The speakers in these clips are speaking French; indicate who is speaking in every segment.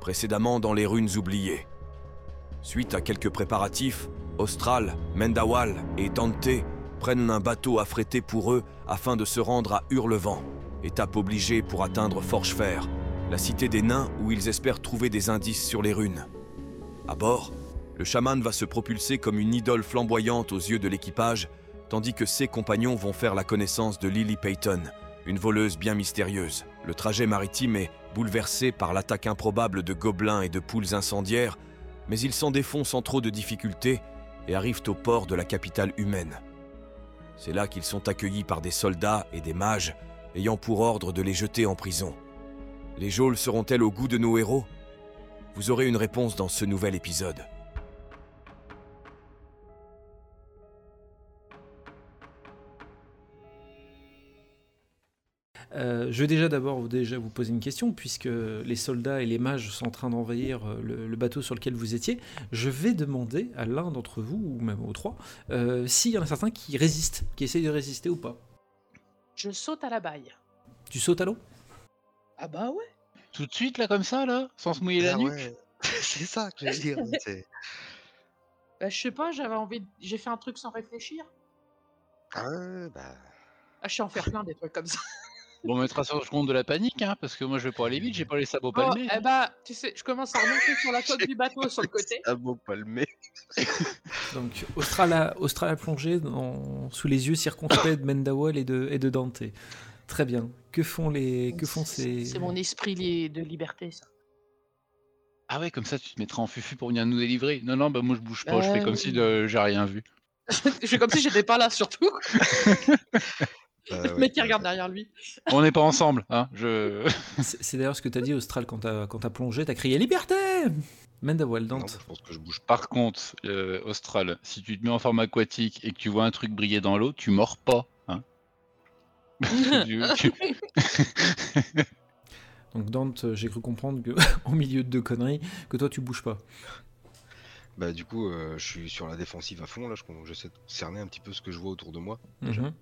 Speaker 1: précédemment dans les runes oubliées. Suite à quelques préparatifs, Austral, Mendawal et Dante prennent un bateau affrété pour eux afin de se rendre à Hurlevent, étape obligée pour atteindre Forgefer, la cité des nains où ils espèrent trouver des indices sur les runes. À bord, le chaman va se propulser comme une idole flamboyante aux yeux de l'équipage, tandis que ses compagnons vont faire la connaissance de Lily Peyton, une voleuse bien mystérieuse. Le trajet maritime est bouleversé par l'attaque improbable de gobelins et de poules incendiaires, mais ils s'en défont sans trop de difficultés et arrivent au port de la capitale humaine. C'est là qu'ils sont accueillis par des soldats et des mages, ayant pour ordre de les jeter en prison. Les geôles seront-elles au goût de nos héros Vous aurez une réponse dans ce nouvel épisode.
Speaker 2: Euh, je vais déjà d'abord déjà vous poser une question, puisque les soldats et les mages sont en train d'envahir euh, le, le, bateau sur lequel vous étiez. Je vais demander à l'un d'entre vous, ou même aux trois, euh, s'il y en a certains qui résistent, qui essayent de résister ou pas.
Speaker 3: Je saute à la baille.
Speaker 2: Tu sautes à l'eau
Speaker 3: Ah bah ouais.
Speaker 4: Tout de suite, là, comme ça, là Sans se mouiller
Speaker 5: Ah
Speaker 4: la nuque
Speaker 5: ouais. c'est ça que je veux dire. c'est-
Speaker 3: Bah, je sais pas, j'avais envie. de- J'ai fait un truc sans réfléchir.
Speaker 5: Ah, ouais, bah.
Speaker 3: Ah, je suis en faire plein des trucs comme ça.
Speaker 4: Bon, on mettra sur le compte de la panique, hein, parce que moi je vais pas aller vite, j'ai pas les sabots
Speaker 3: Bon,
Speaker 4: palmés.
Speaker 3: eh bah, tu sais, je commence à remonter sur la coque du bateau sur le côté.
Speaker 5: Ah bon, palmé.
Speaker 2: Donc, Austral a, Austral a plongé dans- sous les yeux circonspects de Mendawal et de, et de Dante. Très bien. Que font, les, que font ces.
Speaker 3: C'est mon esprit li- de liberté, ça.
Speaker 4: Ah ouais, comme ça tu te mettras en fufu pour venir nous délivrer. Non, non, bah moi je bouge pas, je fais
Speaker 3: Euh,
Speaker 4: comme si de... j'ai rien vu.
Speaker 3: je fais comme si j'étais pas là, surtout.
Speaker 2: Ah
Speaker 5: Bah
Speaker 3: le mec qui regarde derrière lui.
Speaker 4: On n'est pas ensemble, hein. Je...
Speaker 2: C'est c'est d'ailleurs ce que t'as dit, Austral, quand t'as quand t'as plongé, t'as crié Liberté Mendawal,
Speaker 5: Non,
Speaker 2: Dante.
Speaker 5: je pense que je bouge pas.
Speaker 4: Par contre, euh, Austral, si tu te mets en forme aquatique et que tu vois un truc briller dans l'eau, tu mords pas, hein. Tu- tu-
Speaker 2: Donc, Dante, euh, j'ai cru comprendre que, au milieu de deux conneries, que toi tu bouges pas.
Speaker 5: Bah, du coup, euh, je suis sur la défensive à fond, là. je- J'essaie de cerner un petit peu ce que je vois autour de moi.
Speaker 2: Mhm.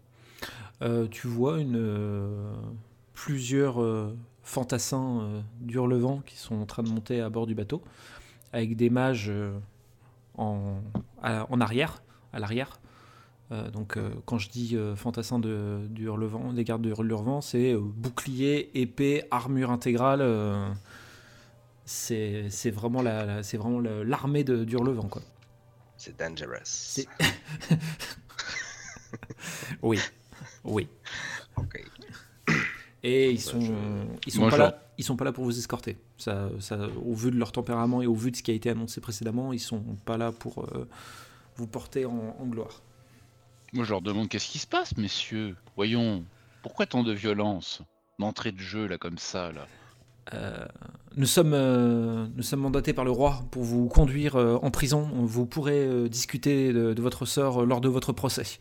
Speaker 2: Euh, tu vois une, euh, plusieurs euh, fantassins euh, d'Hurlevent qui sont en train de monter à bord du bateau, avec des mages euh, en, à- en arrière, à l'arrière. Euh, donc, euh, quand je dis euh, fantassins de, du Hurlevent, des gardes de Hurlevent, c'est euh, bouclier, épée, armure intégrale. euh, c'est c'est vraiment la- la- c'est vraiment la- l'armée de- d'Hurlevent, quoi.
Speaker 5: C'est dangerous.
Speaker 2: C'est- Oui, oui.
Speaker 5: Ok.
Speaker 2: Et ils
Speaker 5: Bah,
Speaker 2: sont,
Speaker 5: je-
Speaker 2: ils sont
Speaker 4: Moi,
Speaker 2: pas
Speaker 4: je-
Speaker 2: là, ils sont pas là pour vous escorter. Ça, ça- au vu de leur tempérament et au vu de ce qui a été annoncé précédemment, ils sont pas là pour euh, vous porter en, en gloire.
Speaker 4: Moi je leur demande qu'est-ce qui se passe, messieurs. Voyons, pourquoi tant de violence D'entrée de jeu, là, comme ça, là.
Speaker 2: Euh, nous sommes, euh, nous sommes mandatés par le roi pour vous conduire euh, en prison. Vous pourrez euh, discuter de, de votre sort euh, lors de votre procès.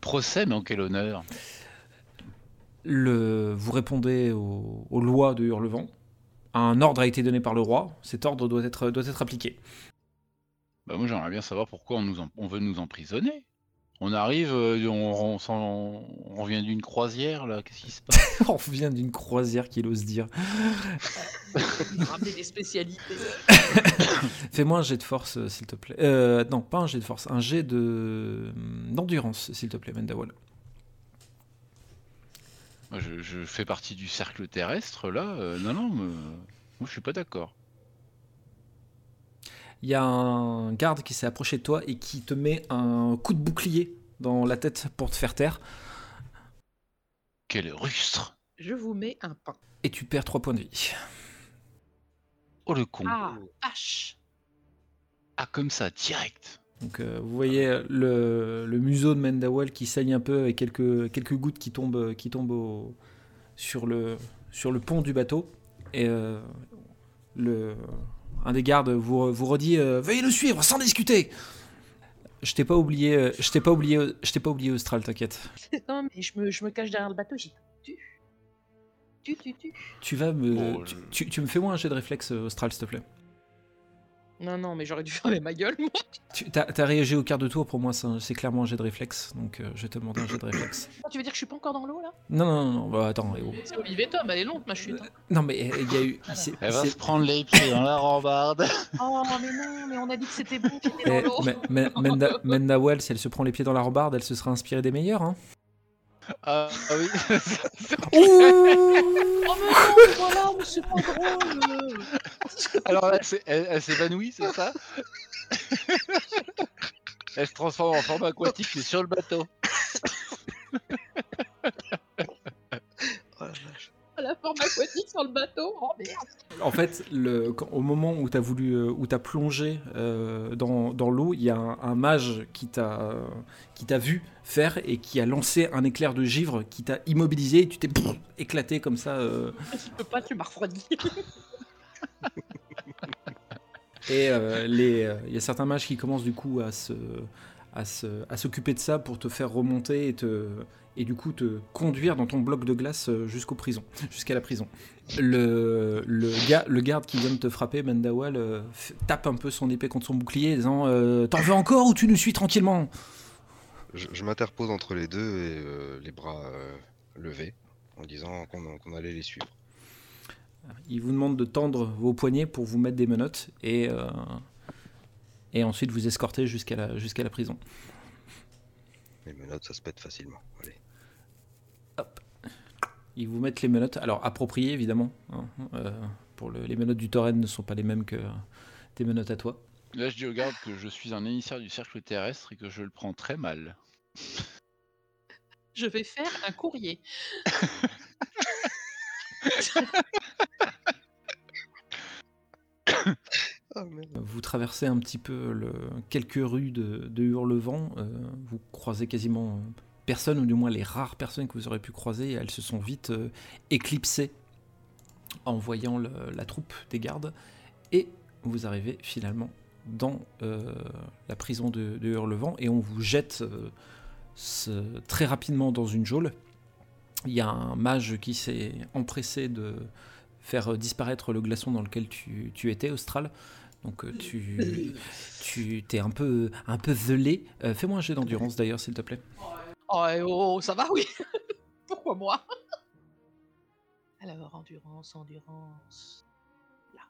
Speaker 4: Procès, mais en quel honneur
Speaker 2: Le, vous répondez aux, aux lois de Hurlevent. Un ordre a été donné par le roi. Cet ordre doit être, doit être appliqué.
Speaker 4: Bah moi j'aimerais bien savoir pourquoi on, nous en- on veut nous emprisonner. On arrive, euh, on, on s'en- on revient d'une croisière là, qu'est-ce qui se passe
Speaker 2: On vient d'une croisière qu'il ose dire.
Speaker 3: Ramener des spécialités.
Speaker 2: Fais-moi un jet de force, euh, s'il te plaît. Euh, non, pas un jet de force, un jet de d'endurance, s'il te plaît, Mendawal.
Speaker 4: Moi, je, je fais partie du cercle terrestre là, euh, non non, mais, euh, moi je suis pas d'accord.
Speaker 2: Il y a un garde qui s'est approché de toi et qui te met un coup de bouclier dans la tête pour te faire taire,
Speaker 4: Quel rustre
Speaker 3: Je vous mets un pain.
Speaker 2: et tu perds 3 points de vie.
Speaker 4: Oh le con
Speaker 3: Ah, vache.
Speaker 4: Ah comme ça, direct
Speaker 2: Donc euh, vous voyez le, le museau de Mendawal qui saigne un peu et quelques, quelques gouttes qui tombent, qui tombent au- sur, le, sur le pont du bateau. Et euh, le, un des gardes vous, vous redit euh, Veuillez le suivre sans discuter Je t'ai pas oublié, euh, je t'ai pas oublié, je t'ai pas oublié Austral, t'inquiète.
Speaker 3: Non, mais je me, je me cache derrière le bateau, j'y tu. Tu, tu, tu.
Speaker 2: Tu vas me.
Speaker 4: Oh,
Speaker 2: euh, tu, tu- tu me fais moi un jet de réflexe, Austral, s'il te plaît.
Speaker 3: Non, non, mais j'aurais dû fermer ma gueule, moi.
Speaker 2: Tu as, réagi au quart de tour, pour moi, c'est un- c'est clairement un jet de réflexe. Donc euh, je vais te demander un jet de réflexe.
Speaker 3: Ah, Tu veux dire que je suis pas encore dans l'eau, là
Speaker 2: Non, non, non, non, bah, attends, eh oh.
Speaker 3: C'est Olivier Tom, elle est longue, ma chute. hein.
Speaker 2: Non, mais euh, il y a eu. il
Speaker 3: Eh
Speaker 2: s'est-
Speaker 3: ben,
Speaker 4: Elle va
Speaker 2: il
Speaker 4: se prendre les pieds dans la rambarde.
Speaker 3: Oh, mais non, mais on a dit que c'était bon, j'étais dans
Speaker 2: s'est-
Speaker 3: l'eau.
Speaker 2: eh, Men- Men- Menda, Menda Wells, si elle se prend les pieds dans la rambarde, elle se sera inspirée des meilleurs. Hein.
Speaker 4: Ah ah oui.
Speaker 3: Oh, mais non, mais voilà, mais c'est pas drôle.
Speaker 4: Alors là, c'est- elle, elle s'évanouit, c'est ça Elle se transforme en forme aquatique, mais sur le bateau.
Speaker 5: Oh la vache.
Speaker 3: La forme aquatique sur le bateau. Oh, merde.
Speaker 2: En fait, le, quand- au moment où t'as voulu, euh, où t'as plongé euh, dans, dans l'eau, il y a un, un mage qui t'a, euh, qui t'a vu faire et qui a lancé un éclair de givre qui t'a immobilisé et tu t'es pff, éclaté comme ça. euh,
Speaker 3: Je peux pas, tu m'as refroidi.
Speaker 2: et euh, les, euh, il y a certains mages qui commencent du coup à se, à se- à s'occuper de ça pour te faire remonter et te, et du coup te conduire dans ton bloc de glace euh, jusqu'aux prisons, jusqu'à la prison. Le, le, gars, le garde qui vient de te frapper, Mandawal, euh, f- tape un peu son épée contre son bouclier, disant euh, T'en veux encore ou tu nous suis tranquillement
Speaker 5: Je, je m'interpose entre les deux et euh, les bras euh, levés en disant qu'on qu'on allait les suivre.
Speaker 2: Il vous demande de tendre vos poignets pour vous mettre des menottes et, euh, et ensuite vous escorter jusqu'à la, jusqu'à la prison.
Speaker 5: Les menottes, ça se pète facilement. Allez.
Speaker 2: Ils vous mettent les menottes, alors appropriées évidemment. hein, euh, pour le- les menottes du Torren ne sont pas les mêmes que tes menottes à toi.
Speaker 4: Là, je dis au garde que je suis un émissaire du cercle terrestre et que je le prends très mal.
Speaker 3: Je vais faire un courrier.
Speaker 5: Ah, merde.
Speaker 2: Vous traversez un petit peu le, quelques rues de, de Hurlevent, euh, vous croisez quasiment euh, personne, ou du moins les rares personnes que vous aurez pu croiser, elles se sont vite euh, éclipsées en voyant le- la troupe des gardes, et vous arrivez finalement dans euh, la prison de, de Hurlevent, et on vous jette euh, ce- très rapidement dans une geôle. Il y a un mage qui s'est empressé de faire disparaître le glaçon dans lequel tu, tu étais, Austral. Donc euh, tu, tu t'es un peu, un peu velé. Euh, Fais-moi un jet d'endurance d'ailleurs, s'il te plaît.
Speaker 3: Oh, eh oh, ça va, oui. Pourquoi moi Alors, endurance, endurance. Là.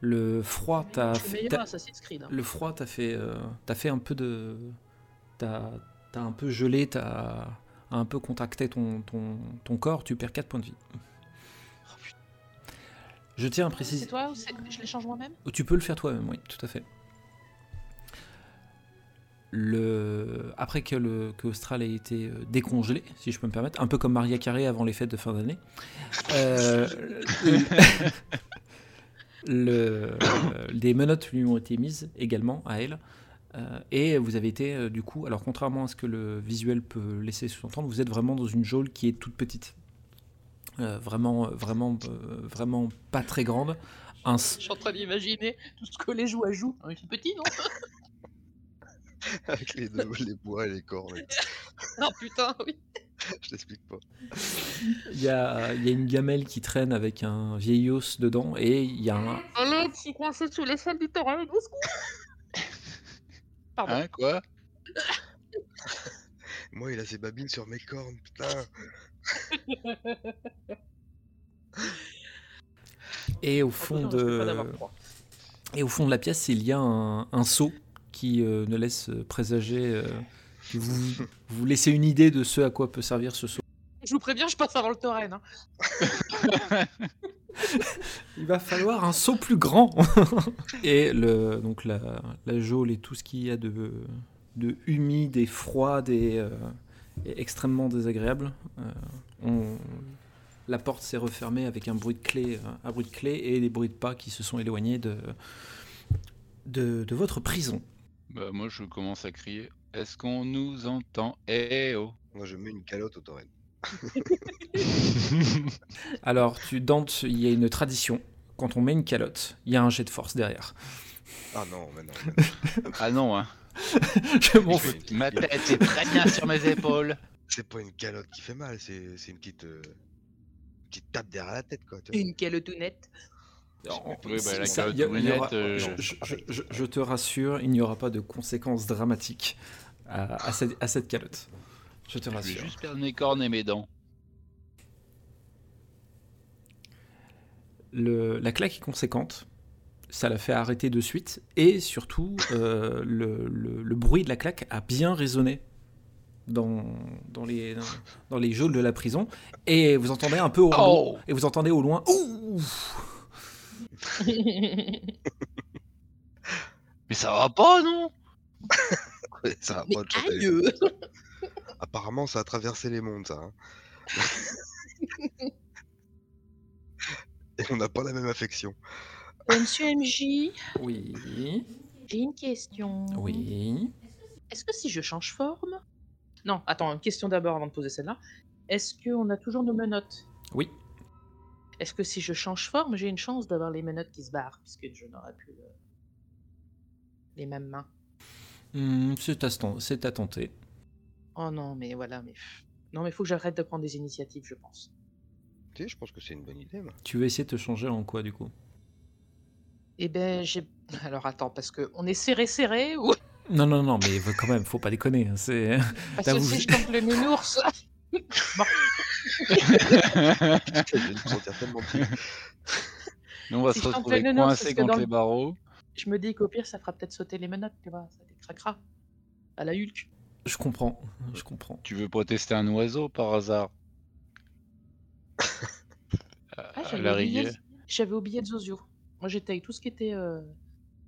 Speaker 2: Le froid t'a
Speaker 3: Je suis
Speaker 2: Oh, fait,
Speaker 3: meilleur
Speaker 2: t'a-
Speaker 3: à Assassin's Creed. hein.
Speaker 2: le froid t'a fait, euh, t'a fait un peu de, t'as, t'as un peu gelé, t'as a un peu contracté ton, ton, ton corps. Tu perds 4 points de vie. Je tiens à préciser.
Speaker 3: C'est toi ou c'est- je les change moi-même
Speaker 2: Tu peux le faire toi-même, oui, tout à fait. Le... Après que, le... que Austral ait été euh, décongelé, si je peux me permettre, un peu comme Maria Carré avant les fêtes de fin d'année, euh, le... euh, des menottes lui ont été mises également à elle. Euh, et vous avez été, euh, du coup, alors contrairement à ce que le visuel peut laisser sous-entendre, vous êtes vraiment dans une geôle qui est toute petite. Euh, vraiment, euh, vraiment, euh, vraiment pas très grande. Un, s-
Speaker 3: Je suis en train d'imaginer tout ce que les joues à jouent. C'est petit, non
Speaker 5: Avec les deux, les bois et les cornes. et tout.
Speaker 3: Non, putain, oui.
Speaker 5: Je t'explique pas.
Speaker 2: Il y a, il y a une gamelle qui traîne avec un vieil os dedans et il y a un.
Speaker 3: Allez, Oh, je suis coincé sous les salles du torrent.
Speaker 6: Ah
Speaker 3: Pardon.
Speaker 4: Hein, quoi
Speaker 5: Moi, il a ses babines sur mes cornes, putain.
Speaker 2: Et au fond de, et au fond de la pièce, il y a un, un seau qui euh, ne laisse présager. euh, que vous, vous laissez une idée de ce à quoi peut servir ce seau.
Speaker 3: Je vous préviens, je passe avant le torrent. hein.
Speaker 2: Il va falloir un seau plus grand. et le, donc la, la geôle et tout ce qu'il y a de, de humide et froid et, euh, est extrêmement désagréable. Euh, on- la porte s'est refermée avec un bruit de clé, euh, un bruit de clé et des bruits de pas qui se sont éloignés de, de, de votre prison.
Speaker 4: Bah moi, je commence à crier. Est-ce qu'on nous entend Eh oh
Speaker 5: Moi, je mets une calotte au torrent.
Speaker 2: Alors, tu dantes, il y a une tradition. Quand on met une calotte, il y a un jet de force derrière.
Speaker 5: Ah non, mais non. mais non.
Speaker 4: Ah non, hein.
Speaker 2: je m'en fous.
Speaker 4: Ma tête est très bien sur mes épaules.
Speaker 5: C'est pas une calotte qui fait mal, c'est c'est une petite, euh, petite tape derrière la tête, quoi. tu vois.
Speaker 6: Une calotounette.
Speaker 2: Non,
Speaker 4: Oui, bah, la
Speaker 2: ça,
Speaker 4: calotte
Speaker 2: y a- y aura-
Speaker 4: brunette, euh,
Speaker 2: je, je- je- je- je te rassure, il n'y aura pas de conséquences dramatiques à, à cette, à cette calotte. Je te
Speaker 4: Je vais
Speaker 2: rassure.
Speaker 4: juste perdre mes cornes et mes dents.
Speaker 2: Le- la claque est conséquente, ça l'a fait arrêter de suite, et surtout, euh, le, le- le bruit de la claque a bien résonné dans, dans, les, dans, dans les geôles de la prison, et vous entendez un peu au loin,
Speaker 4: Oh
Speaker 2: et vous entendez au loin, Ouh
Speaker 4: Mais ça va pas, non
Speaker 5: ça va
Speaker 6: Mais
Speaker 5: pas, tu vois, Oh, t'as vu ça.
Speaker 6: aïe
Speaker 5: Apparemment, ça a traversé les mondes, ça. hein. Et on n'a pas la même affection.
Speaker 6: Euh, Monsieur MJ,
Speaker 2: Oui,
Speaker 6: j'ai une question.
Speaker 2: oui.
Speaker 6: Est-ce que si je change forme Non, attends, une question d'abord avant de poser celle-là. Est-ce qu'on a toujours nos menottes
Speaker 2: Oui.
Speaker 6: Est-ce que si je change forme, j'ai une chance d'avoir les menottes qui se barrent, puisque je n'aurai plus le- les mêmes mains
Speaker 2: Hmm, c'est à stan- c'est à tenter.
Speaker 6: Oh non, mais voilà, mais... pff. Non, mais faut que j'arrête de prendre des initiatives, je pense.
Speaker 5: Tu sais, je pense que c'est une bonne idée. moi.
Speaker 2: Tu veux essayer de te changer en quoi du coup
Speaker 6: Eh ben, j'ai... Alors attends, parce que on est serré serré ou...
Speaker 2: Non, non, non, mais quand même, faut pas déconner. hein, C'est...
Speaker 6: Parce
Speaker 2: Bah,
Speaker 6: que
Speaker 2: vous-
Speaker 6: si je tombe le nounours...
Speaker 5: Je vais me sentir tellement petit.
Speaker 4: Nous, on va
Speaker 6: Si
Speaker 4: se
Speaker 6: je tente
Speaker 4: retrouver
Speaker 6: le nounours,
Speaker 4: coincés
Speaker 6: parce que
Speaker 4: contre
Speaker 6: dans
Speaker 4: les
Speaker 6: le-
Speaker 4: barreaux.
Speaker 6: je me dis qu'au pire, ça fera peut-être sauter les menottes, tu vois, ça les craquera. À la Hulk.
Speaker 2: Je comprends, je comprends.
Speaker 4: Tu veux pas tester un oiseau par hasard À-
Speaker 6: Ah,
Speaker 4: Euh, à
Speaker 6: j'avais
Speaker 4: la
Speaker 6: oublié,
Speaker 4: rigueur.
Speaker 6: j'avais oublié Zozio. Moi, j'étais avec tout ce qui était euh,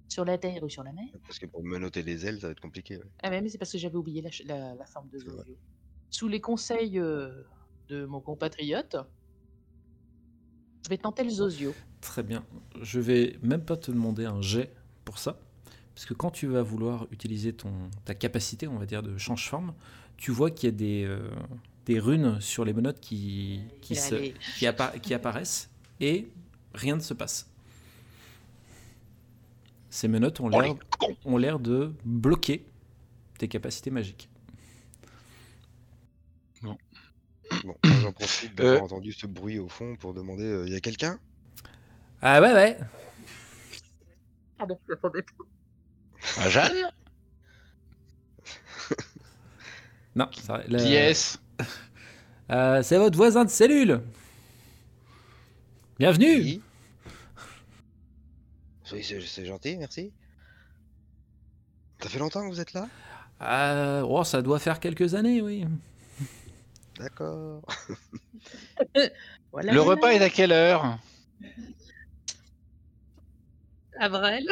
Speaker 6: sur la terre ou sur la mer.
Speaker 5: Parce que pour menotter les ailes, ça va être compliqué. ouais.
Speaker 6: Ah, mais c'est parce que j'avais oublié la, ch- la- la forme de
Speaker 5: C'est vrai.
Speaker 6: Zozio. Sous les conseils euh, de mon compatriote, je vais tenter le Zozio.
Speaker 2: Très bien. Je vais même pas te demander un jet pour ça, parce que quand tu vas vouloir utiliser ton, ta capacité, on va dire, de change forme, tu vois qu'il y a des, euh, des runes sur les menottes qui, qui,
Speaker 6: Il a
Speaker 2: se-
Speaker 6: les-
Speaker 2: qui, appa- qui apparaissent et rien ne se passe. Ces menottes ont
Speaker 4: Oh,
Speaker 2: l'air
Speaker 4: les cons
Speaker 2: ont l'air de bloquer tes capacités magiques.
Speaker 5: Bon, moi, j'en profite d'avoir
Speaker 4: Euh.
Speaker 5: entendu ce bruit au fond pour demander euh, il y a quelqu'un
Speaker 2: Ah ouais, ouais
Speaker 6: Pardon, Ah, je m'attendais pas.
Speaker 4: À Ah, Jeanne
Speaker 2: Non, ça- la-
Speaker 4: Qui est-ce
Speaker 2: Euh, c'est votre voisin de cellule. Bienvenue.
Speaker 5: Oui. Oui, c'est c'est gentil, merci. Ça fait longtemps que vous êtes là
Speaker 2: Euh, oh, ça doit faire quelques années, oui.
Speaker 5: D'accord.
Speaker 6: Voilà,
Speaker 4: Le
Speaker 6: voilà.
Speaker 4: repas est à quelle heure
Speaker 6: Avril.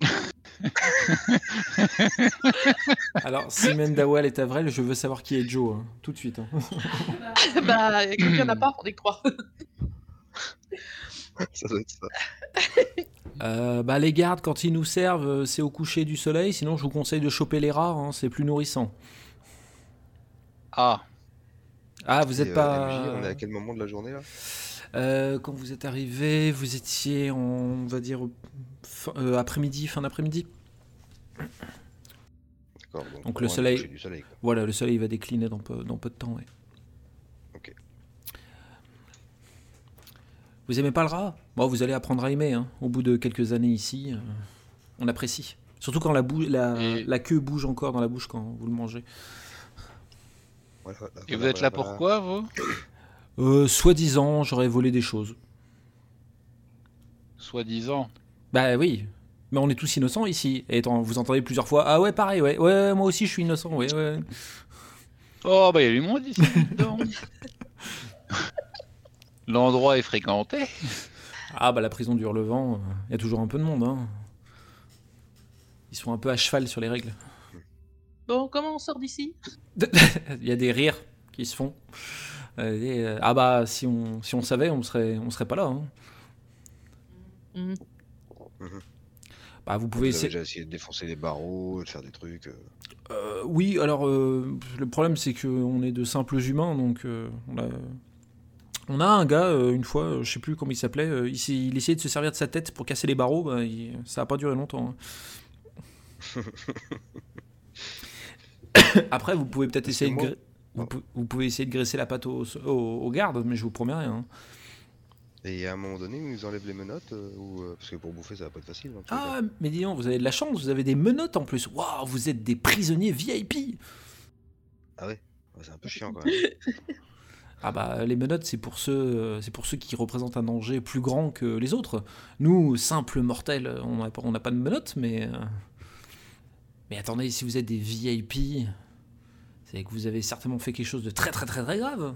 Speaker 2: Alors, si Mendawal est Avrel, je veux savoir qui est Joe, hein, tout de suite. hein.
Speaker 6: bah, comme il n'y en a pas, on est trois.
Speaker 5: Ça doit être ça.
Speaker 2: Euh, bah, les gardes, quand ils nous servent, euh, c'est au coucher du soleil. Sinon, je vous conseille de choper les rats, hein, c'est plus nourrissant.
Speaker 4: Ah,
Speaker 2: Ah, vous
Speaker 5: Et,
Speaker 2: n'êtes
Speaker 5: euh,
Speaker 2: pas.
Speaker 5: MJ, on est à quel moment de la journée là
Speaker 2: Euh, quand vous êtes arrivé, vous étiez, on va dire, fin- euh, après-midi, fin d'après-midi.
Speaker 5: D'accord. Donc,
Speaker 2: Donc
Speaker 5: on
Speaker 2: le
Speaker 5: va
Speaker 2: soleil-
Speaker 5: coucher Du soleil quoi.
Speaker 2: Voilà, le soleil va décliner dans peu, dans peu de temps, ouais.
Speaker 5: Ok.
Speaker 2: Vous aimez pas le rat Bon, vous allez apprendre à aimer, hein. Au bout de quelques années ici, euh, on apprécie. Surtout quand la, bou- la,
Speaker 4: Et-
Speaker 2: la queue bouge encore dans la bouche quand vous le mangez.
Speaker 5: Voilà, voilà,
Speaker 4: et vous
Speaker 5: Bah voilà,
Speaker 4: êtes là
Speaker 5: voilà, voilà.
Speaker 4: pourquoi, vous
Speaker 2: Euh, Soi-disant, j'aurais volé des choses.
Speaker 4: Soi-disant.
Speaker 2: Bah oui, mais on est tous innocents ici. Et tant- vous entendez plusieurs fois, ah ouais, pareil, ouais, ouais, moi aussi je suis innocent, ouais, ouais.
Speaker 4: Oh, bah il y a du monde ici, dis donc. L'endroit est fréquenté.
Speaker 2: Ah bah la prison du Hurlevent, il y a toujours un peu de monde, hein. Ils sont un peu à cheval sur les règles.
Speaker 6: Bon, comment on sort d'ici
Speaker 2: Il y a des rires qui se font. Euh, et, euh, ah bah si on si on savait, on serait on serait pas là. hein.
Speaker 6: Hmm.
Speaker 2: Bah vous pouvez
Speaker 5: Vous avez
Speaker 2: essayer.
Speaker 5: déjà essayé de défoncer les barreaux, de faire des trucs. euh,
Speaker 2: Euh, oui, alors euh, le problème c'est que on est de simples humains, donc euh, on a on a un gars euh, une fois, euh, je sais plus comment il s'appelait, euh, il, s'est- il essayait de se servir de sa tête pour casser les barreaux, bah, il- ça a pas duré longtemps. hein. Après, vous pouvez peut-être
Speaker 5: Parce que
Speaker 2: essayer, de
Speaker 5: moi- ah.
Speaker 2: gra- vous, pou- vous pouvez essayer de graisser la patte au, au- au garde, mais je vous promets rien. hein.
Speaker 5: Et à un moment donné, ils nous enlèvent les menottes euh, ou euh, parce que pour bouffer, ça va pas être facile. hein, tu vois.
Speaker 2: Ah, mais dis donc, vous avez de la chance, vous avez des menottes en plus. Waouh, vous êtes des prisonniers VIP.
Speaker 5: Ouais, c'est un peu chiant quand même.
Speaker 2: Ah bah les menottes, c'est pour ceux, euh, c'est pour ceux qui représentent un danger plus grand que les autres. Nous, simples mortels, on n'a pas- on n'a pas de menottes, mais euh, mais attendez, si vous êtes des VIP, c'est que vous avez certainement fait quelque chose de très très très très grave.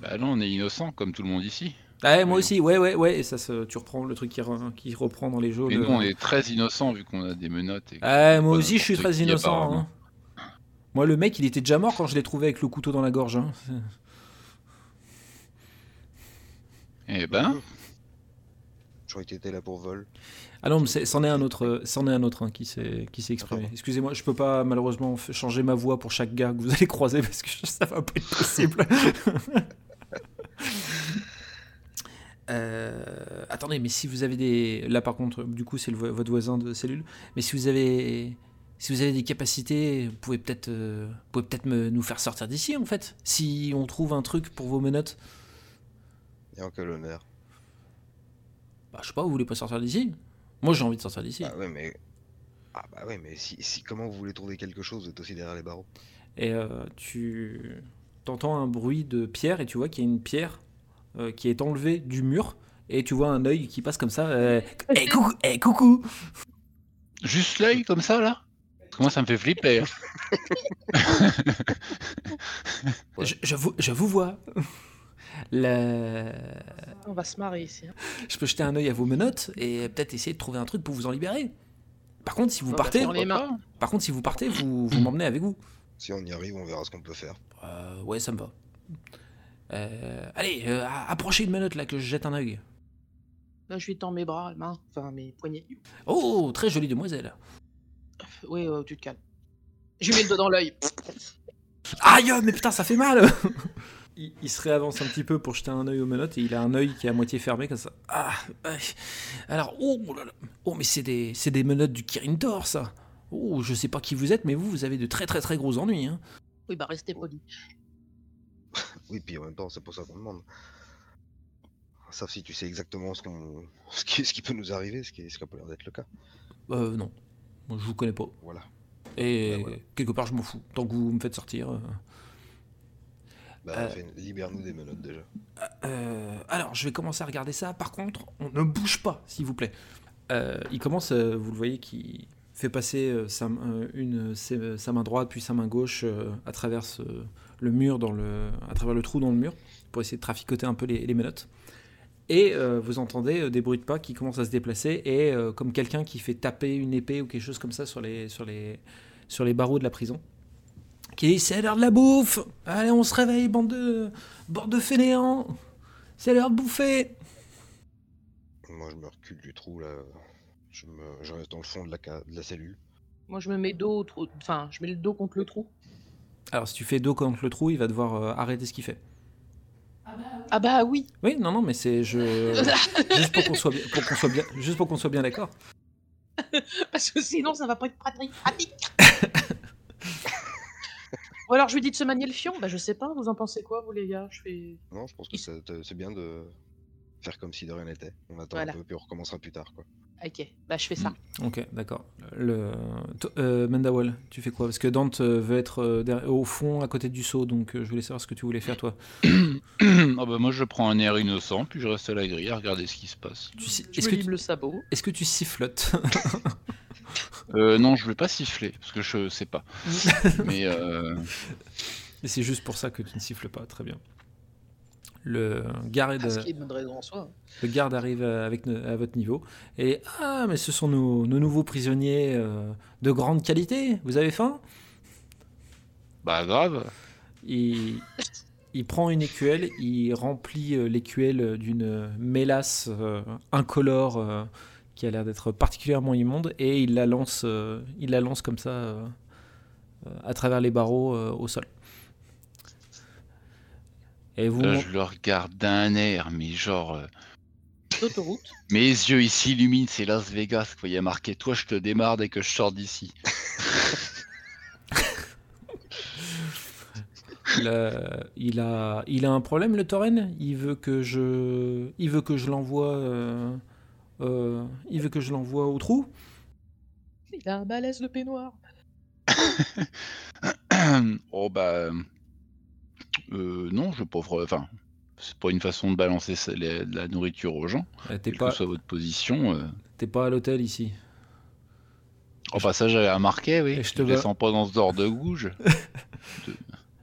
Speaker 4: Bah non, on est innocent comme tout le monde ici.
Speaker 2: Ah ouais, moi
Speaker 4: Oui.
Speaker 2: aussi, ouais ouais ouais, et ça, se- tu reprends le truc qui, re- qui reprend dans les jeux.
Speaker 4: Et
Speaker 2: le-
Speaker 4: nous, on est très innocent vu qu'on a des menottes. Et...
Speaker 2: Oh Ah, moi
Speaker 4: Pas
Speaker 2: aussi, je suis
Speaker 4: n'importe
Speaker 2: très
Speaker 4: qui,
Speaker 2: innocent.
Speaker 4: apparemment.
Speaker 2: hein. Moi, le mec, il était déjà mort quand je l'ai trouvé avec le couteau dans la gorge. hein.
Speaker 4: Eh ben,
Speaker 5: J'aurais été là pour vol.
Speaker 2: Ah non, mais c'est- c'en est un autre, euh, c'en est un autre hein, qui s'est qui s'est exprimé.
Speaker 5: pardon.
Speaker 2: Excusez-moi, je peux pas malheureusement f- changer ma voix pour chaque gars que vous allez croiser parce que ça va pas être possible. Euh, attendez, mais si vous avez des, là par contre, du coup c'est le vo- votre voisin de cellule. Mais si vous avez, si vous avez des capacités, vous pouvez peut-être, euh, vous pouvez peut-être me- nous faire sortir d'ici en fait. Si on trouve un truc pour vos menottes,
Speaker 5: Et en quel honneur.
Speaker 2: bah je sais pas, vous voulez pas sortir d'ici Moi j'ai envie de sortir d'ici.
Speaker 5: Ah ouais, mais. Ah bah ouais, mais si, si comment vous voulez trouver quelque chose, vous êtes aussi derrière les barreaux.
Speaker 2: Et euh, tu entends un bruit de pierre et tu vois qu'il y a une pierre euh, qui est enlevée du mur et tu vois un œil qui passe comme ça. euh, Eh, coucou, eh, coucou
Speaker 4: juste l'œil comme ça là Parce que moi, ça me fait flipper. hein.
Speaker 5: Ouais.
Speaker 2: je, je vous, je vous vois. Le-
Speaker 6: On va se marrer ici. hein.
Speaker 2: Je peux jeter un œil à vos menottes et peut-être essayer de trouver un truc pour vous en libérer. Par contre, si vous
Speaker 6: Ouais, bah,
Speaker 2: partez,
Speaker 6: sur les mains.
Speaker 2: par contre, si vous partez, vous, vous m'emmenez avec vous.
Speaker 5: Si on y arrive, on verra ce qu'on peut faire.
Speaker 2: Euh, ouais, ça me va. Euh, allez, euh, approchez une menotte là que je jette un œil.
Speaker 6: Là, Bah, je lui tends mes bras, mains, enfin mes poignets.
Speaker 2: Oh, très jolie demoiselle.
Speaker 6: Oui, ouais, tu te calmes. Je lui mets le doigt dans l'œil.
Speaker 2: Aïe, oh, mais putain, ça fait mal il, il se réavance un petit peu pour jeter un œil aux menottes et il a un œil qui est à moitié fermé comme ça. Ah, ouais. alors, oh là là. Oh, mais c'est des, c'est des menottes du Kirintor, ça. Oh, je sais pas qui vous êtes, mais vous, vous avez de très très très gros ennuis. Hein.
Speaker 6: Oui, bah restez poli.
Speaker 5: Oui, puis en même temps, c'est pour ça qu'on demande. Sauf si tu sais exactement ce, qu'on- ce, qui, ce qui peut nous arriver, ce qui ce qui a pas l'air d'être le cas.
Speaker 2: Euh, non. Moi, je vous connais pas.
Speaker 5: Voilà.
Speaker 2: Et
Speaker 5: Bah, voilà.
Speaker 2: quelque part, je m'en fous. Tant que vous me faites sortir. euh.
Speaker 5: Bah,
Speaker 2: Euh.
Speaker 5: fais- libère-nous des menottes déjà.
Speaker 2: Euh, alors, je vais commencer à regarder ça. Par contre, on ne bouge pas, s'il vous plaît. Euh, il commence, euh, vous le voyez, qui fait passer euh, sa, m- euh, une, euh, ses- euh, sa main droite puis sa main gauche euh, à travers euh, le mur, dans le, à travers le trou dans le mur, pour essayer de traficoter un peu les, les menottes. Et euh, vous entendez euh, des bruits de pas qui commencent à se déplacer et euh, comme quelqu'un qui fait taper une épée ou quelque chose comme ça sur les, sur les, sur les barreaux de la prison. Qui dit c'est l'heure de la bouffe Allez, on se réveille, bande de, bande de fainéants c'est l'heure de bouffer
Speaker 5: Moi, je me recule du trou là. Je, me, je reste dans le fond de la, ca- de la cellule.
Speaker 6: Moi, je me mets dos au trou. Enfin, je mets le dos contre le trou.
Speaker 2: Alors si tu fais dos contre le trou, il va devoir euh, arrêter ce qu'il fait.
Speaker 6: Ah bah oui
Speaker 2: Oui, non, non, mais c'est je juste pour qu'on soit bien, pour qu'on soit bien, juste pour qu'on soit bien d'accord.
Speaker 6: Parce que sinon, ça va pas être pratique. pratique. Ou alors, je lui dis de se manier le fion. Bah, je sais pas, vous en pensez quoi, vous les gars Je fais.
Speaker 5: Non, je pense que
Speaker 6: Ils-
Speaker 5: ça te- c'est bien de faire comme si de rien n'était. On attend
Speaker 6: Voilà.
Speaker 5: un peu, puis on recommencera plus tard. quoi.
Speaker 6: Ok, bah, je fais
Speaker 2: Mm.
Speaker 6: ça.
Speaker 2: Ok, d'accord. Le to- euh, Mendawal, tu fais quoi Parce que Dante euh, veut être euh, derrière- au fond, à côté du seau, donc euh, je voulais savoir ce que tu voulais faire toi.
Speaker 4: Ah bah moi, je prends un air innocent, puis je reste à la grille à regarder ce qui se passe.
Speaker 2: Tu si-
Speaker 6: Je
Speaker 2: Est-ce
Speaker 6: me
Speaker 2: que,
Speaker 6: lime
Speaker 2: tu- Euh,
Speaker 6: le sabot.
Speaker 2: est-ce que tu sifflotes
Speaker 4: Euh, non, je vais pas siffler parce que je sais pas. Mais euh,
Speaker 2: Et C'est juste pour ça que tu ne siffles pas. Très bien. Le garde.
Speaker 6: Parce qu'il y a une bonne raison en soi. hein.
Speaker 2: Le garde arrive euh, avec, no- à votre niveau et ah mais ce sont nos, nos nouveaux prisonniers euh, de grande qualité. Vous avez faim
Speaker 4: bah grave.
Speaker 2: il, il prend une écuelle, il remplit euh, l'écuelle d'une mélasse euh, incolore euh, qui a l'air d'être particulièrement immonde et il la lance, euh, il la lance comme ça euh, euh, à travers les barreaux euh, au sol. Et vous,
Speaker 4: Euh, Là, je le regarde d'un air, mais genre. euh,
Speaker 6: d'autoroute.
Speaker 4: Mes yeux ils s'illuminent, c'est Las Vegas. Quoi. Il y a marqué Toi, je te démarre dès que je sors d'ici.
Speaker 2: Le- il, a, il a un problème, le Torren Il veut que je, il veut que je l'envoie, euh, euh, il veut que je l'envoie au trou.
Speaker 6: Il a un malaise de peignoir.
Speaker 4: oh bah. euh, non, je pauvre. Enfin, c'est pas une façon de balancer ça- la, la nourriture aux gens.
Speaker 2: Euh, T'es
Speaker 4: Quelle
Speaker 2: pas,
Speaker 4: que soit votre position. euh.
Speaker 2: t'es pas à l'hôtel ici.
Speaker 4: Au passage, j'avais remarqué, oui.
Speaker 2: Et je
Speaker 4: Je
Speaker 2: te
Speaker 4: te
Speaker 2: vois.
Speaker 4: descends pas dans ce dehors de gouge.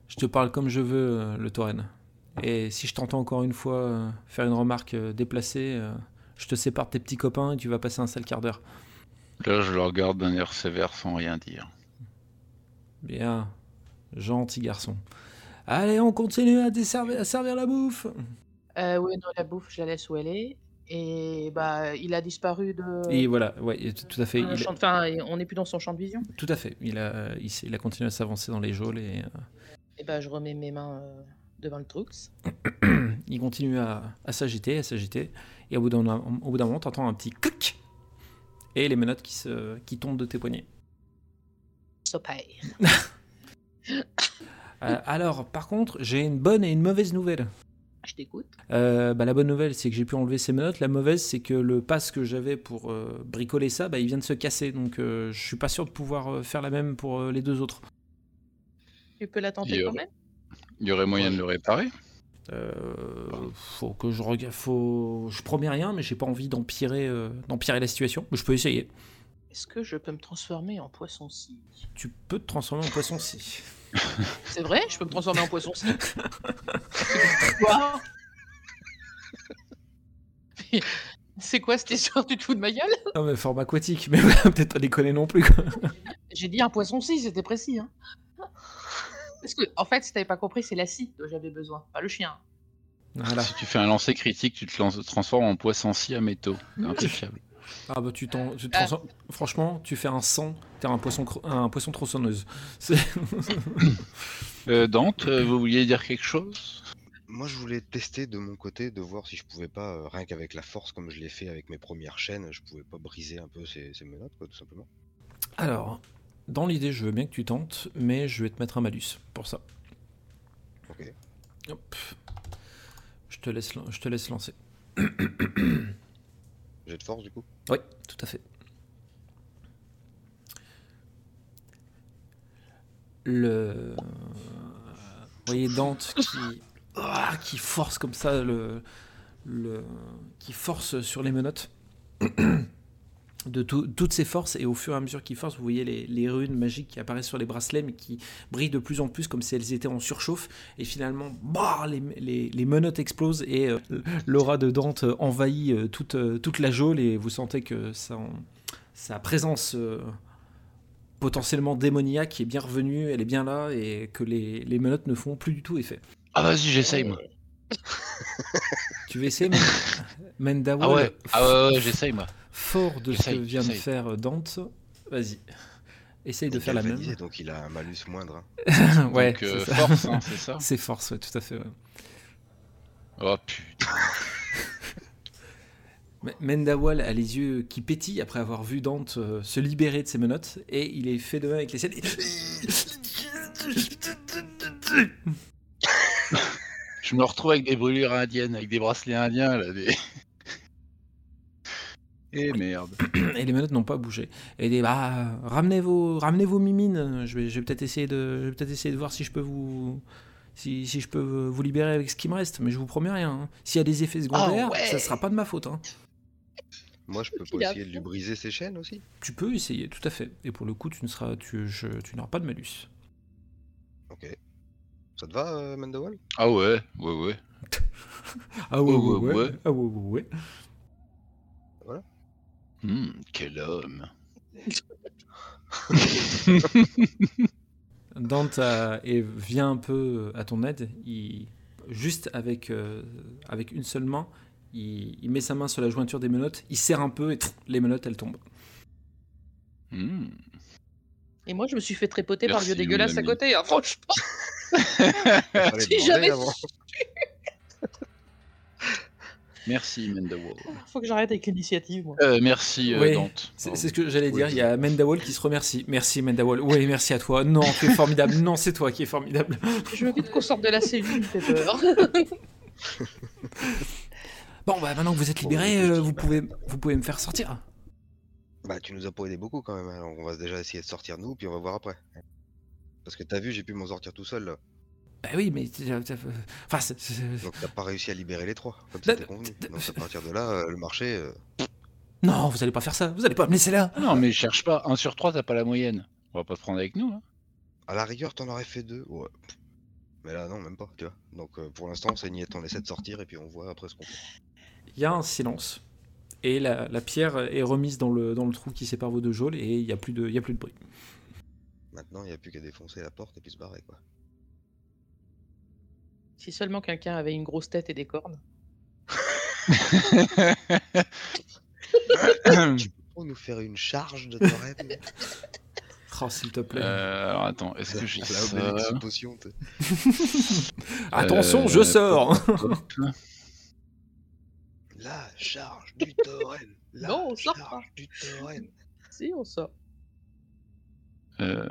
Speaker 2: Je te parle comme je veux, euh, le Torren. Et si je t'entends encore une fois euh, faire une remarque euh, déplacée, euh, je te sépare de tes petits copains et tu vas passer un sale quart d'heure.
Speaker 4: Là, je le regarde d'un air sévère sans rien dire.
Speaker 2: Bien, gentil garçon. Allez, on continue à, desservir- à servir la bouffe.
Speaker 6: Euh, oui, non, la bouffe, je la laisse où elle est. Et bah, il a disparu de.
Speaker 2: Et voilà, ouais, et tout à fait.
Speaker 6: un
Speaker 2: il-
Speaker 6: champ de- Enfin, on n'est plus dans son champ de vision.
Speaker 2: Tout à fait. Il a, il, s'est- il a continué à s'avancer dans les geôles et
Speaker 6: Et bah, je remets mes mains euh, devant le truc.
Speaker 2: euh, il continue à, à s'agiter, à s'agiter. Et au bout d'un au bout d'un moment, t'entends un petit clic et les menottes qui, se, qui tombent de tes poignets.
Speaker 6: Sopaille.
Speaker 2: Euh, alors, par contre, j'ai une bonne et une mauvaise nouvelle.
Speaker 6: Je t'écoute.
Speaker 2: Euh, bah, la bonne nouvelle, c'est que j'ai pu enlever ces menottes. La mauvaise, c'est que le pass que j'avais pour euh, bricoler ça, bah, il vient de se casser. Donc, euh, je suis pas sûr de pouvoir euh, faire la même pour euh, les deux autres.
Speaker 6: Tu peux la tenter
Speaker 4: Et,
Speaker 6: quand
Speaker 4: euh,
Speaker 6: même
Speaker 4: Il y aurait moyen de le réparer
Speaker 2: Euh, faut que je regarde. Faut... Je promets rien, mais j'ai pas envie d'empirer, euh, d'empirer la situation. Mais je peux essayer.
Speaker 6: Est-ce que je peux me transformer en poisson-ci
Speaker 2: Tu peux te transformer en poisson si.
Speaker 6: C'est vrai Je peux me transformer en poisson-ci Quoi Mais C'est quoi cette histoire du tout de ma gueule
Speaker 2: Non, mais forme aquatique, mais voilà, peut-être pas déconner non plus. Quoi.
Speaker 6: J'ai dit un poisson-ci, c'était précis. Hein. Parce que, en fait, si t'avais pas compris, c'est la scie dont j'avais besoin, pas le chien.
Speaker 2: Voilà.
Speaker 4: Si tu fais un lancer critique, tu te lances- transformes en poisson-ci à métaux. C'est Impeccable.
Speaker 2: Ah bah tu t'en, tu te transformes- Franchement, tu fais un sang, t'es un poisson, cro- un poisson tronçonneuse. C'est-
Speaker 4: Euh, Dante, euh, vous vouliez dire quelque chose
Speaker 5: Moi, je voulais tester de mon côté, de voir si je pouvais pas, euh, rien qu'avec la force, comme je l'ai fait avec mes premières chaînes, je pouvais pas briser un peu ces, ces menottes, quoi, tout simplement.
Speaker 2: Alors, dans l'idée, je veux bien que tu tentes, mais je vais te mettre un malus pour ça.
Speaker 5: Ok.
Speaker 2: Hop. Je te laisse, lan- je te laisse lancer.
Speaker 5: J'ai de force, du coup
Speaker 2: Oui, tout à fait. Le. Vous voyez Dante qui, Ah, qui force comme ça le, le qui force sur les menottes de tout- toutes ses forces et au fur et à mesure qu'il force, vous voyez les, les runes magiques qui apparaissent sur les bracelets mais qui brillent de plus en plus comme si elles étaient en surchauffe et finalement bah, les, les- les menottes explosent et euh, l'aura de Dante envahit euh, toute, euh, toute la geôle et vous sentez que sa, sa présence euh, potentiellement démoniaque est bien revenue, elle est bien là et que les, les menottes ne font plus du tout effet.
Speaker 4: Ah, vas-y, j'essaye, moi.
Speaker 2: Euh, Tu veux essayer Men- Mendawal
Speaker 4: Ah ouais, ah ouais, ouais, j'essaye, moi.
Speaker 2: Fort de ce que
Speaker 4: J'essaye,
Speaker 2: vient de
Speaker 4: j'essaye.
Speaker 2: faire euh, Dante, vas-y. Essaye de
Speaker 5: Il est
Speaker 2: faire la même.
Speaker 5: galvanisé, Donc il a un malus moindre. hein.
Speaker 2: ouais,
Speaker 4: Donc, euh,
Speaker 2: c'est ça.
Speaker 4: force, hein, c'est ça
Speaker 2: C'est force, ouais, tout à fait. ouais.
Speaker 4: Oh putain.
Speaker 2: M- Mendawal a les yeux qui pétillent après avoir vu Dante euh, se libérer de ses menottes et il est fait de même avec les siennes.
Speaker 4: Je me retrouve avec des brûlures indiennes, avec des bracelets indiens, là. Des... Eh merde.
Speaker 2: Et les menottes n'ont pas bougé. Et il dit bah ramenez vos ramenez vos mimines. Je vais, je vais peut-être essayer de je vais peut-être essayer de voir si je peux vous si, si je peux vous libérer avec ce qui me reste. Mais je vous promets rien. hein. S'il y a des effets
Speaker 4: Ah
Speaker 2: secondaires,
Speaker 6: ouais.
Speaker 2: ça sera pas de ma faute. hein.
Speaker 5: Moi, je peux
Speaker 6: Il a
Speaker 5: pas essayer de lui briser ses chaînes aussi
Speaker 2: Tu peux essayer, tout à fait. Et pour le coup, tu ne seras tu je- tu n'auras pas de malus.
Speaker 5: Ok. Ça te va, euh, Mendawal
Speaker 4: Ah ouais, ouais, ouais.
Speaker 2: Ah
Speaker 4: ouais, Oh, ouais, ouais.
Speaker 2: Ah ouais ouais ouais.
Speaker 4: Hmm, quel homme.
Speaker 2: Dante a- et vient un peu euh, à ton aide. Il juste avec euh, avec une seule main. Il, il met sa main sur la jointure des menottes, il serre un peu et tsk, les menottes elles tombent.
Speaker 4: Hmm.
Speaker 6: Et moi, je me suis fait trépoter par le vieux
Speaker 4: Merci, mon
Speaker 6: dégueulasse à
Speaker 4: ami.
Speaker 6: côté, hein, franchement.
Speaker 5: Fallait demander
Speaker 6: jamais
Speaker 5: avant.
Speaker 4: Merci, Mendawal.
Speaker 3: Faut que j'arrête avec l'initiative, moi.
Speaker 4: Euh, merci, euh,
Speaker 2: Oui.
Speaker 4: Dante.
Speaker 2: C'est
Speaker 4: Pardon.
Speaker 2: c'est ce que j'allais
Speaker 5: Oui.
Speaker 2: dire. Il y a Mendawal qui se remercie. Merci Mendawal. Oui, merci à toi. Non, tu es formidable. Non, c'est toi qui es formidable.
Speaker 3: Je veux vite qu'on sorte de la cellule, il me fait peur.
Speaker 2: Bon, bah maintenant que vous êtes
Speaker 5: Bon,
Speaker 2: libéré,
Speaker 5: écoute,
Speaker 2: vous
Speaker 5: bah,
Speaker 2: pouvez, vous pouvez me faire sortir.
Speaker 5: Bah, tu nous as pas aidé beaucoup quand même. Alors, on va déjà essayer de sortir nous, puis on va voir après. Parce que t'as vu, j'ai pu m'en sortir tout seul. là.
Speaker 2: Bah oui, mais t'es- t'es- t'es- enfin, c'est- c'est-
Speaker 5: Donc t'as pas réussi à libérer les trois, comme
Speaker 2: Bah,
Speaker 5: c'était convenu.
Speaker 2: bah,
Speaker 5: Donc à partir de là, euh, le marché. euh,
Speaker 2: non, vous allez pas faire ça. Vous allez pas me laisser là.
Speaker 4: Ah Non, mais cherche pas. 1 sur 3, t'as pas la moyenne. On va pas te prendre avec nous. hein.
Speaker 5: À la rigueur, t'en aurais fait deux. Ouais. Mais là, non, même pas, tu vois. Donc euh, pour l'instant, c'est niette, on essaie de sortir et puis on voit après ce qu'on fait.
Speaker 2: Il y a un silence. Et la, la pierre est remise dans le, dans le trou qui sépare vos deux geôles et il n'y a, plus de- il y a plus de bruit.
Speaker 5: Maintenant, il n'y a plus qu'à défoncer la porte et puis se barrer, quoi.
Speaker 6: Si seulement quelqu'un avait une grosse tête et des cornes.
Speaker 5: Pour nous faire une charge de ton rêve là
Speaker 2: Oh, s'il te plaît.
Speaker 4: Euh, alors attends, est-ce que j'ai
Speaker 5: La
Speaker 4: ça
Speaker 5: Obélix sous potion, t'es-
Speaker 2: Attention,
Speaker 4: euh,
Speaker 2: je sors.
Speaker 5: La charge du tauren La
Speaker 6: Non, on sort pas.
Speaker 5: charge du tauren
Speaker 6: Si, on sort.
Speaker 4: Euh,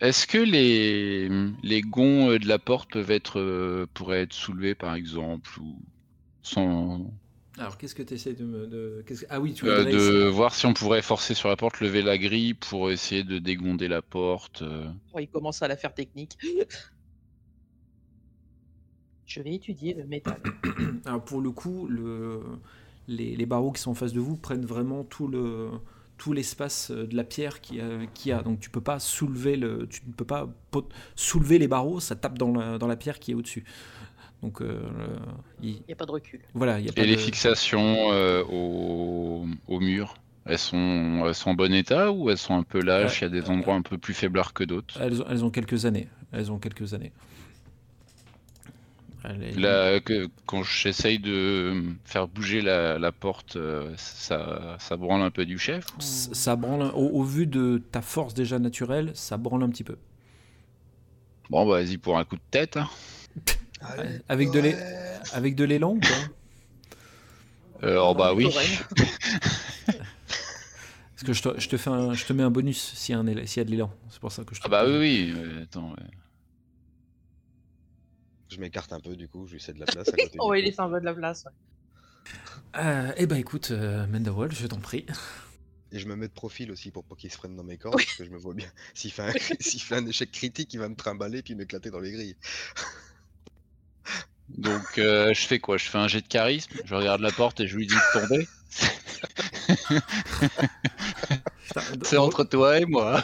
Speaker 4: Est-ce que les, les gonds euh, de la porte peuvent être, euh, pourraient être soulevés par exemple ou sans
Speaker 2: Alors, qu'est-ce que tu essaies de me. de- qu'est-ce que- Ah oui, tu
Speaker 4: Euh,
Speaker 2: voudrais
Speaker 4: de voir si on pourrait forcer sur la porte, lever la grille pour essayer de dégonder la porte. euh.
Speaker 6: Oh, il commence à la faire technique. Je vais étudier le métal.
Speaker 2: Alors pour le coup, le- les, les barreaux qui sont en face de vous prennent vraiment tout le tout l'espace euh, de la pierre qui a, qu'il y a. Donc tu peux pas soulever le, tu ne peux pas pot- soulever les barreaux, ça tape dans la, dans la pierre qui est au-dessus. Donc euh, le- il-
Speaker 6: Il n'y a pas de recul.
Speaker 2: voilà, il y a pas
Speaker 4: Et les
Speaker 2: de-
Speaker 4: fixations euh, au, au mur, elles sont, elles sont en bon état ou elles sont un peu lâches Il y a des endroits un peu plus faiblards que d'autres.
Speaker 2: Elles, ont, elles ont quelques années. Elles ont quelques années. Allez.
Speaker 4: Là, que- quand j'essaye de euh, faire bouger la, la porte, euh, ça, ça branle un peu du chef.
Speaker 2: S- Ça branle, un- au, au vu de ta force déjà naturelle, ça branle un petit peu.
Speaker 4: Bon, bah, vas-y pour un coup de tête. hein.
Speaker 5: Allez,
Speaker 2: Avec de l'é-
Speaker 5: Tauren
Speaker 2: Avec de l'élan ou pas
Speaker 4: Alors, bah oui.
Speaker 2: Parce que je te, je te fais un- je te mets un bonus s'il y, a un éla- s'il y a de l'élan. C'est pour ça que je te
Speaker 4: Ah, bah oui, oui. euh, Attends, ouais.
Speaker 5: Je m'écarte un peu, du coup, je lui cède la place à côté. du
Speaker 6: Oh, il
Speaker 5: coup.
Speaker 6: est un peu de la place. ouais.
Speaker 2: Euh, eh ben écoute, euh, Mendawal, je t'en prie.
Speaker 5: Et je me mets de profil aussi pour pas qu'il se freine dans mes cordes, parce que je me vois bien. S'il fait, un... s'il fait un échec critique, il va me trimballer puis m'éclater dans les grilles.
Speaker 4: Donc, euh, je fais quoi Je fais un jet de charisme, je regarde la porte et je lui dis de tomber.
Speaker 2: Putain,
Speaker 4: C'est
Speaker 2: dans-
Speaker 4: entre toi et moi.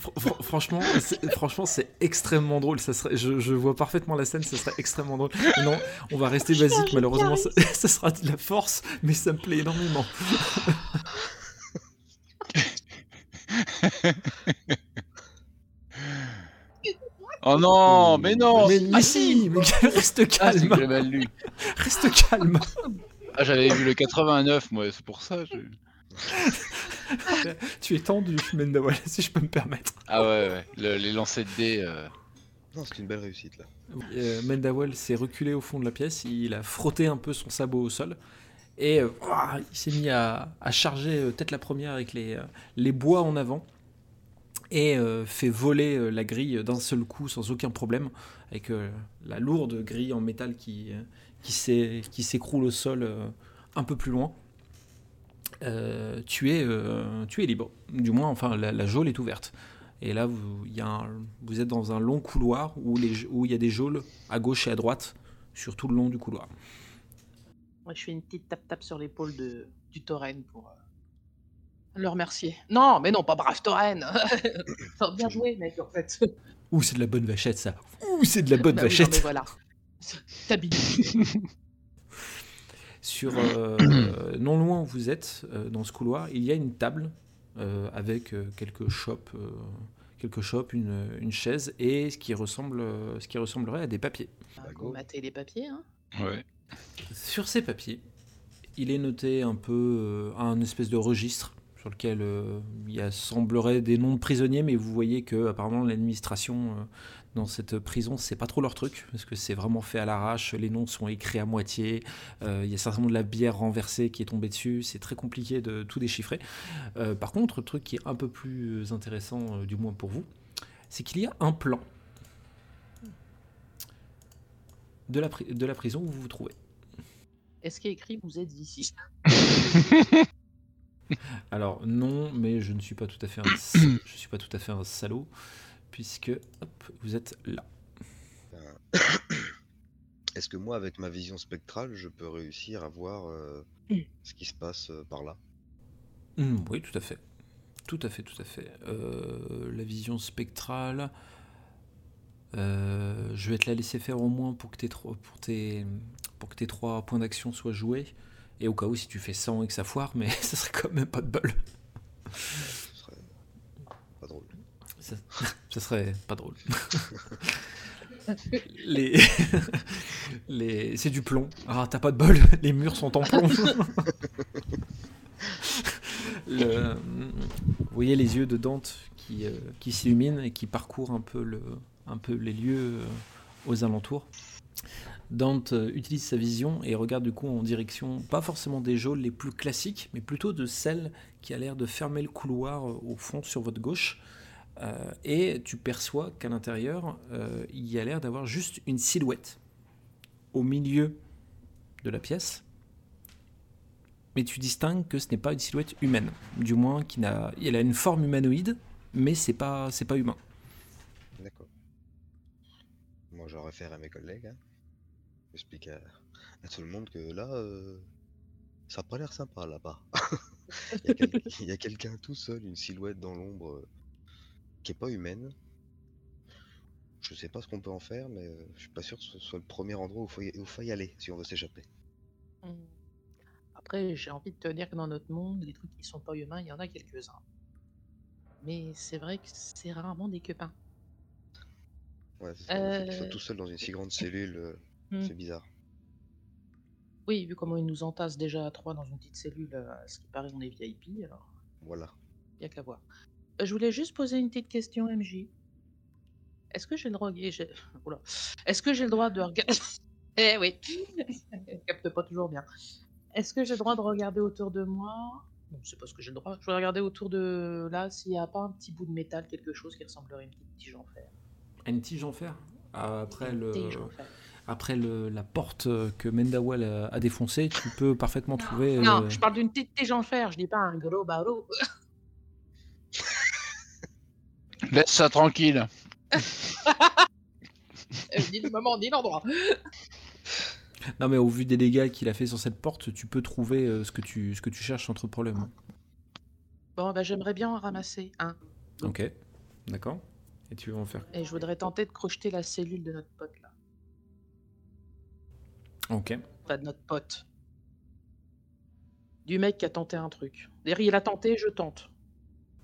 Speaker 2: fr- fr- franchement, c'est- franchement, c'est extrêmement drôle. Ça serait, je, je vois parfaitement la scène, ça serait extrêmement drôle. Non, on va rester basique. Malheureusement, ça, ça sera de la force, mais ça me plaît énormément.
Speaker 4: Oh non, mais non
Speaker 2: mais, mais
Speaker 4: Ah,
Speaker 2: si, mais reste
Speaker 4: Ah, c'est que
Speaker 2: calme,
Speaker 4: j'ai mal lu.
Speaker 2: reste calme.
Speaker 4: Ah, j'avais vu le 89, moi, c'est pour ça. je-
Speaker 2: Tu es tendu, Mendawal, si je peux me permettre.
Speaker 4: Ah ouais, ouais. le- les lancers de dés. euh.
Speaker 5: Non, c'est une belle réussite là.
Speaker 2: Euh, Mendawal s'est reculé au fond de la pièce, il a frotté un peu son sabot au sol et euh, ouah, il s'est mis à, à charger euh, tête la première avec les, euh, les bois en avant et euh, fait voler euh, la grille d'un seul coup sans aucun problème avec euh, la lourde grille en métal qui, euh, qui s'é- qui s'écroule au sol euh, un peu plus loin. Euh, tu, es, euh, tu es libre, du moins enfin la, la geôle est ouverte. Et là, vous, il y a un- vous êtes dans un long couloir où, les, où il y a des geôles à gauche et à droite sur tout le long du couloir.
Speaker 6: Moi, je fais une petite tape-tape sur l'épaule de... du Tauren pour euh, le remercier. Non, mais non, pas brave Tauren T'as bien joué, mec, en fait.
Speaker 2: Ouh, c'est de la bonne vachette, ça. Ouh, c'est de la bonne
Speaker 6: Bah oui, non,
Speaker 2: vachette.
Speaker 6: mais voilà. T'habilles.
Speaker 2: Sur euh, euh, non loin où vous êtes, euh, dans ce couloir, il y a une table euh, avec euh, quelques chopes, euh, quelques chopes, une, une chaise et ce qui, ressemble, euh, ce qui ressemblerait à des papiers.
Speaker 5: Bah, go.
Speaker 6: Vous matez les papiers, hein
Speaker 4: Ouais.
Speaker 2: Sur ces papiers, il est noté un peu euh, un espèce de registre sur lequel euh, il y a, semblerait des noms de prisonniers, mais vous voyez que apparemment l'administration euh, dans cette prison, c'est pas trop leur truc, parce que c'est vraiment fait à l'arrache, les noms sont écrits à moitié, euh, il y a certainement de la bière renversée qui est tombée dessus, c'est très compliqué de tout déchiffrer. Euh, par contre, le truc qui est un peu plus intéressant, euh, du moins pour vous, c'est qu'il y a un plan de la, pri- de la prison où vous vous trouvez.
Speaker 6: Est-ce qu'il y a écrit vous êtes ici
Speaker 2: Alors non, mais je ne suis pas tout à fait un, sa- je suis pas tout à fait un salaud, puisque hop, vous êtes là.
Speaker 5: Est-ce que moi, avec ma vision spectrale, je peux réussir à voir euh, ce qui se passe euh, par là
Speaker 2: Hmm, oui, tout à fait. Tout à fait, tout à fait. Euh, la vision spectrale. euh, je vais te la laisser faire au moins pour que tes trois, pour tes, pour que tes trois points d'action soient joués. Et au cas où, si tu fais 100 et que ça foire, mais ça serait quand même pas de bol.
Speaker 5: Ce serait pas drôle.
Speaker 2: Ça, ça serait pas drôle. Les... Les... C'est du plomb. Ah, t'as pas de bol, les murs sont en plomb. Le- Vous voyez les yeux de Dante qui, euh, qui s'illuminent et qui parcourent un peu, le... un peu les lieux euh, aux alentours. Dante euh, utilise sa vision et regarde du coup en direction, pas forcément des geôles les plus classiques, mais plutôt de celle qui a l'air de fermer le couloir euh, au fond sur votre gauche. Euh, et tu perçois qu'à l'intérieur, euh, il y a l'air d'avoir juste une silhouette au milieu de la pièce. Mais tu distingues que ce n'est pas une silhouette humaine, du moins qui n'a, elle a une forme humanoïde, mais c'est pas, c'est pas humain.
Speaker 5: D'accord. Moi, je réfère à mes collègues. hein. J'explique à, à tout le monde que là, euh, ça a pas l'air sympa là-bas. Il y a quel- il y a quelqu'un tout seul, une silhouette dans l'ombre euh, qui est pas humaine. Je sais pas ce qu'on peut en faire, mais euh, je suis pas sûr que ce soit le premier endroit où il faut y aller si on veut s'échapper.
Speaker 6: Hmm. Après, j'ai envie de te dire que dans notre monde, les trucs qui sont pas humains, il y en a quelques-uns. Mais c'est vrai que c'est rarement des copains.
Speaker 5: Ouais, c'est ça, le fait qu'il soit
Speaker 6: Euh,
Speaker 5: tout seul dans une si grande cellule, euh,
Speaker 6: hmm.
Speaker 5: c'est bizarre.
Speaker 6: Oui, vu comment ils nous entassent déjà à trois dans une petite cellule, euh, à ce qui paraît, on est hein. VIP, alors
Speaker 5: Voilà.
Speaker 6: il a qu'à voir. Euh, Je voulais juste poser une petite question, MJ. Est-ce que j'ai le droit... et j'ai- Oula. Est-ce que j'ai le droit de regarder... eh oui, elle capte pas toujours bien. Est-ce que j'ai le droit de regarder autour de moi Non, c'est pas ce que j'ai le droit. Je vais regarder autour de là s'il n'y a pas un petit bout de métal, quelque chose qui ressemblerait à une petite tige en fer.
Speaker 2: Une tige en fer. Après
Speaker 6: Une
Speaker 2: le,
Speaker 6: tige en fer.
Speaker 2: après le, la porte que Mendawal a, a défoncée, tu peux parfaitement trouver.
Speaker 6: Non,
Speaker 2: euh,
Speaker 6: je parle d'une petite tige en fer, je dis pas un gros barreau.
Speaker 4: Laisse ça tranquille.
Speaker 6: Elle dit le moment, dit l'endroit.
Speaker 2: Non, mais au vu des dégâts qu'il a fait sur cette porte, tu peux trouver euh, ce que tu, ce que tu cherches sans trop de problème.
Speaker 6: Bon, bah, j'aimerais bien en ramasser un.
Speaker 2: Ok, d'accord. Et tu veux en faire
Speaker 6: Et je voudrais tenter de crocheter la cellule de notre pote, là.
Speaker 2: Ok.
Speaker 6: Pas de notre pote. Du mec qui a tenté un truc. D'ailleurs, il a tenté, je tente.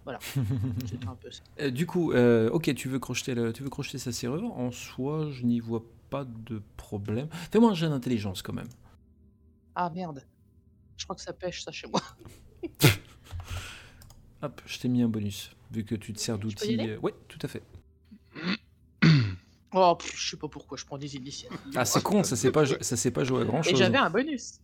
Speaker 4: Mhm.
Speaker 6: C'est un peu ça.
Speaker 2: Euh, du coup, euh, ok, tu veux, crocheter le- tu veux crocheter sa serrure. En soi, je n'y vois pas de problème. Fais-moi un jeu d'intelligence quand même.
Speaker 6: Ah merde. Je crois que ça pêche, ça, chez moi.
Speaker 2: Hop, je t'ai mis un bonus, vu que tu te sers
Speaker 6: peux y
Speaker 2: d'outils.
Speaker 6: aller
Speaker 2: euh, Ouais, tout à fait.
Speaker 6: Oh, pff, je sais pas pourquoi je prends des initiatives.
Speaker 2: Ah, c'est con, ça s'est pas, jou- ça s'est pas joué à grand
Speaker 6: Et
Speaker 2: chose.
Speaker 6: j'avais un bonus.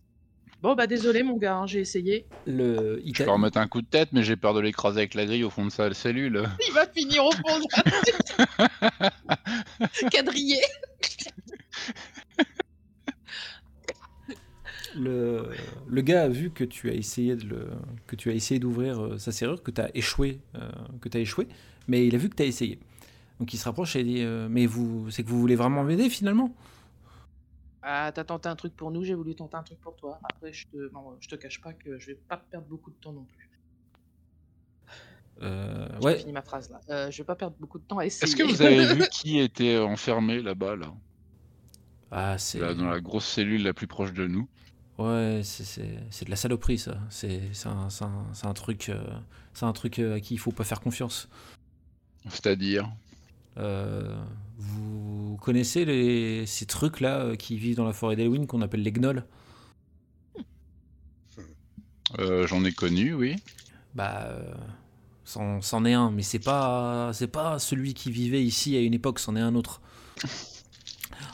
Speaker 6: Bon, bah, désolé, mon gars, hein, j'ai essayé.
Speaker 2: Le, il
Speaker 4: Je
Speaker 2: t'a-
Speaker 4: peux remettre un coup de tête, mais j'ai peur de l'écraser avec la grille au fond de sa cellule.
Speaker 6: Il va finir au fond de la- Quadrillé.
Speaker 2: le, le gars a vu que tu as essayé de le- que tu as essayé d'ouvrir euh, sa serrure, que tu as échoué, euh, que tu échoué, mais il a vu que tu as essayé. Donc il se rapproche et il dit euh, mais vous, c'est que vous voulez vraiment m'aider finalement
Speaker 6: Ah, t'as tenté un truc pour nous, j'ai voulu tenter un truc pour toi. Après, je te, non, je te cache pas que je vais pas perdre beaucoup de temps non plus.
Speaker 2: Euh,
Speaker 6: Je
Speaker 2: Ouais,
Speaker 6: finis ma phrase là. Euh, je vais pas perdre beaucoup de temps à essayer.
Speaker 4: Est-ce que vous avez vu qui était enfermé là-bas, là,
Speaker 2: ah c'est
Speaker 4: Là, Dans la grosse cellule la plus proche de nous
Speaker 2: Ouais, c'est- c'est c'est de la saloperie, ça. C'est c'est un, c'est un- c'est un truc, euh, c'est un truc euh, à qui il faut pas faire confiance.
Speaker 4: C'est-à-dire
Speaker 2: Euh, vous connaissez les, ces trucs-là euh, qui vivent dans la forêt d'Halloween qu'on appelle les gnolls
Speaker 4: Euh, J'en ai connu, oui.
Speaker 2: Bah, euh, C'en c'en est un, mais c'est pas c'est pas celui qui vivait ici à une époque, c'en est un autre.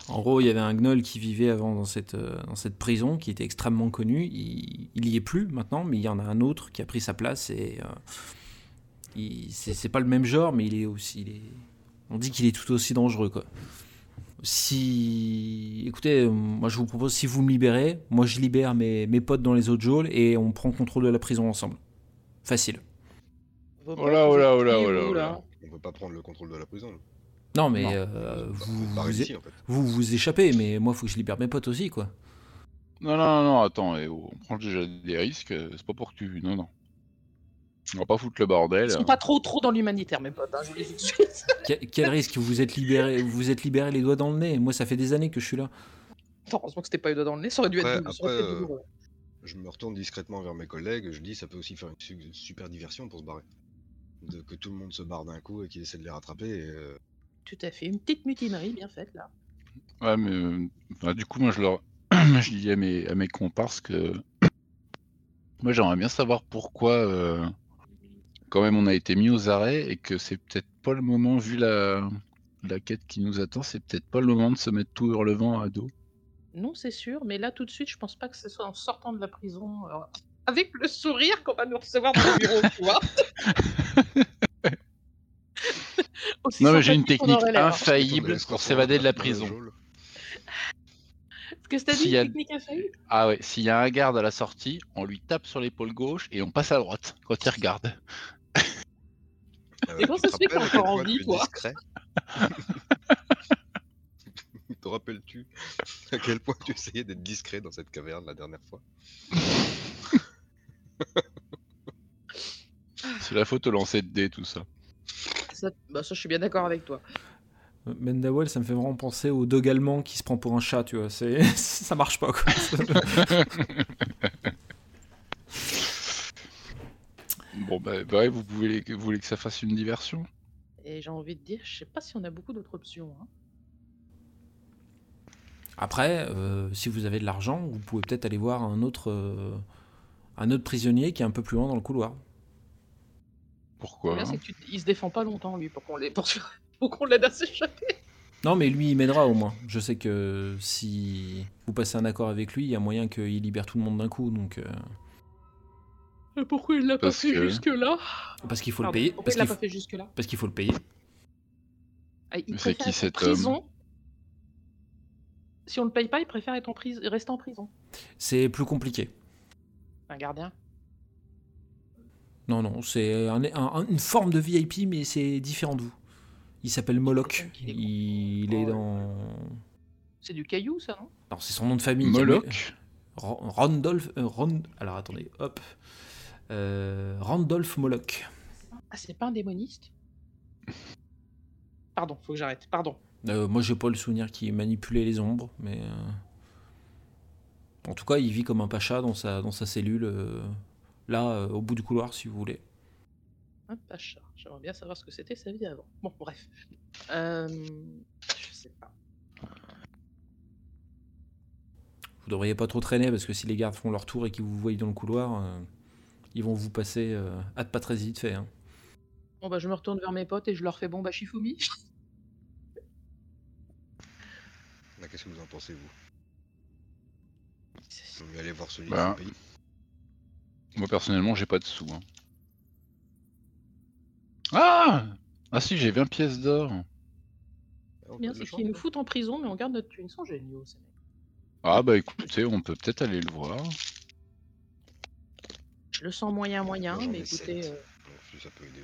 Speaker 2: En gros, il y avait un gnoll qui vivait avant dans cette, euh, dans cette prison, qui était extrêmement connu. Il, il y est plus maintenant, mais il y en a un autre qui a pris sa place et euh, il- c'est c'est pas le même genre, mais il est aussi. il est- on dit qu'il est tout aussi dangereux, quoi. Si, écoutez, euh, moi je vous propose si vous me libérez, moi je libère mes, mes potes dans les autres geôles et on prend contrôle de la prison ensemble. Facile.
Speaker 6: Vos
Speaker 4: Oh là,
Speaker 6: potes,
Speaker 4: oh là,
Speaker 6: vous
Speaker 4: oh là,
Speaker 6: êtes
Speaker 4: oh là,
Speaker 6: pris,
Speaker 4: oh
Speaker 6: vous,
Speaker 4: là.
Speaker 5: On peut pas prendre le contrôle de la prison. nous.
Speaker 2: Non, mais
Speaker 4: Non.
Speaker 2: euh,
Speaker 5: Bah,
Speaker 2: vous,
Speaker 5: Par
Speaker 2: vous,
Speaker 5: ici, en fait.
Speaker 2: vous vous échappez, mais moi faut que je libère mes potes aussi, quoi.
Speaker 4: Non, non, non, attends, eh, on prend déjà des risques, euh, c'est pas pour que tu. Non, non. On va pas foutre le bordel.
Speaker 6: Ils sont pas trop trop dans l'humanitaire, mes potes. hein, je vous le dis tout de suite.
Speaker 2: Que- Quel risque Vous êtes libéré, vous vous êtes libéré les doigts dans le nez. Moi, ça fait des années que je suis là.
Speaker 6: Enfin, heureusement que c'était pas eu dedans le nez, ça aurait dû être
Speaker 5: Après-
Speaker 6: dou- ça aurait
Speaker 5: après,
Speaker 6: été
Speaker 5: euh,
Speaker 6: douloureux.
Speaker 5: Je me retourne discrètement vers mes collègues, je dis ça peut aussi faire une su- super diversion pour se barrer. De, que tout le monde se barre d'un coup et qu'il essaie de les rattraper. Et, euh,
Speaker 6: Tout à fait, une petite mutinerie bien faite là.
Speaker 4: Ouais, mais euh, enfin, du coup, moi, je leur, je dis à mes, à mes comparses que moi, j'aimerais bien savoir pourquoi, euh, quand même, on a été mis aux arrêts et que c'est peut-être pas le moment, vu la, la quête qui nous attend, c'est peut-être pas le moment de se mettre tout hurlevent à dos.
Speaker 6: Non, c'est sûr, mais là tout de suite, je pense pas que ce soit en sortant de la prison euh, avec le sourire qu'on va nous recevoir dans le bureau, tu vois. Aussi
Speaker 4: non, mais j'ai une
Speaker 6: sympathique qu'on
Speaker 4: technique
Speaker 6: aurait l'air.
Speaker 4: infaillible
Speaker 5: attendez,
Speaker 4: pour s'évader de la prison.
Speaker 5: geôle.
Speaker 6: Parce que c'est-à-dire
Speaker 4: S'il y a-
Speaker 6: une technique infaillible
Speaker 4: Ah ouais, s'il y a un garde à la sortie, on lui tape sur l'épaule gauche et on passe à droite quand il regarde.
Speaker 5: Euh,
Speaker 6: Et comment ça
Speaker 5: tu te
Speaker 6: se fait que t'as
Speaker 5: rappelles à quel
Speaker 6: encore
Speaker 5: point
Speaker 6: envie,
Speaker 5: tu es
Speaker 6: toi
Speaker 5: discret Te rappelles-tu à quel point tu essayais d'être discret dans cette caverne la dernière fois
Speaker 4: C'est la faute au lancer de dés, tout ça.
Speaker 6: ça... Bah, ça, je suis bien d'accord avec toi.
Speaker 2: Mendawell, ça me fait vraiment penser au dog allemand qui se prend pour un chat, tu vois. C'est, ça marche pas, quoi.
Speaker 4: Bon, bah, bah ouais, vous, pouvez, vous voulez que ça fasse une diversion
Speaker 6: Et j'ai envie de dire, je sais pas si on a beaucoup d'autres options. hein.
Speaker 2: Après, euh, si vous avez de l'argent, vous pouvez peut-être aller voir un autre, euh, un autre prisonnier qui est un peu plus loin dans le couloir.
Speaker 4: Pourquoi
Speaker 6: Là,
Speaker 4: hein
Speaker 6: c'est que tu- il se défend pas longtemps, lui, pour qu'on l'ait- pour- pour qu'on l'aide à s'échapper.
Speaker 2: Non, mais lui, il m'aidera au moins. Je sais que si vous passez un accord avec lui, il y a moyen qu'il libère tout le monde d'un coup, donc euh,
Speaker 6: Et Pourquoi il l'a pas
Speaker 4: Parce
Speaker 6: fait
Speaker 4: que-
Speaker 6: jusque-là
Speaker 2: parce qu'il faut
Speaker 6: Pardon,
Speaker 2: le payer.
Speaker 6: Pourquoi
Speaker 2: Parce
Speaker 6: il l'a
Speaker 2: qu'il,
Speaker 6: pas
Speaker 2: faut,
Speaker 6: fait jusque-là
Speaker 2: parce qu'il faut le payer.
Speaker 6: Ah, il
Speaker 4: Mais c'est
Speaker 6: préfère
Speaker 4: qui
Speaker 6: être en
Speaker 4: cet
Speaker 6: prison. Si on le paye pas, il préfère être en pris- rester en prison.
Speaker 2: C'est plus compliqué.
Speaker 6: Un gardien.
Speaker 2: Non, non, c'est un- un- une forme de VIP, mais c'est différent de vous. Il s'appelle Moloch.
Speaker 6: qu'il est con.
Speaker 2: Il est dans.
Speaker 6: C'est du caillou, ça, non
Speaker 2: Non, c'est son nom de famille.
Speaker 4: Moloch
Speaker 2: Ro- Randolph. euh, Ron- Alors attendez, hop. Euh, Randolph Moloch.
Speaker 6: Ah, c'est pas un démoniste Pardon, faut que j'arrête. Pardon.
Speaker 2: Euh, moi, j'ai pas le souvenir qu'il manipulait les ombres, mais. euh, En tout cas, il vit comme un pacha dans sa, dans sa cellule, euh, là, euh, au bout du couloir, si vous voulez.
Speaker 6: Un pacha. J'aimerais bien savoir ce que c'était sa vie avant. Bon, bref. Euh... Je sais pas.
Speaker 2: Vous devriez pas trop traîner, parce que si les gardes font leur tour et qu'ils vous voient dans le couloir, euh, ils vont vous passer euh, à de pas très vite fait. hein.
Speaker 6: Bon, bah, je me retourne vers mes potes et je leur fais bon, bah, Shifumi.
Speaker 5: Ah, Qu'est-ce que vous en pensez, vous
Speaker 6: C'est-
Speaker 5: Vous mieux aller voir celui
Speaker 2: Ben.
Speaker 4: Bah.
Speaker 5: qui est pays
Speaker 4: Moi, personnellement, j'ai pas de sous. hein. Ah Ah si, j'ai 20 pièces d'or.
Speaker 5: Ah, on
Speaker 6: bien,
Speaker 5: peut le
Speaker 6: c'est
Speaker 5: changer,
Speaker 6: qu'ils nous foutent en prison, mais on garde notre thune. Ils sont géniaux, ces mecs.
Speaker 4: Ah bah écoutez, on peut peut-être aller le voir.
Speaker 6: Je le sens moyen, moyen,
Speaker 5: Moi, j'en
Speaker 6: mais
Speaker 5: ai sept.
Speaker 6: écoutez. euh,
Speaker 5: donc, si ça peut aider.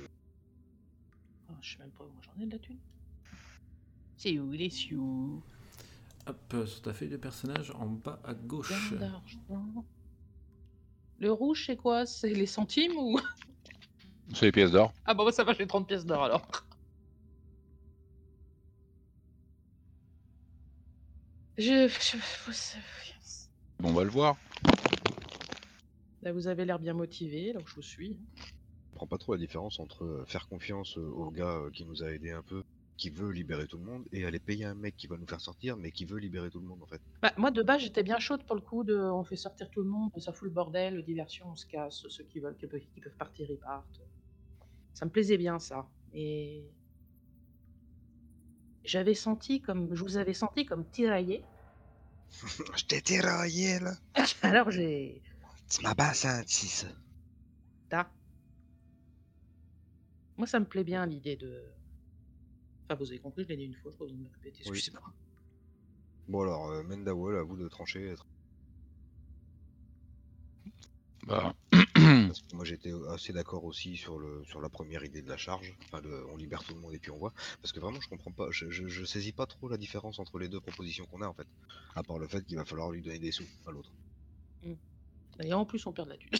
Speaker 6: ah, je sais même pas où j'en ai de la thune. C'est où les sioux
Speaker 2: Hop, euh, sur ta feuille de personnage, en bas à gauche.
Speaker 6: Plein d'argent. Le rouge, c'est quoi C'est les centimes ou
Speaker 4: C'est les pièces d'or.
Speaker 6: Ah bah bah, ça va, j'ai 30 pièces d'or alors. Je... je- vous-
Speaker 4: Bon, on va le voir.
Speaker 6: Là, vous avez l'air bien motivé, donc je vous suis.
Speaker 5: Je comprends pas trop la différence entre euh, faire confiance euh, au gars euh, qui nous a aidé un peu, qui veut libérer tout le monde, et aller payer un mec qui va nous faire sortir, mais qui veut libérer tout le monde en fait.
Speaker 6: Bah, moi, de base, j'étais bien chaude pour le coup de... On fait sortir tout le monde, ça fout le bordel, diversion, on se casse, ceux qui veulent, qui peuvent, qui peuvent partir, ils partent. Ça me plaisait bien ça. Et j'avais senti comme je vous avais senti comme tiraillé.
Speaker 5: Je t'ai déraillé là.
Speaker 6: Alors j'ai
Speaker 5: Tu m'as pas senti ça.
Speaker 6: Ta. Moi ça me plaît bien l'idée de. Enfin vous avez compris, je l'ai dit une fois, je crois que vous me répétez, excusez-moi.
Speaker 5: Bon alors, euh, Mendawal, à vous de trancher.
Speaker 4: Bah,
Speaker 5: Parce que moi j'étais assez d'accord aussi sur, le, sur la première idée de la charge. Enfin, le- on libère tout le monde et puis on voit. Parce que vraiment, je comprends pas. Je, je, je saisis pas trop la différence entre les deux propositions qu'on a en fait. À part le fait qu'il va falloir lui donner des sous à l'autre.
Speaker 6: Et en plus on perd de la thune.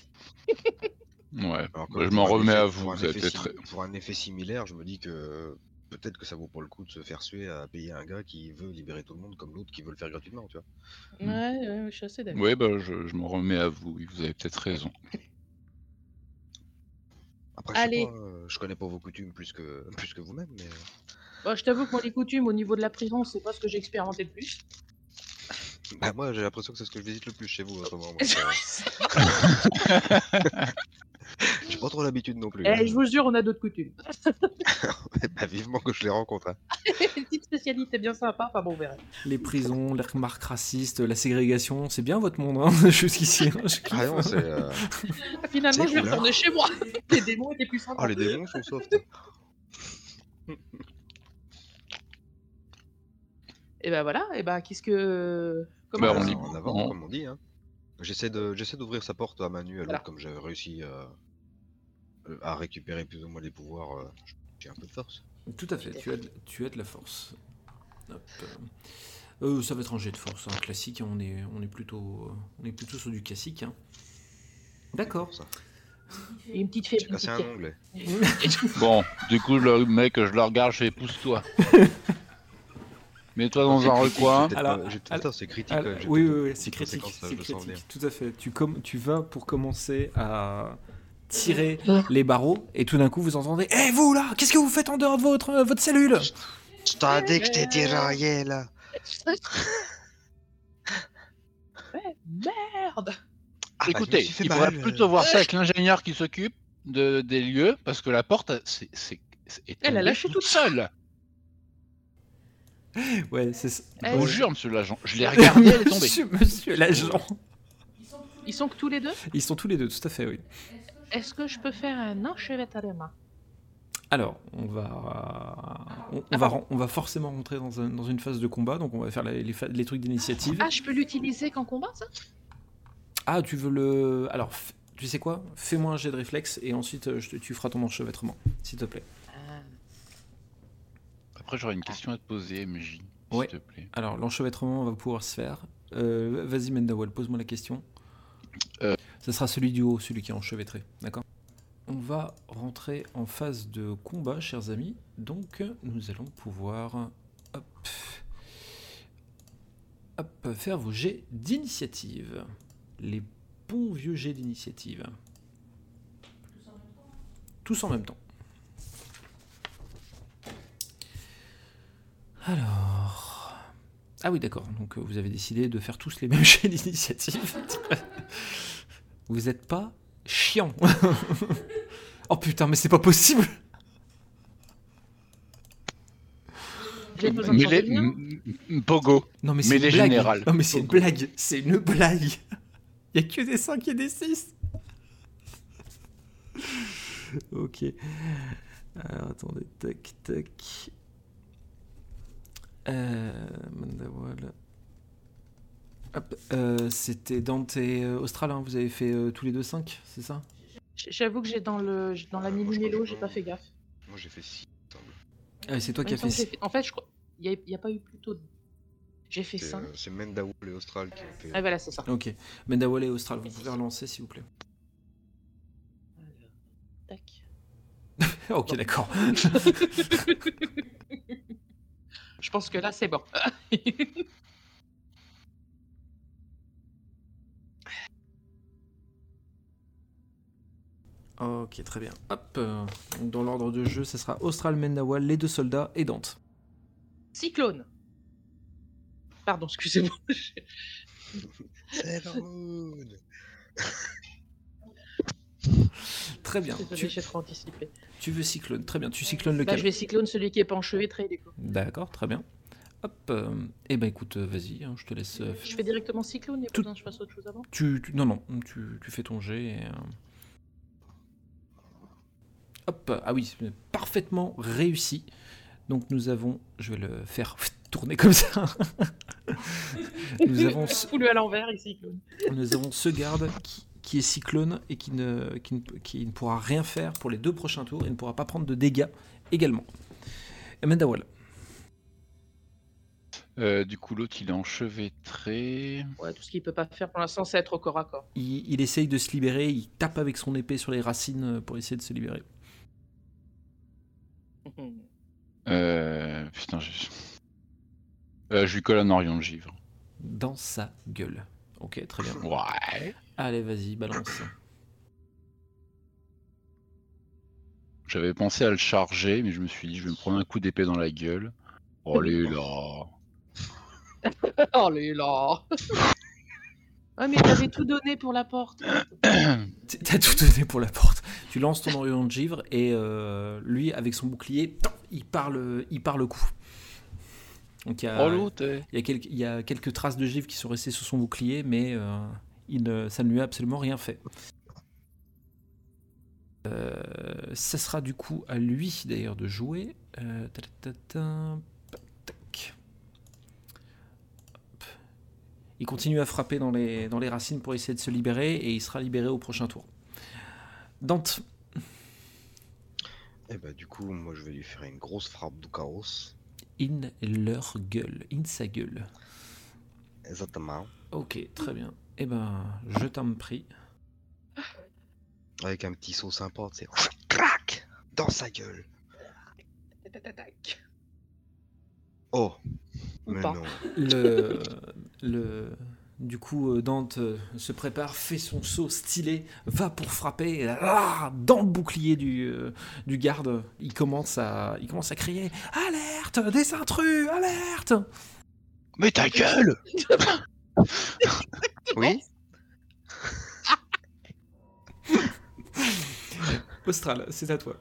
Speaker 4: ouais.
Speaker 5: Alors que
Speaker 4: Bah, je
Speaker 5: pour
Speaker 4: m'en
Speaker 5: un
Speaker 4: remets
Speaker 5: effet-
Speaker 4: à
Speaker 5: Pour
Speaker 4: vous.
Speaker 5: un,
Speaker 4: Vous avez
Speaker 5: effet,
Speaker 4: été
Speaker 5: sim-
Speaker 4: très-
Speaker 5: pour un effet similaire, je me dis que euh, peut-être que ça vaut pas le coup de se faire suer à payer un gars qui veut libérer tout le monde comme l'autre qui veut le faire gratuitement, tu vois.
Speaker 4: Mm.
Speaker 6: Ouais, ouais, je suis assez d'accord.
Speaker 4: Ouais, bah, je, je m'en remets à vous. oui, Vous avez peut-être raison.
Speaker 5: Après, je, sais
Speaker 6: Allez.
Speaker 5: pas, euh, je connais pas vos coutumes plus que, plus que vous-même, mais. euh,
Speaker 6: Bon, Bah, je t'avoue que moi les coutumes au niveau de la prison, c'est pas ce que j'ai expérimenté le plus.
Speaker 5: Bah, moi, j'ai l'impression que c'est ce que je visite le plus chez vous en ce moment. donc, euh,
Speaker 6: Eh,
Speaker 5: J'ai pas trop l'habitude non plus. hein.
Speaker 6: Eh, je vous jure, on a d'autres coutumes.
Speaker 5: Bah, vivement que je les rencontre. hein.
Speaker 6: Une petite spécialité bien sympa, enfin bon, on verra.
Speaker 2: Les prisons, les remarques racistes, la ségrégation, c'est bien votre monde hein, jusqu'ici. hein, je kiffe.
Speaker 5: Ah non, c'est. euh,
Speaker 6: Finalement,
Speaker 5: C'est
Speaker 6: je vais
Speaker 5: cool, hein.
Speaker 6: retourner chez moi. Les démons étaient plus sympas.
Speaker 5: Ah, les démons sont soft.
Speaker 6: Et ben voilà, et ben qu'est-ce que.
Speaker 4: Bah,
Speaker 5: Bah,
Speaker 4: on
Speaker 5: on
Speaker 4: y-
Speaker 5: en avant,
Speaker 4: on-
Speaker 5: comme on dit. Hein. J'essaie de, j'essaie d'ouvrir sa porte à Manu, à l'autre,
Speaker 6: Voilà.
Speaker 5: comme j'avais réussi euh, euh, à récupérer plus ou moins les pouvoirs. euh, j'ai un peu de force.
Speaker 2: Tout à fait, tu as, de- tu as de la force. Hop, euh. Euh, ça va être un jet de force, hein, classique, on est, on, est plutôt, euh, on est plutôt sur du classique. hein. D'accord.
Speaker 5: Pour ça.
Speaker 6: Et une petite
Speaker 5: J'ai
Speaker 6: faiblesse.
Speaker 5: cassé un onglet.
Speaker 4: Bon, du coup, le mec, je le regarde, je fais pousse-toi. Mets-toi dans
Speaker 5: C'est
Speaker 4: un
Speaker 5: critique,
Speaker 4: recoin.
Speaker 5: j'ai peut-être
Speaker 2: Alors,
Speaker 5: pas- j'ai peut-être-
Speaker 2: alors-
Speaker 5: Attends, c'est critique.
Speaker 2: Ah,
Speaker 5: quand même, euh, j'ai
Speaker 2: oui,
Speaker 5: peut-être
Speaker 2: oui, oui,
Speaker 5: une
Speaker 2: c'est critique.
Speaker 5: conséquence, ça,
Speaker 2: c'est
Speaker 5: je me sens
Speaker 2: critique,
Speaker 5: venir.
Speaker 2: tout à fait. Tu, com- tu vas pour commencer à tirer les barreaux et tout d'un coup vous entendez Hé vous là, qu'est-ce que vous faites en dehors de votre, euh, votre cellule
Speaker 5: Je t'en dis que je t'ai déraillé là.
Speaker 6: Ouais, merde
Speaker 5: Ah, bah, je me
Speaker 4: Écoutez,
Speaker 5: suis fait
Speaker 4: il
Speaker 5: mal,
Speaker 4: faudrait
Speaker 5: euh,
Speaker 4: plutôt voir ça avec l'ingénieur qui s'occupe de, des lieux, parce que la porte, c'est, c'est- c'est- est
Speaker 6: Elle a
Speaker 4: tombée
Speaker 6: lâché
Speaker 4: toute seule.
Speaker 2: Ouais, c'est ça.
Speaker 4: Je
Speaker 6: Eh,
Speaker 4: vous jure, monsieur l'agent, je l'ai regardée, elle est tombée.
Speaker 2: monsieur, monsieur l'agent.
Speaker 6: Ils sont que tous les deux
Speaker 2: Ils sont tous les deux, tout à fait, oui.
Speaker 6: Est-ce que je peux faire un enchevêtre à la main
Speaker 2: Alors, on va, on, on va, ren- on va forcément rentrer dans, un- dans une phase de combat, donc on va faire la- les, fa- les trucs d'initiative.
Speaker 6: Ah, je peux l'utiliser qu'en combat, ça
Speaker 2: Ah, tu veux le. Alors, f- tu sais quoi Fais-moi un jet de réflexe et ensuite euh, je te- tu feras ton enchevêtrement, s'il te plaît.
Speaker 6: Ah,
Speaker 4: Après, j'aurais une question à te poser, MJ, s'il
Speaker 2: Ouais.
Speaker 4: te plaît.
Speaker 2: Alors, l'enchevêtrement va pouvoir se faire. Euh, Vas-y, Mendawal, pose-moi la question.
Speaker 4: Euh.
Speaker 2: Ça sera celui du haut, celui qui est enchevêtré, d'accord On va rentrer en phase de combat, chers amis. Donc, nous allons pouvoir. Hop. Hop, faire vos jets d'initiative. Les bons vieux jets d'initiative. Tous en même temps. Alors. Ah oui, d'accord. Donc euh, vous avez décidé de faire tous les mêmes jets d'initiative. vous n'êtes pas chiant. oh putain, mais c'est pas possible.
Speaker 6: J'ai besoin de
Speaker 4: Mais
Speaker 6: changer
Speaker 4: les-
Speaker 6: de lien
Speaker 4: m- m- Pogo,
Speaker 2: Non, mais
Speaker 4: Mais
Speaker 2: c'est une
Speaker 4: les
Speaker 2: blague.
Speaker 4: générales.
Speaker 2: Non, mais c'est une blague. C'est une blague. Il n'y a que des 5 et des 6. ok. Alors, attendez. Tac, tac. Euh, Mandawal. Hop, euh, c'était Dante et euh, Austral, hein, vous avez fait euh, tous les deux 5, c'est ça
Speaker 6: J- J'avoue que j'ai dans le j'ai dans la
Speaker 5: Euh, moi, je
Speaker 6: millimélo,
Speaker 5: connais
Speaker 6: j'ai
Speaker 5: pas.
Speaker 6: pas fait gaffe.
Speaker 5: Moi j'ai fait 6, il me semble.
Speaker 2: Ah, C'est toi
Speaker 6: En
Speaker 2: qui as
Speaker 6: même temps
Speaker 2: fait
Speaker 6: que j'ai
Speaker 2: 6.
Speaker 6: fait- En fait, je crois. Il n'y a, pas eu plus tôt. de- J'ai fait
Speaker 5: C'est,
Speaker 6: 5.
Speaker 5: euh, C'est Mendaoul et Austral qui ont fait.
Speaker 6: Ah, voilà, c'est ça.
Speaker 2: Ok. Mandawal et Austral, vous pouvez relancer s'il vous plaît.
Speaker 6: Alors, Tac.
Speaker 2: Ah, ok, d'accord.
Speaker 6: Je pense que là, c'est bon. Euh,
Speaker 2: Ok, très bien. Hop, euh, donc dans l'ordre de jeu, ça sera Austral, Mendawal, les deux soldats et Dante.
Speaker 6: Cyclone. Pardon, excusez-moi.
Speaker 5: euh, Sailor Moon
Speaker 2: Très bien.
Speaker 6: Désolée,
Speaker 2: Tu,
Speaker 6: j'ai trop anticipé.
Speaker 2: tu veux cyclone. Très bien. Tu cyclones
Speaker 6: Bah,
Speaker 2: lequel
Speaker 6: je vais cyclone celui qui est pas enchevêtré, du coup.
Speaker 2: D'accord, très bien. Hop. euh, eh ben écoute, euh, vas-y, hein, je te laisse. euh,
Speaker 6: Je fais directement cyclone, il n'y a pas
Speaker 2: Tout-
Speaker 6: besoin que je fasse autre chose avant.
Speaker 2: Tu, tu- non, non, tu, tu fais ton jet. et, euh, Hop, ah oui, c'est parfaitement réussi. Donc nous avons, je vais le faire tourner comme ça. nous, avons ce,
Speaker 6: Fous-le à l'envers, il cyclone.
Speaker 2: nous avons ce garde qui, qui est cyclone et qui ne, qui, ne, qui ne pourra rien faire pour les deux prochains tours et ne pourra pas prendre de dégâts également. Et Mendawal,
Speaker 4: Euh, du coup, l'autre, il est enchevêtré.
Speaker 6: Ouais, tout ce qu'il peut pas faire pour l'instant, c'est être au corps à corps.
Speaker 2: il, il essaye de se libérer, il tape avec son épée sur les racines pour essayer de se libérer.
Speaker 4: Euh, Putain, j'ai- Euh, je lui colle un orion de givre.
Speaker 2: Dans sa gueule. Ok, très bien.
Speaker 4: Ouais.
Speaker 2: Allez, vas-y, balance.
Speaker 4: J'avais pensé à le charger, mais je me suis dit, je vais me prendre un coup d'épée dans la gueule. Oh, les là.
Speaker 6: Oh, les là Ouais, mais t'avais tout donné pour la porte.
Speaker 2: T- T'as tout donné pour la porte. Tu lances ton orion de givre et euh, lui, avec son bouclier, tap, il part le, il part le coup. Donc il y a,
Speaker 4: Oh, l'autre. eh.
Speaker 2: il y a quelques- il y a quelques traces de givre qui sont restées sous son bouclier, mais euh, il ne- ça ne lui a absolument rien fait. Euh, ça sera du coup à lui d'ailleurs de jouer. Euh, ta- ta- ta- ta, pac, tac. Hop. Il continue à frapper dans les, dans les racines pour essayer de se libérer et il sera libéré au prochain tour. Dante,
Speaker 5: Et bah, du coup, moi, je vais lui faire une grosse frappe de carrosse.
Speaker 2: in leur gueule, in sa gueule.
Speaker 5: Exactement.
Speaker 2: Ok, très bien. Eh ben, je t'en prie.
Speaker 5: Avec un petit saut sympa, tu sais. Crac Dans sa gueule. Oh
Speaker 6: Ou
Speaker 5: Mais
Speaker 6: pas.
Speaker 5: non.
Speaker 2: le, le- du coup, euh, Dante euh, se prépare, fait son saut stylé, va pour frapper, et ah, dans le bouclier du, euh, du garde, il commence, à, il commence à crier Alerte Des intrus Alerte
Speaker 4: Mais ta gueule
Speaker 5: Oui
Speaker 2: Austral, c'est à toi.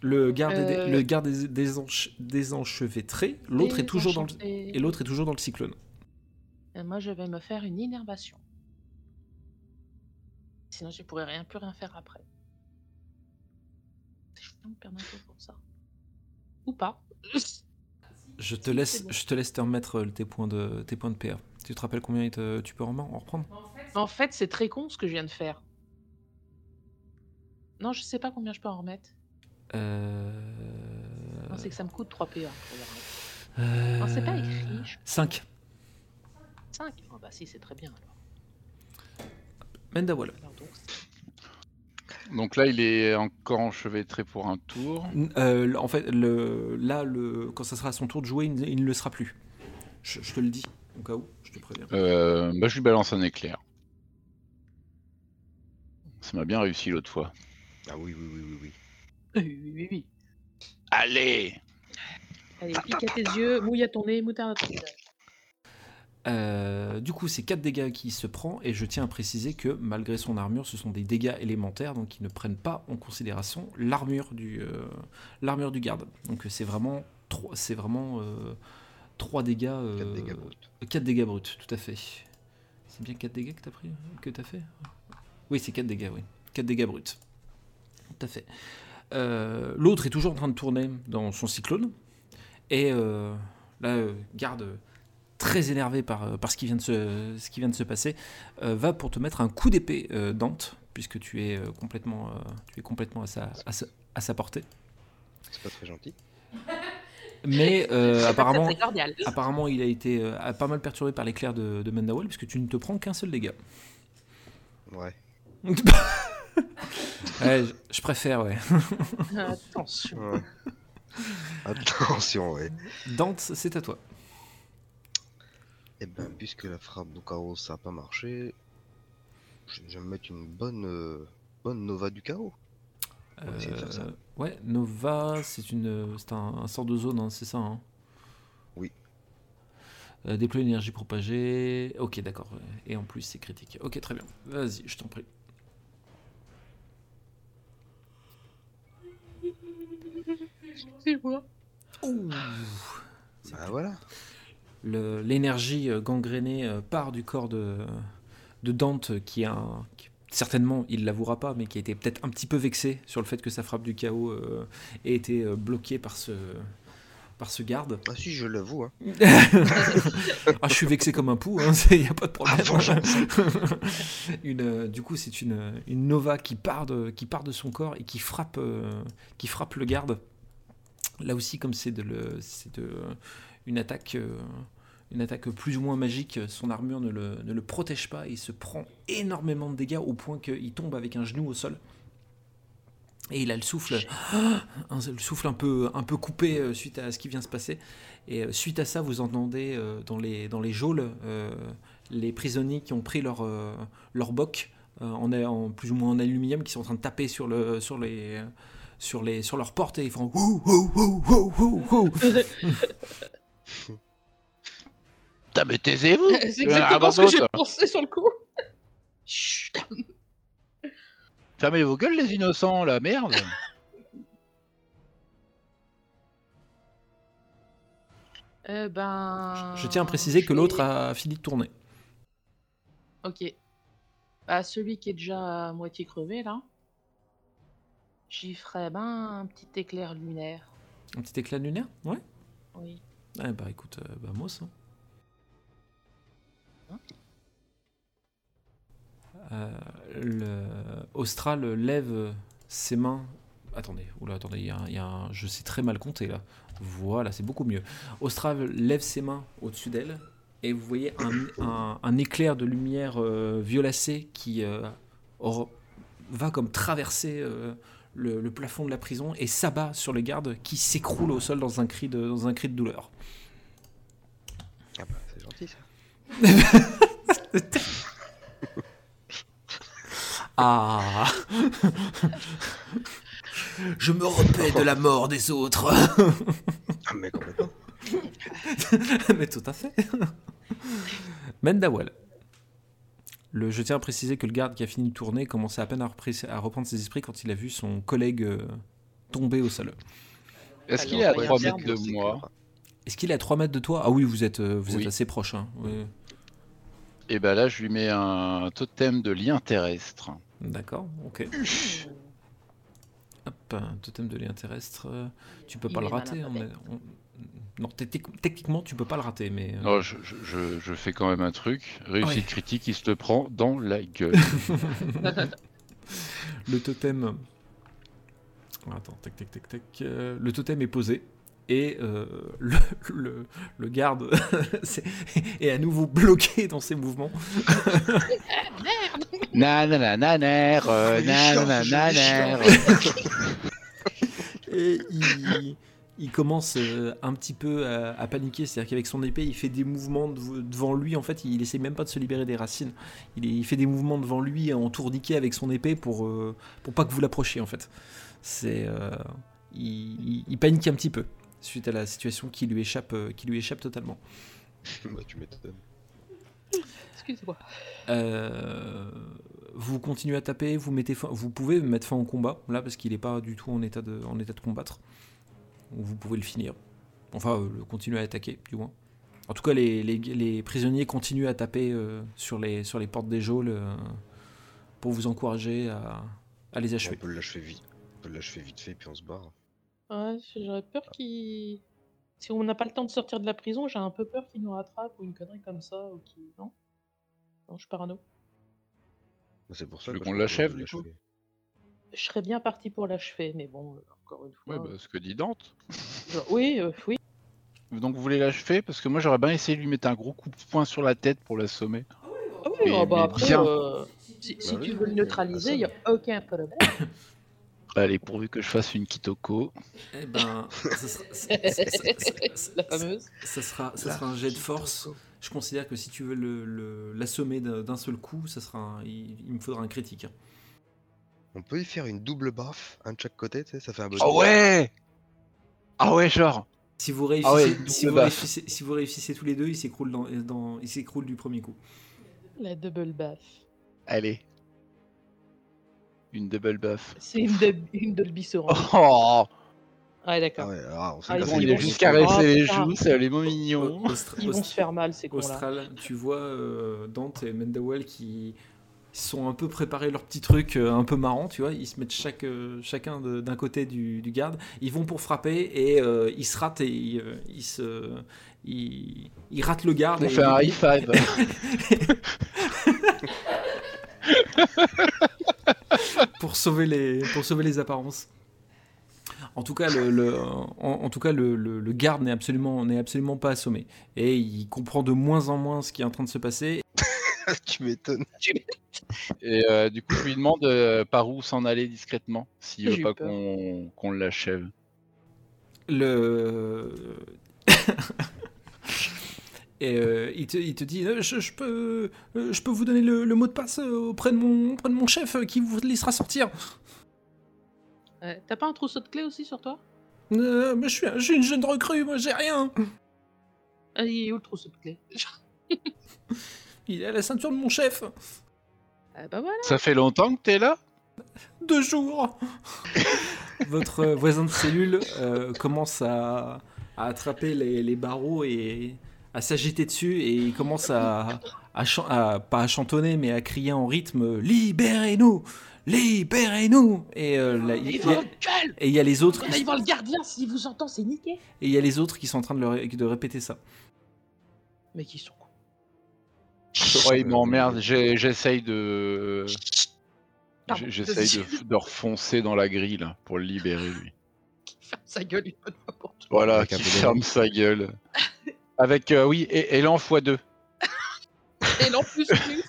Speaker 2: Le garde, est dé-
Speaker 6: Euh.
Speaker 2: le garde est désenche- désenchevêtré, l'autre est toujours dans le, et
Speaker 6: Et
Speaker 2: l'autre est toujours dans le cyclone.
Speaker 6: Euh, moi, je vais me faire une innervation. Sinon, je pourrais rien plus rien faire après. C'est chiant de perdre un tour pour ça. Ou pas.
Speaker 2: Je te
Speaker 6: C'est
Speaker 2: laisse,
Speaker 6: bon.
Speaker 2: je te laisse te remettre euh, tes points de tes points de PA. Tu te rappelles combien il te- tu peux en en reprendre
Speaker 6: En fait, c'est très con ce que je viens de faire. Non, je sais pas combien je peux en remettre.
Speaker 2: Euh,
Speaker 6: Non, c'est que ça me coûte E, 3 PA. regarde.
Speaker 2: Euh...
Speaker 6: Non, c'est pas écrit.
Speaker 2: 5.
Speaker 6: 5. Ah bah si, c'est très bien alors.
Speaker 2: Mendawal.
Speaker 6: Alors donc, c'est-
Speaker 4: Donc là, il est encore enchevêtré pour un tour.
Speaker 2: Euh, en fait, le, là, le, quand ça sera à son tour de jouer, il, ne- il ne le sera plus. Je, je te le dis, au cas où, je te préviens.
Speaker 4: Euh, bah, je lui balance un éclair. Ça m'a bien réussi l'autre fois.
Speaker 5: Ah oui, oui, oui, oui, oui.
Speaker 6: oui, oui, oui, oui.
Speaker 4: Allez
Speaker 6: Allez, pique à tes yeux, mouille à ton nez, moutarde à ton visage.
Speaker 2: Euh, du coup, c'est 4 dégâts qui se prend, et je tiens à préciser que malgré son armure, ce sont des dégâts élémentaires, donc ils ne prennent pas en considération l'armure du, euh, l'armure du garde. Donc euh, c'est vraiment 3, c'est vraiment, 3 dégâts. euh, 4
Speaker 5: Quatre dégâts bruts.
Speaker 2: 4 dégâts bruts, tout à fait. C'est bien 4 dégâts que t'as pris Que t'as fait Oui, c'est 4 dégâts, oui. 4 dégâts bruts. Tout à fait. Euh, L'autre est toujours en train de tourner dans son cyclone. Et euh, là, euh, garde euh, très énervé par, euh, par ce, qui vient de se, ce qui vient de se passer, euh, va pour te mettre un coup d'épée, euh, Dante, puisque tu es euh, complètement, euh, tu es complètement à, sa, à, sa, à sa portée.
Speaker 5: C'est pas très gentil.
Speaker 2: Mais euh, apparemment,
Speaker 6: C'est cordial.
Speaker 2: Apparemment, il a été euh, a pas mal perturbé par l'éclair de, de Mendawal, puisque tu ne te prends qu'un seul dégât.
Speaker 5: Ouais.
Speaker 2: ouais, je, je préfère, ouais.
Speaker 6: Attention.
Speaker 5: ouais. Attention, ouais.
Speaker 2: Dante, c'est à toi.
Speaker 5: Et ben, puisque la frappe de chaos ça a pas marché, je vais me mettre une bonne, euh, bonne Nova du chaos. On va essayer de faire ça.
Speaker 2: Euh, ouais, Nova, c'est une, euh, c'est un, un sort de zone, hein, c'est ça hein
Speaker 5: Oui.
Speaker 2: Euh, déploie une énergie propagée. Ok, d'accord. ouais. Et en plus, c'est critique. Ok, très bien. Vas-y, je t'en prie.
Speaker 6: Excuse-moi.
Speaker 5: Oh.
Speaker 2: Ouh. C'est
Speaker 5: Bah voilà.
Speaker 2: le- l'énergie euh, gangrénée euh, part du corps de, de Dante qui a un- qui- certainement il l'avouera pas mais qui a été peut-être un petit peu vexé sur le fait que sa frappe du chaos euh, ait été euh, bloquée par ce par ce garde.
Speaker 5: Ah si, je l'avoue. Hein.
Speaker 2: Ah, je suis vexé comme un pou, il n'y a pas de problème.
Speaker 5: Ah, vengeance.
Speaker 2: une, euh, du coup, c'est une, une Nova qui part, de, qui part de son corps et qui frappe, euh, qui frappe le garde. Là aussi, comme c'est de, le- c'est de, euh, une, attaque, euh, une attaque plus ou moins magique, son armure ne le, ne le protège pas. Il se prend énormément de dégâts au point qu'il tombe avec un genou au sol. Et il a le souffle, un, le souffle un peu, un peu coupé euh, suite à ce qui vient se passer. Et euh, suite à ça, vous entendez euh, dans, les, dans les geôles euh, les prisonniers qui ont pris leur, euh, leur boc euh, en, a- en plus ou moins en aluminium qui sont en train de taper sur, le, sur, les, sur, les, sur leur porte et ils font Ouh, ouh, ouh, ouh, ouh, ouh.
Speaker 4: Putain, mais taisez-vous
Speaker 6: C'est
Speaker 4: Euh,
Speaker 6: exactement ce que
Speaker 4: abandonne.
Speaker 6: j'ai pensé sur le coup. Chut.
Speaker 4: Fermez vos gueules, les innocents, la merde
Speaker 6: Eh ben.
Speaker 2: Je tiens à préciser que
Speaker 6: je
Speaker 2: l'autre
Speaker 6: vais-
Speaker 2: a fini de tourner.
Speaker 6: Ok. Bah, celui qui est déjà à moitié crevé, là. J'y ferai ben, un petit éclair lunaire.
Speaker 2: Un petit éclat lunaire Ouais.
Speaker 6: Oui.
Speaker 2: Eh bah écoute, euh, bah, moi ça. Euh, le Austral lève ses mains. Attendez, oula, attendez, il y a, un- il y a un- je sais très mal compter là. Voilà, c'est beaucoup mieux. Austral lève ses mains au-dessus d'elle et vous voyez un, un- un éclair de lumière euh, violacée qui euh, or- va comme traverser euh, le, le plafond de la prison et s'abat sur les gardes qui s'écroulent au sol dans un cri de, dans un cri de douleur.
Speaker 5: Ah bah c'est gentil ça.
Speaker 2: Ah Je me repais de la mort des autres
Speaker 5: Ah mais complètement.
Speaker 2: Mais tout à fait Mendawal. Le, je tiens à préciser que le garde qui a fini de tourner commençait à peine à, repris- à reprendre ses esprits quand il a vu son collègue euh, tomber au sol.
Speaker 4: Est-ce
Speaker 6: Alors,
Speaker 4: qu'il est à
Speaker 6: voyons
Speaker 4: 3
Speaker 6: bien,
Speaker 4: mètres de moi
Speaker 2: Est-ce qu'il est à 3 mètres de toi Ah oui, vous êtes, euh, vous
Speaker 4: Oui.
Speaker 2: êtes assez proche. hein. Oui.
Speaker 4: Et ben là, je lui mets un totem de lien terrestre.
Speaker 2: D'accord, ok. Hop, un totem de lien terrestre. euh, Tu peux
Speaker 6: Il
Speaker 2: pas le
Speaker 6: est
Speaker 2: rater.
Speaker 6: malin,
Speaker 2: on est- on- Non, technique- techniquement, tu peux pas le rater, mais. euh,
Speaker 4: Non, je, je- je- je fais quand même un truc. Réussite
Speaker 2: Ouais.
Speaker 4: critique, il se le prend dans la gueule.
Speaker 2: Le totem. Attends, tac, tac, tac, tac. Euh, le totem est posé. Et euh, le, le- le garde c'est- est à nouveau bloqué dans ses mouvements.
Speaker 4: Nananananer, euh,
Speaker 5: Ah, Il est chiant,
Speaker 4: nananananer.
Speaker 5: ce jeu,
Speaker 2: Et il, il commence euh, un petit peu à, à paniquer. C'est-à-dire qu'avec son épée, il fait des mouvements dev- devant lui. En fait, il essaie même pas de se libérer des racines. Il, est- il fait des mouvements devant lui en tourniquet avec son épée pour, euh, pour pas que vous l'approchiez, en fait. C'est, euh, il, il- il panique un petit peu suite à la situation qui lui échappe, euh, qui lui échappe totalement.
Speaker 5: bah tu m'étonnes.
Speaker 6: Excuse-moi.
Speaker 2: Euh, vous continuez à taper, vous, mettez fin- vous pouvez mettre fin au combat, là, parce qu'il n'est pas du tout en état, de, en état de combattre. Ou Vous pouvez le finir. Enfin, euh, le continuer à attaquer, du moins. En tout cas, les, les- les prisonniers continuent à taper euh, sur, les, sur les portes des geôles euh, pour vous encourager à, à les
Speaker 5: On
Speaker 2: achever.
Speaker 5: peut l'achever vite. On peut l'achever vite fait puis on se barre.
Speaker 6: Ouais, j'aurais peur qu'il. Si on n'a pas le temps de sortir de la prison, j'ai un peu peur qu'il nous rattrape ou une connerie comme ça. Ou qu'il- Non Non, je suis parano.
Speaker 5: Bah, C'est pour
Speaker 4: Tu
Speaker 5: ça
Speaker 4: veux
Speaker 5: que
Speaker 4: qu'on
Speaker 5: je propose de
Speaker 4: l'achève, du coup
Speaker 5: l'achever.
Speaker 6: Je serais bien parti pour l'achever, mais bon, euh, encore une fois.
Speaker 4: Ouais, bah, ce que dit Dante.
Speaker 6: genre- Oui, euh, oui.
Speaker 4: Donc vous voulez l'achever Parce que moi, j'aurais bien essayé de lui mettre un gros coup de poing sur la tête pour l'assommer.
Speaker 6: Ah oui,
Speaker 4: Mais-
Speaker 6: ah bah
Speaker 4: mais
Speaker 6: après,
Speaker 4: bien.
Speaker 6: euh, si, si
Speaker 5: oui,
Speaker 6: tu veux le
Speaker 5: oui,
Speaker 6: neutraliser, il n'y a aucun problème.
Speaker 4: Bah, Allez, pourvu que je fasse une kitoko.
Speaker 2: Eh ben, ça sera,
Speaker 6: La fameuse.
Speaker 2: ça sera- ça sera un jet de force. Je considère que si tu veux le- le- l'assommer d'un d'un seul coup, ça sera un- il, il me faudra un critique. hein.
Speaker 5: On peut y faire une double baffe, un de chaque côté, tu sais, ça fait un bonus.
Speaker 4: Oh ouais Ah ouais, genre
Speaker 2: Si vous réussissez,
Speaker 4: Ah ouais, double
Speaker 2: si vous
Speaker 4: baffe.
Speaker 2: réussissez- si vous réussissez tous les deux, il s'écroule dans, dans- il s'écroule du premier coup.
Speaker 6: La double baffe.
Speaker 4: Allez. Une double baffe.
Speaker 6: C'est une, dub- une Dolby Surround.
Speaker 4: Oh
Speaker 6: Ouais,
Speaker 5: Ah
Speaker 6: d'accord.
Speaker 5: ouais, ah, on sait
Speaker 6: Ah,
Speaker 5: que
Speaker 6: ils
Speaker 5: ça,
Speaker 6: vont
Speaker 5: c'est
Speaker 6: les
Speaker 5: bon,
Speaker 6: jusqu'à-
Speaker 5: c'est bon.
Speaker 6: caresser les joues,
Speaker 4: c'est vraiment mignon.
Speaker 2: Austra-
Speaker 6: Ils vont
Speaker 2: Aust-
Speaker 6: se faire mal, ces cons-là.
Speaker 2: Austral, tu vois euh, Dante et Mendawal qui ils se sont un peu préparés leur petit truc euh, un peu marrant, tu vois. Ils se mettent chaque, euh, chacun de- d'un côté du, du garde. Ils vont pour frapper et euh, ils se ratent et ils, euh, ils se, ils, ils ratent le garde.
Speaker 4: On
Speaker 2: et-
Speaker 4: fait un high five.
Speaker 2: pour sauver les pour sauver les apparences. En tout cas, le, le- en, en tout cas, le, le- le garde n'est absolument n'est absolument pas assommé et il comprend de moins en moins ce qui est en train de se passer.
Speaker 5: tu m'étonnes.
Speaker 4: Et euh, du coup, je lui demande euh, par où s'en aller discrètement, s'il
Speaker 6: J'ai
Speaker 4: veut pas
Speaker 6: eu peur.
Speaker 4: qu'on qu'on l'achève.
Speaker 2: Le et euh, il, te, il te dit euh, je, je peux euh, je peux vous donner le, le mot de passe euh, auprès de mon auprès de mon chef euh, qui vous laissera sortir.
Speaker 6: Ouais. T'as pas un trousseau de clés aussi sur toi
Speaker 2: Euh, mais je suis je suis une jeune recrue, moi j'ai rien.
Speaker 6: Ah, Il est où le trousseau de clés
Speaker 2: Il est à la ceinture de mon chef.
Speaker 6: Ah bah voilà.
Speaker 4: Ça fait longtemps que t'es là
Speaker 2: deux jours. Votre euh, voisin de cellule euh, commence à, à attraper les, les barreaux et à s'agiter dessus et il commence à, à chan- à- pas à chantonner mais à crier en rythme libérez-nous libérez-nous et euh, là, il-
Speaker 6: Il
Speaker 2: il
Speaker 6: faut
Speaker 2: y a-
Speaker 6: gueule
Speaker 2: et il y a les autres
Speaker 6: On aille voir le gardien, s'il vous entend, c'est niqué.
Speaker 2: et il y a les autres qui sont en train de, le ré- de répéter ça
Speaker 6: Mais qui sont cons.
Speaker 4: Ouais, il m'emmerde, j'ai- j'essaye de.
Speaker 6: Pardon,
Speaker 4: j'ai- J'essaye de, de refoncer dans la grille là, pour le libérer lui.
Speaker 6: Ferme sa gueule une bonne fois pour toutes.
Speaker 4: Voilà,
Speaker 5: Avec un
Speaker 4: qui
Speaker 5: peu de
Speaker 4: ferme sa gueule. Avec, euh, oui, é- élan x2.
Speaker 6: Et non, plus, plus.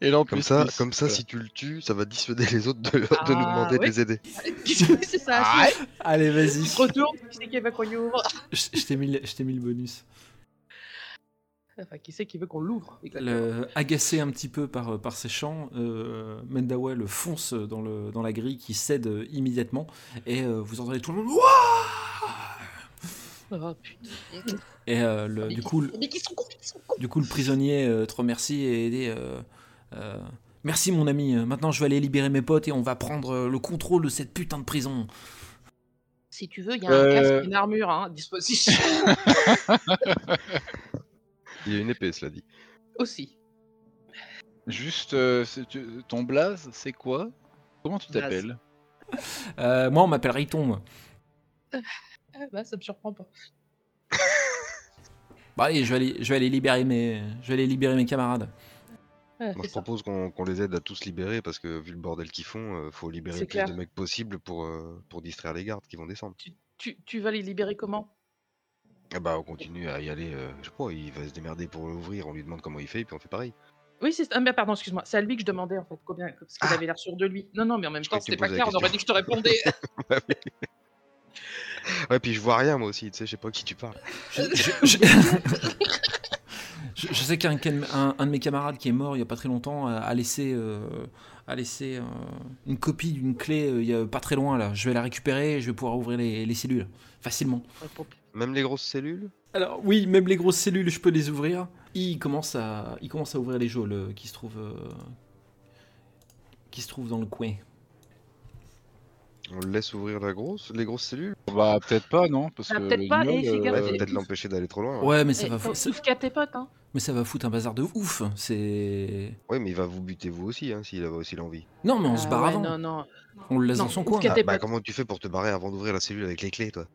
Speaker 4: Élan
Speaker 5: Comme
Speaker 4: plus
Speaker 5: ça,
Speaker 4: plus.
Speaker 5: comme ça, si tu le tues, ça va dissuader les autres de, de
Speaker 6: Ah,
Speaker 5: nous
Speaker 6: ouais.
Speaker 5: demander de les aider.
Speaker 6: Oui, c'est ça.
Speaker 4: Arrête
Speaker 6: c'est-
Speaker 2: allez vas-y
Speaker 6: Tu te retournes, qui c'est qui va qu'on y ouvre
Speaker 2: je je t'ai mis le- je t'ai mis le bonus
Speaker 6: Enfin, qui c'est qui veut qu'on l'ouvre
Speaker 2: Le- agacé un petit peu par, par ces chants, euh, Mendawal fonce dans, le, dans la grille qui cède euh, immédiatement et euh, vous entendez tout le monde. Ouah
Speaker 6: Oh, putain.
Speaker 2: Et euh, le-
Speaker 6: Mais
Speaker 2: du,
Speaker 6: qui-
Speaker 2: coup, le,
Speaker 6: Mais qui sont cons, qui sont cons
Speaker 2: du coup, le prisonnier euh, te remercie et dit euh, euh, Merci mon ami, euh, maintenant je vais aller libérer mes potes et on va prendre euh, le contrôle de cette putain de prison.
Speaker 6: Si tu veux, il y a un
Speaker 4: Euh.
Speaker 6: casque et une armure hein, à disposition
Speaker 5: Il y a une épée, cela dit.
Speaker 6: aussi.
Speaker 4: Juste, euh, c'est- tu- ton blaze, c'est quoi Comment tu
Speaker 6: Blaze.
Speaker 4: t'appelles
Speaker 2: Euh, moi, on m'appelle Riton. moi.
Speaker 6: Ah, bah, ça me surprend pas.
Speaker 2: Bah, allez, je vais aller, je vais aller, libérer, mes, je vais aller libérer mes camarades.
Speaker 6: Ouais,
Speaker 5: Moi,
Speaker 6: c'est
Speaker 5: je
Speaker 6: ça.
Speaker 5: propose qu'on qu'on les aide à tous libérer parce que vu le bordel qu'ils font, euh, faut libérer
Speaker 6: C'est
Speaker 5: le plus
Speaker 6: clair.
Speaker 5: de mecs possible pour, euh, pour distraire les gardes qui vont descendre.
Speaker 6: Tu, tu vas les libérer comment
Speaker 5: Ah bah, on continue à y aller. euh, je sais pas, il va se démerder pour l'ouvrir. On lui demande comment il fait et puis on fait pareil.
Speaker 6: Oui, c'est ah, mais pardon, excuse-moi. C'est à lui que je demandais en fait combien, parce qu'il avait l'air sûr de lui. Non, non, mais en même
Speaker 5: Ah. Je
Speaker 6: temps,
Speaker 5: croyais que tu
Speaker 6: c'était pas
Speaker 5: posais la
Speaker 6: clair. On aurait dit que je te répondais.
Speaker 5: Ouais, Ah, puis je vois rien moi aussi. Tu sais, je sais pas à qui tu parles.
Speaker 2: Je, je- je- Je- je sais qu'un qu'un- un, un de mes camarades qui est mort il n'y a pas très longtemps a, a laissé, euh, a laissé euh, une copie d'une clé euh, il y a pas très loin là. Je vais la récupérer et je vais pouvoir ouvrir les, les cellules facilement.
Speaker 5: Même les grosses cellules.
Speaker 2: Alors oui, même les grosses cellules, je peux les ouvrir. Il commence à, il commence à ouvrir les geôles euh, qui se trouvent, euh, qui se trouvent dans le coin.
Speaker 5: On le laisse ouvrir la grosse, les grosses cellules.
Speaker 4: Bah, peut-être pas, non Parce
Speaker 6: Ah,
Speaker 4: que
Speaker 6: peut-être
Speaker 4: le
Speaker 6: pas,
Speaker 4: gnoll,
Speaker 6: et fais
Speaker 4: euh,
Speaker 5: Ouais,
Speaker 6: gaffe,
Speaker 5: faut
Speaker 6: Ouais.
Speaker 5: peut-être l'empêcher d'aller trop loin. Ouais.
Speaker 2: Ouais, mais ça
Speaker 6: Ça
Speaker 2: va, fou- ça-
Speaker 6: Eh, Sauf qu'à tes potes, hein.
Speaker 2: mais ça va foutre un bazar de ouf. C'est
Speaker 5: Ouais, mais il va vous buter vous aussi, hein, s'il a s'il a envie.
Speaker 2: non, mais on se
Speaker 6: Ah
Speaker 2: barre
Speaker 6: ouais,
Speaker 2: avant.
Speaker 6: Non, non.
Speaker 2: On le laisse
Speaker 6: Non,
Speaker 2: dans son
Speaker 6: parce
Speaker 2: coin.
Speaker 6: qu'il y a
Speaker 5: Ah,
Speaker 6: tes
Speaker 5: bah,
Speaker 6: potes.
Speaker 5: comment tu fais pour te barrer avant d'ouvrir la cellule avec les clés, toi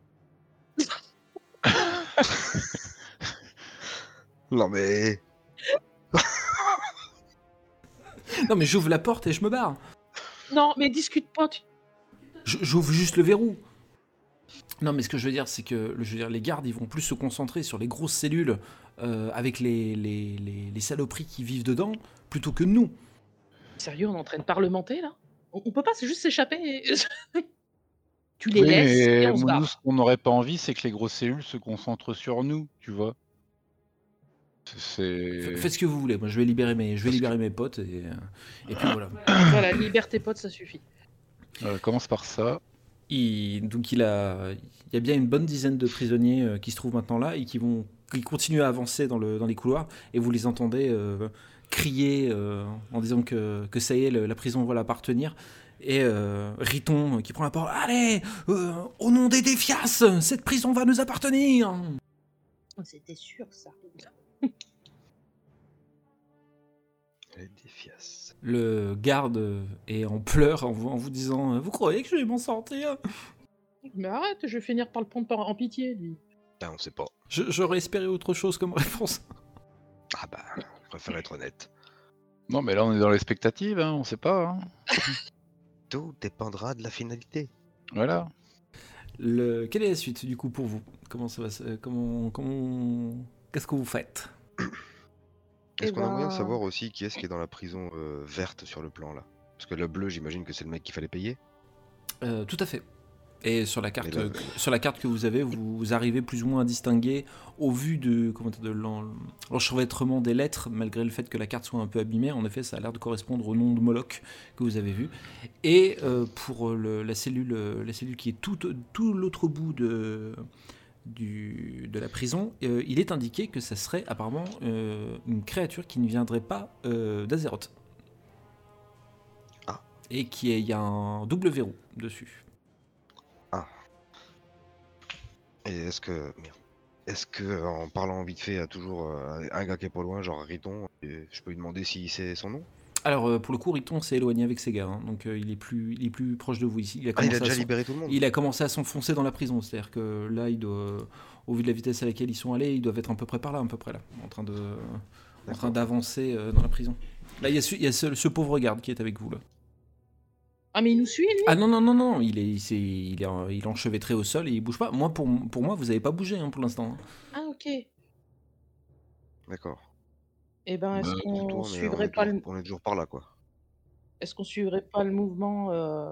Speaker 5: Non mais
Speaker 2: Non, mais j'ouvre la porte et je me barre.
Speaker 6: Non, mais discute pas. Tu...
Speaker 2: Je- J'ouvre juste le verrou. Non, mais ce que je veux dire, c'est que le- je veux dire, les gardes, ils vont plus se concentrer sur les grosses cellules euh, avec les, les, les- les saloperies qui vivent dedans plutôt que nous.
Speaker 6: Sérieux, on est en train de parlementer là on, on peut pas, c'est juste s'échapper. et- tu les
Speaker 4: Oui,
Speaker 6: laisses et
Speaker 4: mais
Speaker 6: on se
Speaker 4: nous,
Speaker 6: barre.
Speaker 4: ce qu'on n'aurait pas envie, c'est que les grosses cellules se concentrent sur nous, tu vois. C'est.
Speaker 2: F- Faites ce que vous voulez. Moi, je vais libérer mes, je vais libérer mes potes et, et puis voilà.
Speaker 6: voilà, libère tes potes, ça suffit.
Speaker 4: Voilà, commence euh, par ça.
Speaker 2: Il, donc, il, a, il y a bien une bonne dizaine de prisonniers euh, qui se trouvent maintenant là et qui vont qui continuent à avancer dans, le, dans les couloirs et vous les entendez euh, crier euh, en disant que, que ça y est, le- la prison va l'appartenir. Et euh, Riton qui prend la parole. Allez, euh, au nom des défias, cette prison va nous appartenir.
Speaker 6: Oh, C'était sûr, ça.
Speaker 5: Elle est défiasse.
Speaker 2: Le garde euh, est en pleurs en vous, en vous disant euh, Vous croyez que je vais m'en sortir
Speaker 6: Mais arrête, je vais finir par le prendre par- en pitié, lui.
Speaker 5: Ah, on sait pas.
Speaker 2: Je- J'aurais espéré autre chose comme réponse.
Speaker 5: Ah bah, je préfère être honnête.
Speaker 4: Non, mais là, on est dans l'expectative, hein, on sait pas. hein.
Speaker 5: Tout dépendra de la finalité.
Speaker 4: Voilà.
Speaker 2: Le... Quelle est la suite du coup pour vous Comment ça va se- euh, Comment comment Qu'est-ce que vous faites
Speaker 5: Est-ce
Speaker 6: Eh
Speaker 5: qu'on a moyen de
Speaker 6: ben-
Speaker 5: savoir aussi qui est-ce qui est dans la prison euh, verte sur le plan là Parce que le bleu, j'imagine que c'est le mec qu'il fallait payer.
Speaker 2: Euh, Tout à fait. Eh ben, Et sur la carte,
Speaker 5: là-
Speaker 2: que- sur la carte que vous avez, vous, vous arrivez plus ou moins à distinguer au vu de, comment dire, de l'en- l'enchevêtrement des lettres, malgré le fait que la carte soit un peu abîmée. En effet, ça a l'air de correspondre au nom de Moloch que vous avez vu. Et euh, pour le- la, cellule, euh, la cellule qui est tout, tout l'autre bout de, du- de la prison, euh, il est indiqué que ça serait apparemment euh, une créature qui ne viendrait pas euh, d'Azeroth.
Speaker 5: Ah.
Speaker 2: Et qui est- il y a un double verrou dessus.
Speaker 5: Et est-ce que. Merde. Est-ce que, euh, en parlant vite fait à toujours euh, un gars qui est pas loin, genre Riton, et je peux lui demander s'il sait son nom
Speaker 2: Alors euh, pour le coup, Riton s'est éloigné avec ses gars, hein, donc euh, il est plus, il est plus proche de vous ici. Il a
Speaker 5: Ah, il
Speaker 2: commencé
Speaker 5: a déjà
Speaker 2: à s'en-
Speaker 5: libéré tout le monde
Speaker 2: il a commencé à s'enfoncer dans la prison, c'est-à-dire que là, il doit, au vu de la vitesse à laquelle ils sont allés, ils doivent être à peu près par là, à peu près là, en train de, en train
Speaker 5: D'accord.
Speaker 2: d'avancer euh, dans la prison. Là, il y a, ce, il y a ce- ce pauvre garde qui est avec vous là.
Speaker 6: Ah, mais il nous suit, lui
Speaker 2: Ah non non non non, il est, il, s'est- il est, en- il est enchevêtré au sol et il bouge pas. Moi pour, pour moi, vous avez pas bougé hein, pour l'instant. hein.
Speaker 6: Ah, ok. Eh
Speaker 5: D'accord.
Speaker 6: ben, est-ce
Speaker 4: Bah,
Speaker 5: On
Speaker 6: qu'on
Speaker 5: tourne et
Speaker 6: suivrait
Speaker 5: est
Speaker 6: pas le...
Speaker 5: toujours- on est toujours par là quoi.
Speaker 6: Est-ce qu'on suivrait pas le mouvement euh,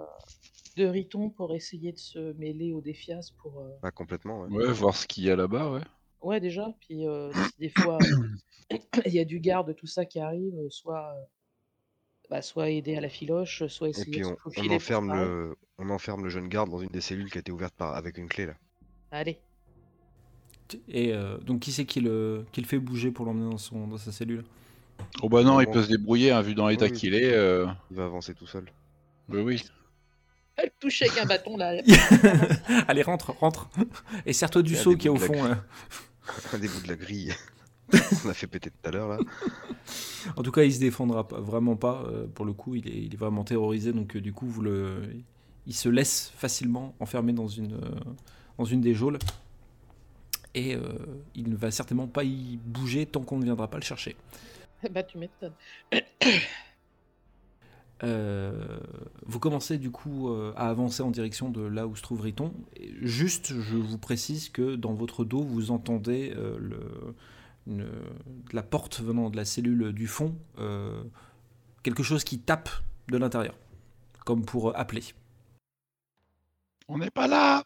Speaker 6: de Riton pour essayer de se mêler aux défias pour euh,
Speaker 5: Bah complètement, ouais.
Speaker 4: Ouais, voir ce qu'il y a là-bas, ouais.
Speaker 6: ouais déjà puis euh, si des fois euh, il y a du garde tout ça qui arrive euh, soit euh, bah, soit aider à la filoche euh, soit
Speaker 5: Et
Speaker 6: essayer
Speaker 5: puis
Speaker 6: de se
Speaker 5: on, on
Speaker 6: faufiler pour
Speaker 5: enferme
Speaker 6: parler.
Speaker 5: le, on enferme le jeune garde dans une des cellules qui a été ouverte par, avec une clé là.
Speaker 6: allez
Speaker 2: Et euh, donc qui c'est qui le, qui le fait bouger pour l'emmener dans son, dans sa cellule
Speaker 4: Oh bah non,
Speaker 5: Bon,
Speaker 4: il
Speaker 5: bon.
Speaker 4: peut se débrouiller, hein, vu dans l'état
Speaker 5: Oui, oui.
Speaker 4: qu'il est. euh,
Speaker 5: Il va avancer tout seul.
Speaker 4: Oui, oui.
Speaker 6: elle touche avec un bâton là
Speaker 2: Allez rentre rentre et serre-toi du
Speaker 5: Il y a
Speaker 2: seau
Speaker 5: des
Speaker 2: qui est au
Speaker 5: bouts de la
Speaker 2: fond. euh, là.
Speaker 5: Un des bouts de la grille. on a fait péter tout à l'heure là.
Speaker 2: En tout cas, il se défendra pas, vraiment pas. euh, pour le coup, il est, il est vraiment terrorisé, donc euh, du coup, vous le, il se laisse facilement enfermer dans une, euh, dans une des geôles. Et euh, il ne va certainement pas y bouger tant qu'on ne viendra pas le chercher.
Speaker 6: bah tu m'étonnes
Speaker 2: Euh, vous commencez du coup euh, à avancer en direction de là où se trouve Riton. Et Juste, je vous précise que dans votre dos, vous entendez euh, le- une- de la porte venant de la cellule du fond, euh, quelque chose qui tape de l'intérieur, comme pour euh, appeler.
Speaker 4: On n'est pas là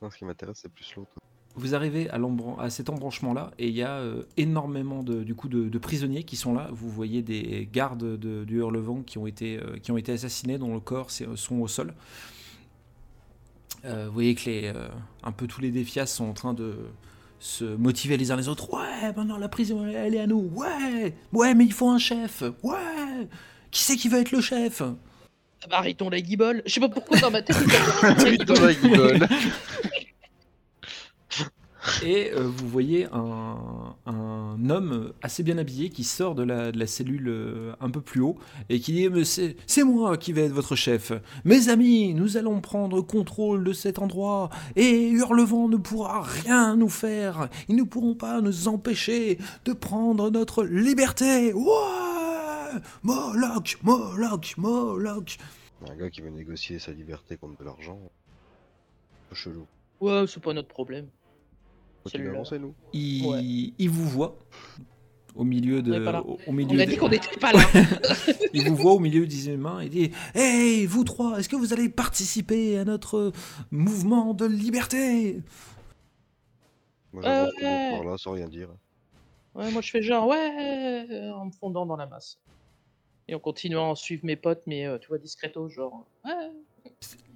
Speaker 5: Non, ce qui m'intéresse c'est plus l'autre.
Speaker 2: Vous arrivez à, l'embran- à cet embranchement-là et il y a euh, énormément de, du coup, de, de prisonniers qui sont là. Vous voyez des gardes de- du Hurlevent qui ont, été, euh, qui ont été assassinés, dont le corps c'est- sont au sol. Euh, vous voyez que les, euh, un peu tous les défias sont en train de se motiver les uns les autres. Ouais, maintenant la prison elle, elle est à nous. Ouais, ouais, mais il faut un chef. Ouais, qui c'est qui veut être le chef
Speaker 6: Ah bah Riton la guibole je sais pas pourquoi dans ma tête il fait-
Speaker 4: Putain, là, il rigole.
Speaker 2: Et euh, vous voyez un, un homme assez bien habillé qui sort de la, de la cellule euh, un peu plus haut et qui dit Mais c'est c'est moi qui vais être votre chef. Mes amis, nous allons prendre contrôle de cet endroit et Hurlevent ne pourra rien nous faire. Ils ne pourront pas nous empêcher de prendre notre liberté. Ouais Moloch, Moloch, Moloch.
Speaker 5: Un gars qui veut négocier sa liberté contre de l'argent. Un peu chelou.
Speaker 6: ouais c'est pas notre problème
Speaker 5: Continue
Speaker 6: Celle-là.
Speaker 5: à avancer nous.
Speaker 2: Il,
Speaker 6: Ouais.
Speaker 2: il vous voit au milieu
Speaker 6: On
Speaker 2: de.
Speaker 6: est pas là.
Speaker 2: Au, au milieu
Speaker 6: on a
Speaker 2: de-
Speaker 6: dit qu'on n'était pas là
Speaker 2: Il vous voit au milieu des humains et dit Hey, vous trois, est-ce que vous allez participer à notre euh, mouvement de liberté
Speaker 5: Moi j'avance
Speaker 6: Ouais.
Speaker 5: toujours par là sans rien dire.
Speaker 6: euh. ouais moi je fais genre ouais en me fondant dans la masse et en continuant à suivre mes potes mais euh, tu vois discreto genre ouais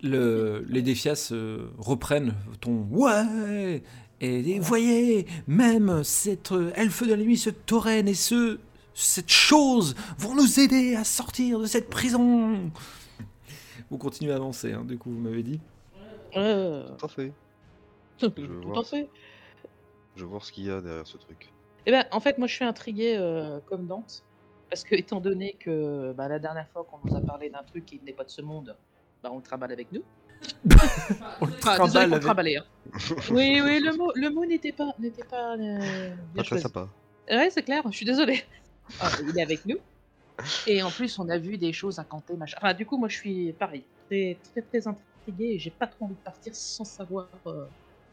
Speaker 2: Le- Les défias euh, reprennent ton Ouais Et, et voyez, même cet euh, elfe de la nuit, ce tauren et ce, cette chose vont nous aider à sortir de cette prison. Vous continuez à avancer, hein, du coup, vous m'avez dit.
Speaker 6: Euh,
Speaker 5: Tout à fait.
Speaker 6: tout
Speaker 5: vois.
Speaker 6: en fait.
Speaker 5: Je veux voir ce qu'il y a derrière ce truc.
Speaker 6: Eh ben, en fait, moi, je suis intriguée euh, comme Dante, parce que étant donné que bah, la dernière fois qu'on nous a parlé d'un truc qui n'est pas de ce monde, bah, on le trimballe avec nous.
Speaker 2: On le
Speaker 6: Enfin, désolé
Speaker 2: trimballe
Speaker 6: pour
Speaker 2: Ah, avec-
Speaker 6: trimballer, hein. Oui, oui, le mot, le mot n'était pas, n'était pas euh, bien
Speaker 5: Pas très
Speaker 6: choisi.
Speaker 5: sympa.
Speaker 6: Ouais, c'est clair, je suis désolée. Ah, il est avec nous. Et en plus, on a vu des choses incantées, machin. Enfin, du coup, moi, je suis pareil, très, très, très intriguée et j'ai pas trop envie de partir sans savoir euh,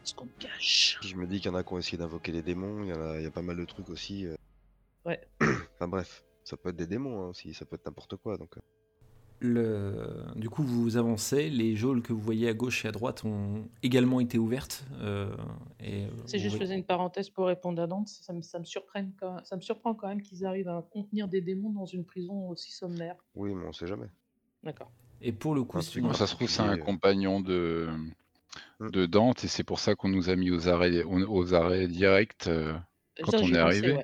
Speaker 6: ce qu'on me cache.
Speaker 5: Je me dis qu'il y en a qui ont essayé d'invoquer les démons, il y, en a, il y a pas mal de trucs aussi. euh.
Speaker 6: Ouais.
Speaker 5: enfin bref, ça peut être des démons hein, aussi, ça peut être n'importe quoi. Donc, euh.
Speaker 2: Le- Du coup, vous avancez. Les geôles que vous voyez à gauche et à droite ont également été ouvertes. euh, et, euh,
Speaker 6: C'est
Speaker 2: vous
Speaker 6: juste, je
Speaker 2: voyez-
Speaker 6: faisais une parenthèse pour répondre à Dante. Ça me, ça me, surprend, quand, ça me surprend quand même qu'ils arrivent à contenir des démons dans une prison aussi sommaire.
Speaker 5: oui, mais on sait jamais.
Speaker 6: D'accord.
Speaker 2: Et pour le coup,
Speaker 5: Un
Speaker 2: c'est
Speaker 5: truc
Speaker 2: une-
Speaker 5: comme
Speaker 4: ça se trouve, c'est un
Speaker 5: particulier, euh.
Speaker 4: compagnon de,
Speaker 5: Mm.
Speaker 4: de Dante et c'est pour ça qu'on nous a mis aux arrêts, on- aux arrêts directs. euh. Quand
Speaker 6: ça,
Speaker 4: on
Speaker 6: j'y
Speaker 4: est
Speaker 6: ai pensé,
Speaker 4: arrivé.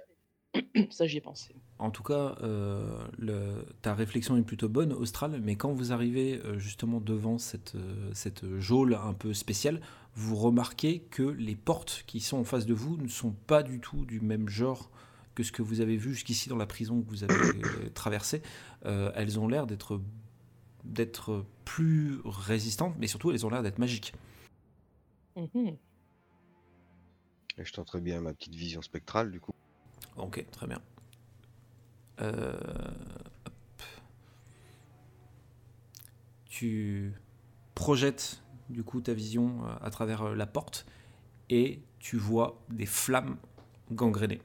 Speaker 6: ouais. ça, j'y ai pensé.
Speaker 2: En tout cas, euh, le- ta réflexion est plutôt bonne, Austral, mais quand vous arrivez euh, justement devant cette, euh, cette geôle un peu spéciale, vous remarquez que les portes qui sont en face de vous ne sont pas du tout du même genre que ce que vous avez vu jusqu'ici dans la prison que vous avez euh, traversée. Euh, elles ont l'air d'être d'être plus résistantes, mais surtout elles ont l'air d'être magiques.
Speaker 6: Mhm.
Speaker 5: Et je tenterai bien ma petite vision spectrale du coup.
Speaker 2: Ok, très bien. Euh, hop. Tu projettes du coup ta vision euh, à travers euh, la porte et tu vois des flammes gangrénées.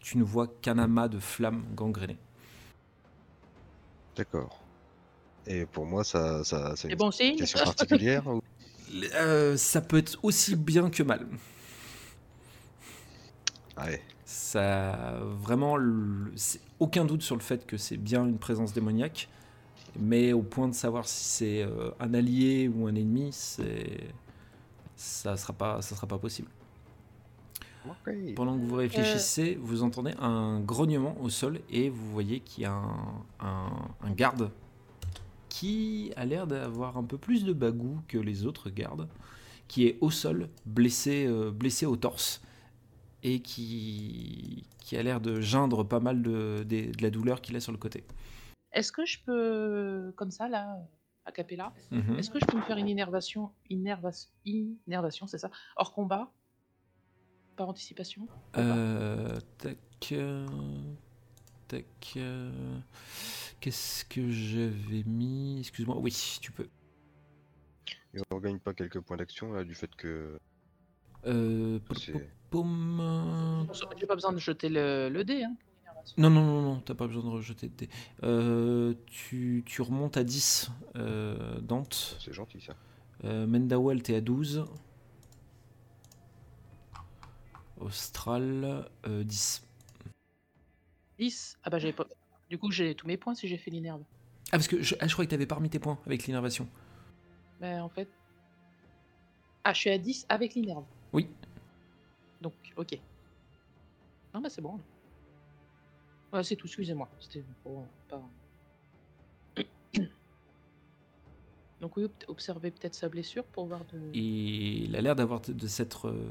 Speaker 2: Tu ne vois qu'un amas de flammes gangrénées.
Speaker 5: D'accord. Et pour moi, ça, ça c'est
Speaker 6: C'est
Speaker 5: une
Speaker 6: bon signe
Speaker 5: question particulière ou-
Speaker 2: Euh, ça peut être aussi bien que mal.
Speaker 5: Ouais.
Speaker 2: Ça vraiment le- c'est- aucun doute sur le fait que c'est bien une présence démoniaque, mais au point de savoir si c'est euh, un allié ou un ennemi, c'est ça sera pas ça sera pas possible.
Speaker 5: Ok.
Speaker 2: Pendant que vous réfléchissez, vous entendez un grognement au sol et vous voyez qu'il y a un, un- un garde qui a l'air d'avoir un peu plus de bagou que les autres gardes, qui est au sol, blessé, euh, blessé au torse et qui, qui a l'air de geindre pas mal de, des- de la douleur qu'il a sur le côté.
Speaker 6: Est-ce que je peux, comme ça, là, à cappella,
Speaker 2: Mhm.
Speaker 6: est-ce que je peux me faire une innervation, innervation, innervation, c'est ça, hors combat, par anticipation
Speaker 2: Euh, tac. euh, tac. euh, Qu'est-ce que j'avais mis Excuse-moi. Oui, tu peux.
Speaker 5: Et on gagne pas quelques points d'action là du fait que
Speaker 2: Euh, pom,
Speaker 5: c'est.
Speaker 2: pom, euh,
Speaker 6: J'ai pas besoin de jeter le, le dé, hein. pour l'innervation.
Speaker 2: Non, non, non, non, t'as pas besoin de rejeter de dés. Euh, tu, tu remontes à 10, euh, Dante.
Speaker 5: C'est gentil ça.
Speaker 2: Euh, Mendawal, t'es à 12. Austral, euh, 10.
Speaker 6: 10 Ah bah j'ai pas... Du coup, j'ai tous mes points si j'ai fait l'inerve.
Speaker 2: Ah, parce que je, ah, je croyais que t'avais pas remis tes points avec l'innervation.
Speaker 6: Mais Ben, en fait... Ah, je suis à 10 avec l'inerve.
Speaker 2: Oui.
Speaker 6: Donc, ok. Non, bah c'est bon. Ouais, c'est tout, excusez-moi. C'était pour... pas- Donc oui, ob- observez peut-être sa blessure pour voir de...
Speaker 2: Et il a l'air d'avoir de s'être euh,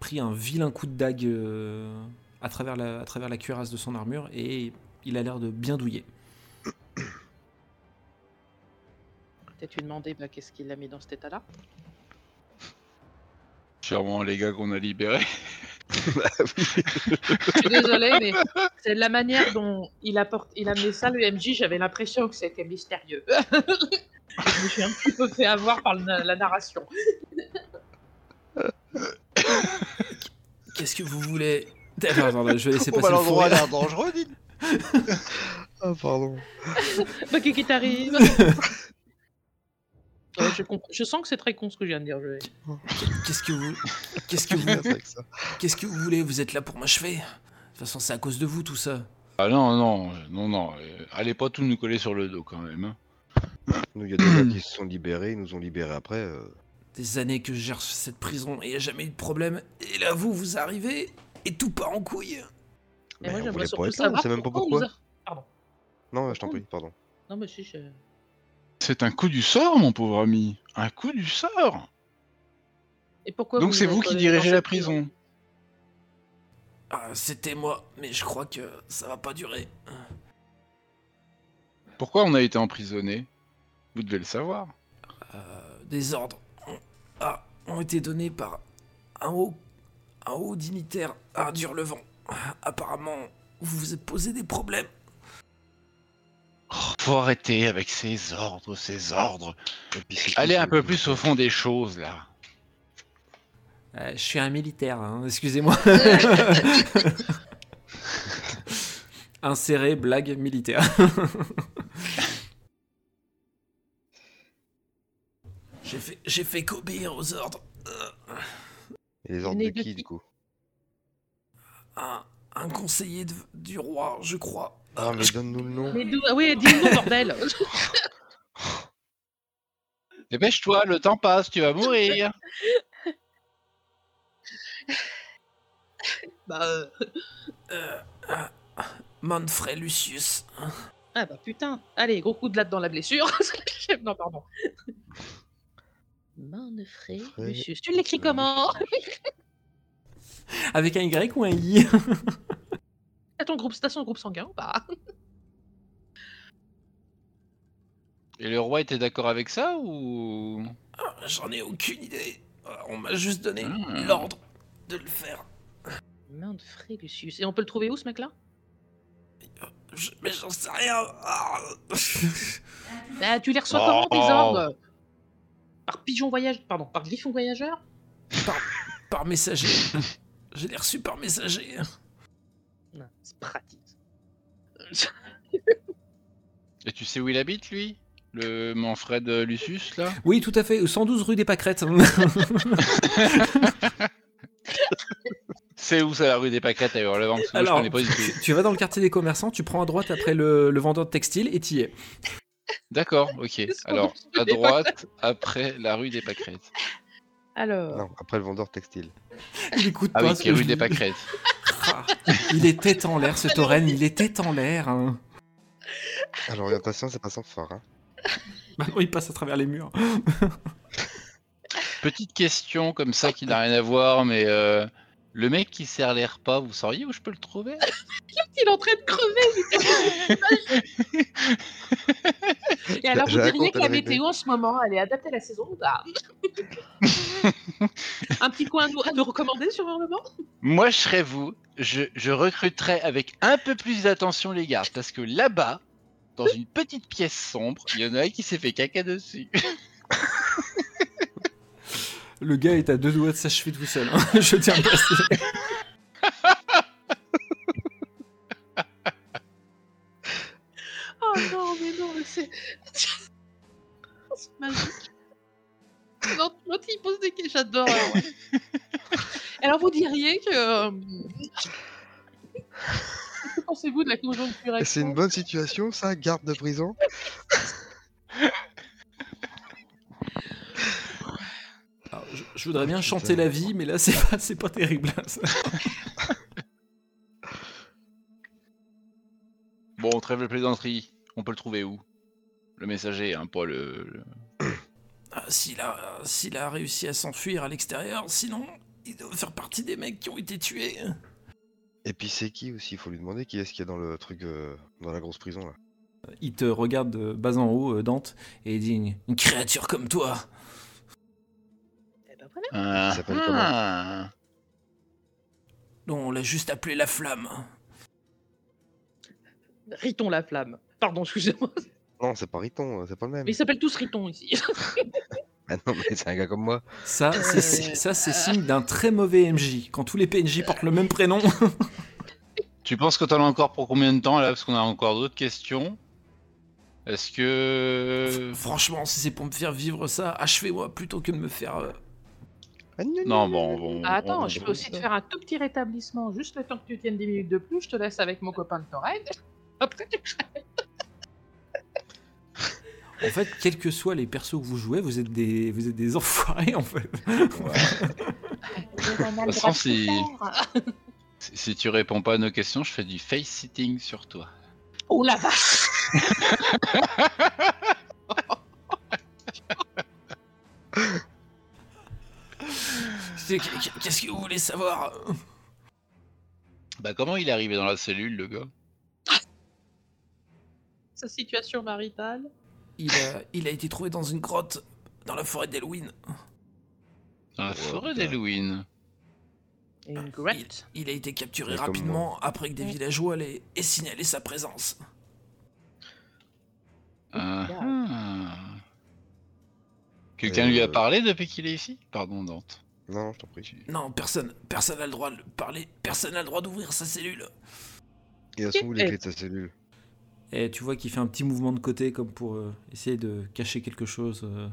Speaker 2: pris un vilain coup de dague euh, à, travers la, à travers la cuirasse de son armure et il a l'air de bien douiller.
Speaker 6: Peut-être lui demander bah, qu'est-ce qu'il a mis dans cet état-là.
Speaker 4: Sûrement les gars qu'on a libérés.
Speaker 6: Je suis désolée, mais c'est la manière dont il a, porté- il a mené ça, le MJ, j'avais l'impression que c'était mystérieux. je me suis un petit peu fait avoir par le na- la narration.
Speaker 2: Qu'est-ce que vous voulez Attends, attends, je vais laisser
Speaker 5: Oh,
Speaker 2: passer
Speaker 5: bah,
Speaker 2: le fou
Speaker 5: l'endroit a
Speaker 2: rire.
Speaker 5: l'air dangereux, dites Ah pardon.
Speaker 6: Bah, qu'est-ce qui t'arrive Ouais, je, comp- je sens que c'est très con ce que je viens de dire. je-
Speaker 2: Qu'est-ce que vous... Qu'est-ce que
Speaker 5: Qu'est-ce
Speaker 2: vous...
Speaker 5: qu'il y a avec ça
Speaker 2: Qu'est-ce que vous voulez Vous êtes là pour m'achever De toute façon, c'est à cause de vous tout ça.
Speaker 4: Ah non, non, euh, non, non. euh, Allez pas tout nous coller sur le dos quand même. hein.
Speaker 5: Nous, il y a des gens qui se sont libérés, ils nous ont libérés après. euh,
Speaker 2: des années que je gère cette prison et il n'y a jamais eu de problème. Et là, vous, vous arrivez et tout part en couille.
Speaker 6: Et moi,
Speaker 5: on
Speaker 6: j'aimerais
Speaker 5: voulait
Speaker 6: surtout
Speaker 5: pas être là, on
Speaker 6: savoir
Speaker 5: sait même pas
Speaker 6: on nous
Speaker 5: pourquoi.
Speaker 6: a- Pardon.
Speaker 5: Non, je t'en prie, pardon.
Speaker 6: Non, mais si, je...
Speaker 4: C'est un coup du sort, mon pauvre ami. Un coup du sort.
Speaker 6: Et pourquoi
Speaker 4: Donc
Speaker 6: vous
Speaker 4: c'est
Speaker 6: êtes,
Speaker 4: vous qui
Speaker 6: euh,
Speaker 4: dirigez
Speaker 6: dans
Speaker 4: la
Speaker 6: cette
Speaker 4: prison.
Speaker 2: Ah, c'était moi, mais je crois que ça va pas durer.
Speaker 4: Pourquoi on a été emprisonné Vous devez le savoir.
Speaker 2: Euh, des ordres ont, ah, ont été donnés par un haut, un haut dignitaire Ah, à Durlevent. Ah, Apparemment, vous vous êtes posé des problèmes.
Speaker 4: Oh, faut arrêter avec ces ordres, ces ordres.
Speaker 5: Et puis, c'est
Speaker 4: Allez
Speaker 5: tout,
Speaker 4: un
Speaker 5: c'est-
Speaker 4: peu plus au fond des choses, là.
Speaker 2: Euh, je suis un militaire, hein, excusez-moi. Insérer blague militaire. J'ai fait, j'ai fait qu'obéir aux ordres. Euh,
Speaker 5: Et les ordres de
Speaker 6: Venez de
Speaker 5: qui,
Speaker 6: qui
Speaker 5: du coup
Speaker 2: Un, un conseiller de- du roi, je crois.
Speaker 5: Ah, mais donne-nous le nom.
Speaker 6: Mais d'où- Ah oui, dis-nous, bordel
Speaker 4: Dépêche-toi, le temps passe, tu vas mourir.
Speaker 6: Bah, euh,
Speaker 2: Euh, euh, Manfred Lucius.
Speaker 6: Ah bah putain Allez, gros coup de latte dans la blessure Non, pardon. Manfred
Speaker 5: Frais-
Speaker 6: Lucius. Tu l'écris comment
Speaker 2: Avec un Y ou un I
Speaker 6: T'as ton groupe, t'as son groupe sanguin ou pas
Speaker 4: Et le roi était d'accord avec ça ou
Speaker 2: J'en ai aucune idée. On m'a juste donné
Speaker 4: Hmm.
Speaker 2: l'ordre de le faire.
Speaker 6: Manfred Lucius. Et on peut le trouver où, ce mec-là
Speaker 2: Je- mais j'en sais rien. Ah.
Speaker 6: Bah, tu les reçois
Speaker 4: Oh.
Speaker 6: comment, tes ordres Par pigeon voyageur Pardon, par griffon voyageur
Speaker 2: par messager. Je l'ai reçu par messager.
Speaker 6: Non, c'est pratique.
Speaker 4: Et tu sais où il habite, lui Le Manfred euh, Lucius, là
Speaker 2: Oui, tout à fait. 112 rue des Pâquerettes.
Speaker 4: C'est où ça, la rue des Pâquerettes, à Hurlevent Parce que moi,
Speaker 2: Alors,
Speaker 4: je connais pas du tout.
Speaker 2: tu vas dans le quartier des commerçants, tu prends à droite après le, le vendeur de textile et t'y es.
Speaker 4: D'accord, ok.
Speaker 6: Qu'est-ce qu'on
Speaker 4: Alors,
Speaker 6: dit
Speaker 4: à
Speaker 6: des
Speaker 4: droite, après la rue des Pâquerettes.
Speaker 6: Alors...
Speaker 5: Non, après le vendeur textile.
Speaker 2: Il écoute
Speaker 4: Ah
Speaker 2: pas
Speaker 4: oui,
Speaker 2: ce
Speaker 4: qui est
Speaker 2: que
Speaker 4: rue
Speaker 2: je
Speaker 4: des
Speaker 2: dis.
Speaker 4: Pâquerettes.
Speaker 2: Ah, Il était en l'air, ce tauren, il était en l'air. hein.
Speaker 5: Ah, l'orientation, c'est pas sans phare, hein.
Speaker 2: Bah non, il passe à travers les murs.
Speaker 4: Petite question comme ça qui n'a rien à voir, mais euh, le mec qui sert les repas, vous sauriez où je peux le trouver
Speaker 6: Il est en train de crever. mais- Et alors,
Speaker 5: Je
Speaker 6: vous diriez
Speaker 5: raconte
Speaker 6: que la
Speaker 5: la vérité.
Speaker 6: météo en ce moment, elle est adaptée à la saison ou pas Un petit coin à nous, à nous recommander sur un moment
Speaker 4: Moi, je serais vous. Je, je recruterais avec un peu plus d'attention les gardes, parce que là-bas, dans une petite pièce sombre, il y en a un qui s'est fait caca dessus.
Speaker 2: Le gars est à deux doigts de s'achever tout seul. hein. Je tiens à le préciser.
Speaker 6: Oh non, mais non, mais c'est. c'est magique. L'autre, l'autre, il pose des questions. J'adore. Alors, ouais. Alors, vous diriez que. euh, Que pensez-vous de la conjoncture
Speaker 5: Et C'est une
Speaker 6: actuelle
Speaker 5: bonne situation, ça, garde de prison
Speaker 2: Alors, je, je voudrais bien chanter
Speaker 5: Putain.
Speaker 2: la vie, mais là, c'est pas, c'est pas terrible.
Speaker 4: Bon, on trêve les plaisanteries. On peut le trouver où Le messager, hein, pas le. le-
Speaker 2: Ah, s'il, a, s'il a réussi à s'enfuir à l'extérieur, sinon, il doit faire partie des mecs qui ont été tués.
Speaker 5: Et puis c'est qui aussi Il faut lui demander qui est-ce qu'il y a dans le truc, euh, dans la grosse prison, là.
Speaker 2: Il te regarde de bas en haut, euh, Dante, et il dit une, une créature comme toi.
Speaker 6: Eh ben voilà.
Speaker 4: Ah,
Speaker 5: s'appelle
Speaker 4: ah.
Speaker 2: Non, on l'a juste appelé la flamme.
Speaker 6: Riton la flamme. Pardon, excusez-moi.
Speaker 5: Non, c'est pas Riton, euh, c'est pas le même.
Speaker 6: Mais ils s'appellent tous Riton ici.
Speaker 5: Ah non, mais c'est un gars comme moi.
Speaker 2: Ça, c'est, c'est- ça, c'est signe d'un très mauvais MJ. Quand tous les PNJ portent le même prénom.
Speaker 4: Tu penses que t'en as encore pour combien de temps là Parce qu'on a encore d'autres questions. Est-ce que.
Speaker 2: euh, Franchement, si c'est pour me faire vivre ça, achevez-moi plutôt que de me faire. euh,
Speaker 5: Ah, non,
Speaker 4: Non, bon, on- on-
Speaker 6: Ah, attends,
Speaker 4: on-
Speaker 6: je peux aussi te faire un tout petit rétablissement, juste le temps que tu tiennes 10 minutes de plus, je te laisse avec mon copain le Torrent. Après, tu-
Speaker 2: En fait, quels que soient les persos que vous jouez, vous êtes des, vous êtes des enfoirés en fait.
Speaker 4: De toute façon, si... si si tu réponds pas à nos questions, je fais du face sitting sur toi.
Speaker 6: Oh la vache
Speaker 2: C'est- Qu'est-ce que vous voulez savoir
Speaker 4: Bah comment il est arrivé dans la cellule, le gars
Speaker 6: Sa situation maritale.
Speaker 2: il a, il a été trouvé dans une grotte dans la forêt d'Halloween.
Speaker 4: Dans la
Speaker 5: Ouais,
Speaker 4: forêt
Speaker 5: putain.
Speaker 4: d'Halloween.
Speaker 6: Et une
Speaker 2: Il,
Speaker 6: grette.
Speaker 2: il a été capturé
Speaker 5: Mais comme
Speaker 2: rapidement après que des
Speaker 6: Ouais.
Speaker 2: villageois l'aient aient signalé sa présence.
Speaker 4: Ah, ah. Quelqu'un lui a
Speaker 5: Euh.
Speaker 4: parlé depuis qu'il est ici Pardon, Dante.
Speaker 5: Non, non, je t'en prie.
Speaker 2: Non, personne, personne n'a le droit de parler, personne n'a le droit d'ouvrir sa cellule.
Speaker 5: Et elles sont où les clés de ta cellule
Speaker 2: Et Eh, tu vois qu'il fait un petit mouvement de côté comme pour euh, essayer de cacher quelque chose euh,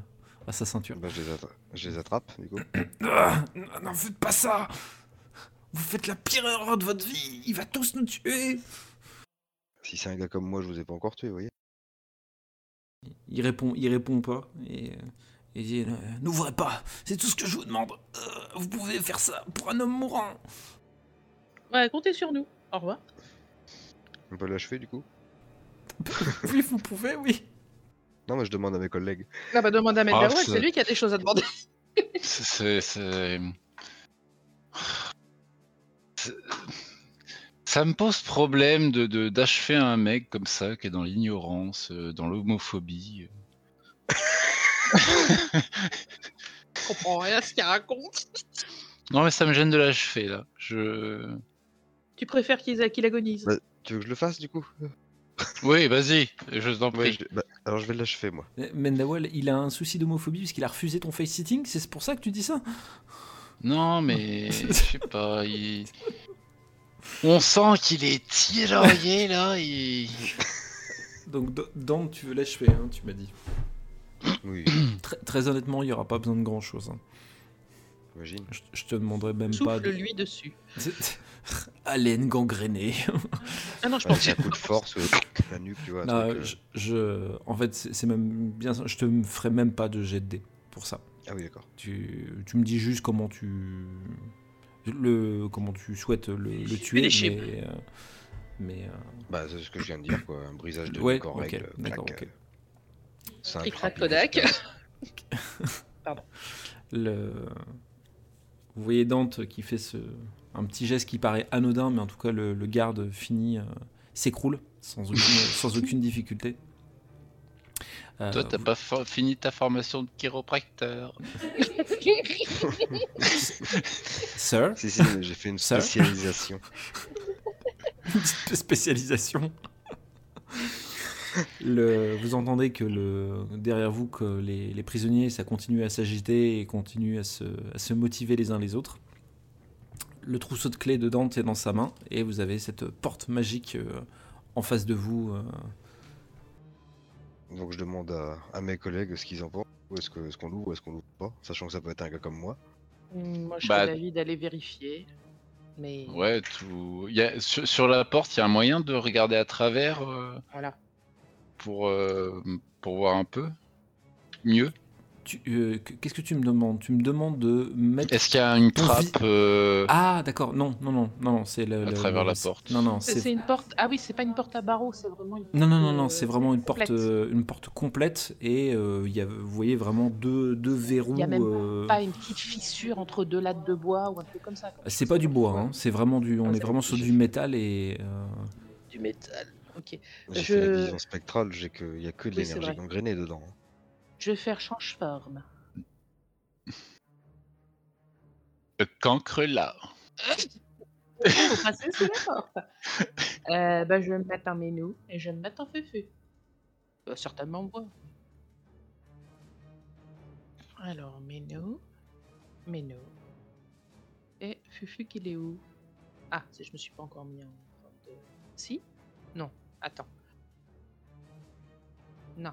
Speaker 2: à sa ceinture.
Speaker 5: Bah, je les, attra- je les attrape, du coup.
Speaker 2: Ah, n- N'en faites pas ça Vous faites la pire erreur de votre vie Il va tous nous tuer
Speaker 5: Si c'est un gars comme moi, je vous ai pas encore tué, vous voyez.
Speaker 2: Il répond, il répond pas et euh, il dit euh, N'ouvrez pas, c'est tout ce que je vous demande. Euh, vous pouvez faire ça pour un homme mourant.
Speaker 6: Ouais, comptez sur nous. Au revoir.
Speaker 5: On peut l'achever, du coup
Speaker 2: oui, vous pouvez, oui.
Speaker 5: Non, mais je demande à mes collègues.
Speaker 6: Ah bah demande à Maître
Speaker 4: Ah,
Speaker 6: Verhoeven,
Speaker 4: c'est-
Speaker 6: c'est lui qui a des choses à demander.
Speaker 4: C'est- C'est. c'est- C'est- Ça me pose problème de de- d'achever un mec comme ça qui est dans l'ignorance, euh, dans l'homophobie.
Speaker 6: Je comprends rien à ce qu'il raconte.
Speaker 4: Non mais ça me gêne de l'achever là. Je.
Speaker 6: Tu préfères qu'il qu'il agonise
Speaker 5: Bah, Tu veux que je le fasse, du coup
Speaker 4: Oui, vas-y. Je t'en
Speaker 5: Ouais,
Speaker 4: prie.
Speaker 5: je- bah, alors je vais l'achever, moi.
Speaker 2: Eh, Mendawal, il a un souci d'homophobie puisqu'il a refusé ton face-sitting, c'est pour ça que tu dis ça
Speaker 4: Non mais je sais pas. il- On sent qu'il est tiraillé là. Il...
Speaker 2: Donc, D- Dan, tu veux l'achever, hein, tu m'as dit.
Speaker 5: Oui,
Speaker 2: Très, très honnêtement, il n'y aura pas besoin de grand-chose. hein.
Speaker 5: j'imagine.
Speaker 2: Je, je te demanderai même pas... de-
Speaker 6: Souffle-lui dessus.
Speaker 2: Haleine gangrénée.
Speaker 6: Ah non, je pense
Speaker 5: Avec
Speaker 6: que
Speaker 5: un coup de force, euh, la nuque, tu vois. un
Speaker 2: Non,
Speaker 5: truc, euh,
Speaker 2: je, je- en fait, c'est c'est même bien. ça. Je te ferai même pas de jet de dés pour ça.
Speaker 5: Ah oui, d'accord.
Speaker 2: Tu, tu me dis juste comment tu le comment tu souhaites le, le tuer,
Speaker 6: les chips.
Speaker 2: mais, euh, mais, euh,
Speaker 5: Bah, c'est ce que je viens de dire, quoi. Un brisage de
Speaker 2: ouais,
Speaker 5: nuque en
Speaker 2: ok,
Speaker 5: règle, claque,
Speaker 2: d'accord, ok.
Speaker 5: euh, simple,
Speaker 6: Cric-crac,
Speaker 5: rapide,
Speaker 6: Kodak.
Speaker 5: efficace.
Speaker 2: Le- Vous voyez Dante qui fait ce, un petit geste qui paraît anodin, mais en tout cas le, le garde finit euh, s'écroule sans aucune, sans aucune difficulté. Euh,
Speaker 4: Toi, t'as pas fa- fini ta formation de chiropracteur.
Speaker 2: Sir,
Speaker 5: Si, si, mais j'ai fait une
Speaker 2: Ça va
Speaker 5: spécialisation.
Speaker 2: Une petite spécialisation. Le- vous entendez que le, derrière vous, que les, les prisonniers, ça continue à s'agiter et continue à se, à se motiver les uns les autres. Le trousseau de clés de Dante est dans sa main et vous avez cette porte magique euh, en face de vous. euh.
Speaker 5: Donc je demande à, à mes collègues ce qu'ils en pensent. Ou est-ce que- est-ce qu'on l'ouvre ou est-ce qu'on l'ouvre pas Sachant que ça peut être un gars comme moi.
Speaker 2: Mm,
Speaker 6: Hum, Moi, je
Speaker 4: Bah-
Speaker 6: suis d'avis d'aller vérifier. Mais
Speaker 4: Ouais, tout. il Y a, sur, sur la porte, il y a un moyen de regarder à travers euh,
Speaker 6: voilà.
Speaker 4: pour, euh, pour voir un peu mieux.
Speaker 2: Tu- euh, que- Qu'est-ce que tu me demandes Tu me demandes de mettre.
Speaker 4: Est-ce qu'il y a une
Speaker 2: Ton vi-
Speaker 4: trappe euh,
Speaker 2: Ah, d'accord, non, non, non, non, non, c'est le.
Speaker 4: À
Speaker 2: le-
Speaker 4: travers
Speaker 2: le-
Speaker 4: la porte.
Speaker 2: Non, non, c'est
Speaker 6: C'est une porte. Ah oui, c'est pas une porte à barreaux, c'est vraiment une.
Speaker 2: Non, non, non,
Speaker 6: porte,
Speaker 2: non,
Speaker 6: euh,
Speaker 2: c'est vraiment une porte,
Speaker 6: complète.
Speaker 2: euh, une porte complète et euh, il y a, vous voyez vraiment deux, deux verrous.
Speaker 6: Il y a même
Speaker 2: euh,
Speaker 6: Pas une petite fissure entre deux lattes de bois ou un truc comme ça. quoi.
Speaker 2: C'est pas du bois, hein, c'est vraiment du, on
Speaker 6: Ah,
Speaker 2: est
Speaker 6: c'est-
Speaker 2: vraiment sur du métal et euh,
Speaker 6: Du métal. Ok. Je-
Speaker 5: J'ai fait la vision spectrale, j'ai que il y a que de
Speaker 6: Oui, c'est
Speaker 5: l'énergie
Speaker 6: vrai.
Speaker 5: gangrénée dedans. hein.
Speaker 6: Je vais faire change forme.
Speaker 4: le cancre là
Speaker 6: Pour passer sous la porte. Euh, bah, je vais me mettre en menu et je vais me mettre en féfé. Bah, certainement bois. Alors, menu, menu. Et Fufu, qu'il est où Ah, c'est- je me suis pas encore mis en forme de... Si Non, attends. Non.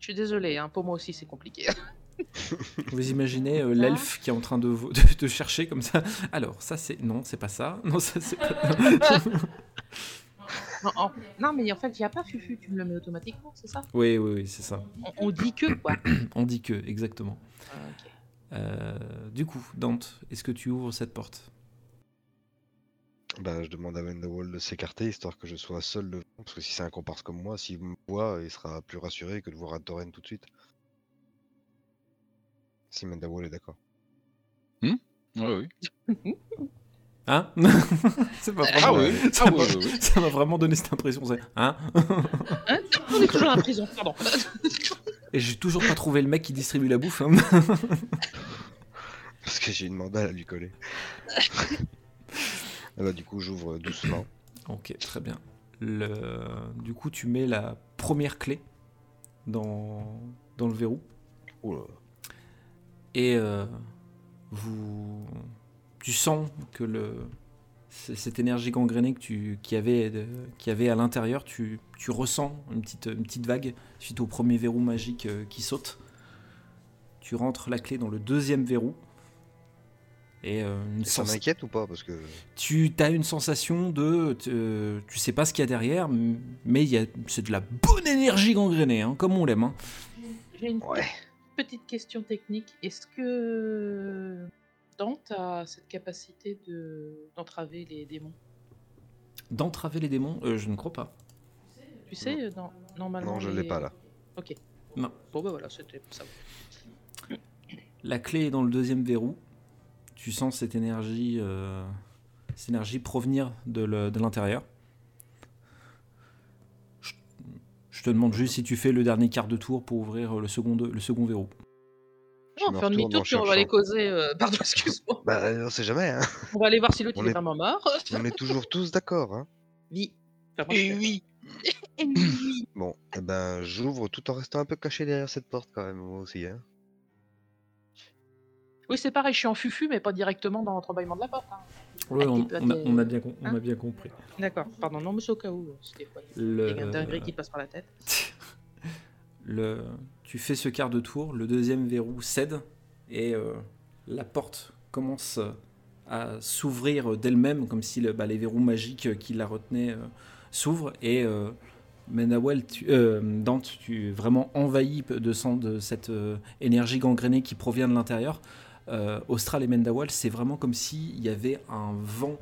Speaker 6: Je suis désolée, hein, pour moi aussi c'est compliqué.
Speaker 2: vous imaginez euh,
Speaker 6: Ça.
Speaker 2: l'elfe qui est en train de, vo- de, de chercher comme ça. Alors ça c'est non, c'est pas ça. Non ça c'est. Pas...
Speaker 6: Non, en- non, mais en fait, il n'y a pas Fufu, tu me le mets automatiquement, c'est ça
Speaker 2: Oui, oui, oui, c'est ça.
Speaker 6: on, on dit que, quoi.
Speaker 2: On dit que, exactement.
Speaker 6: Ah, ok.
Speaker 2: Euh, du coup, Dante, est-ce que tu ouvres cette porte
Speaker 5: Bah, je demande à Mendawall de s'écarter histoire que je sois seul devant. Parce que si c'est un comparse comme moi, s'il me voit, il sera plus rassuré que de voir un Torren tout de suite. Si Mendawall est d'accord.
Speaker 4: Ouais, oui.
Speaker 2: Hein C'est pas
Speaker 4: Ah
Speaker 2: vrai.
Speaker 4: oui.
Speaker 2: Ça
Speaker 4: Ah
Speaker 2: m'a-
Speaker 4: oui, oui, oui.
Speaker 2: Ça m'a vraiment donné cette impression. c'est- Hein
Speaker 6: Hein on est toujours à la prison, pardon.
Speaker 2: Et j'ai toujours pas trouvé le mec qui distribue la bouffe. hein.
Speaker 5: Parce que j'ai une mandale à lui coller. Ah bah, du coup, j'ouvre doucement.
Speaker 2: Ok, très bien. Le- Du coup, tu mets la première clé dans, dans le verrou.
Speaker 5: Oula.
Speaker 2: Et euh, vous... tu sens que le... c- cette énergie gangrénée que tu... qu'il y avait, de- qu'il y avait à l'intérieur, tu... tu ressens une petite... une petite vague suite au premier verrou magique euh, qui saute. Tu rentres la clé dans le deuxième verrou. Et euh, une
Speaker 5: Ça
Speaker 2: sensation
Speaker 5: m'inquiète ou pas Parce que.
Speaker 2: tu as une sensation de euh, tu sais pas ce qu'il y a derrière m- mais il y a c'est de la bonne énergie gangrénée hein, comme on l'aime hein.
Speaker 6: J'ai une
Speaker 5: Ouais.
Speaker 6: petite question technique. Est-ce que Dante a cette capacité de d'entraver les démons
Speaker 2: d'entraver les démons euh, je ne crois pas
Speaker 6: Tu sais, dans- normalement.
Speaker 5: Non, je l'ai
Speaker 6: les-
Speaker 5: pas là.
Speaker 6: Bon, bah voilà, c'était pour ça.
Speaker 2: la clé est dans le deuxième verrou tu sens cette énergie euh, cette énergie provenir de le- de l'intérieur je, je te demande juste si tu fais le dernier quart de tour pour ouvrir euh, le second de- le second verrou
Speaker 5: Je
Speaker 6: on
Speaker 5: me
Speaker 6: fait un
Speaker 5: retourne en
Speaker 6: demi-tour, puis on va
Speaker 5: cherchant.
Speaker 6: aller causer. euh, pardon, excuse-moi.
Speaker 5: Bah, on sait jamais, hein.
Speaker 6: On va aller voir si l'autre
Speaker 5: On
Speaker 6: il est
Speaker 5: est-
Speaker 6: vraiment mort.
Speaker 5: On est toujours tous d'accord, hein.
Speaker 6: Oui. Enfin, moi, je
Speaker 4: Et
Speaker 6: suis-
Speaker 4: oui.
Speaker 6: Eh oui.
Speaker 5: Bon, eh ben, j'ouvre tout en restant un peu caché derrière cette porte quand même, moi aussi, hein.
Speaker 6: Oui, c'est pareil, je suis en fufu, mais pas directement dans l'entrebâillement de la porte. hein.
Speaker 2: Ouais, on,
Speaker 6: petit peu
Speaker 2: on a,
Speaker 6: des-
Speaker 2: on a bien com- on
Speaker 6: Hein
Speaker 2: a bien compris
Speaker 6: D'accord, pardon, non, mais c'est au cas où. euh, C'était quoi
Speaker 2: Le-
Speaker 6: Il y a un dinguerie qui te passe par la tête.
Speaker 2: Le- tu fais ce quart de tour, le deuxième verrou cède et euh, la porte commence euh, à s'ouvrir d'elle-même, comme si le- bah, les verrous magiques euh, qui la retenaient euh, s'ouvrent. Et euh, Menawel, tu, euh, Dante, tu es vraiment envahi de, sang- de cette euh, énergie gangrénée qui provient de l'intérieur. Euh, Austral et Mendawal, c'est vraiment comme s'il y avait un vent,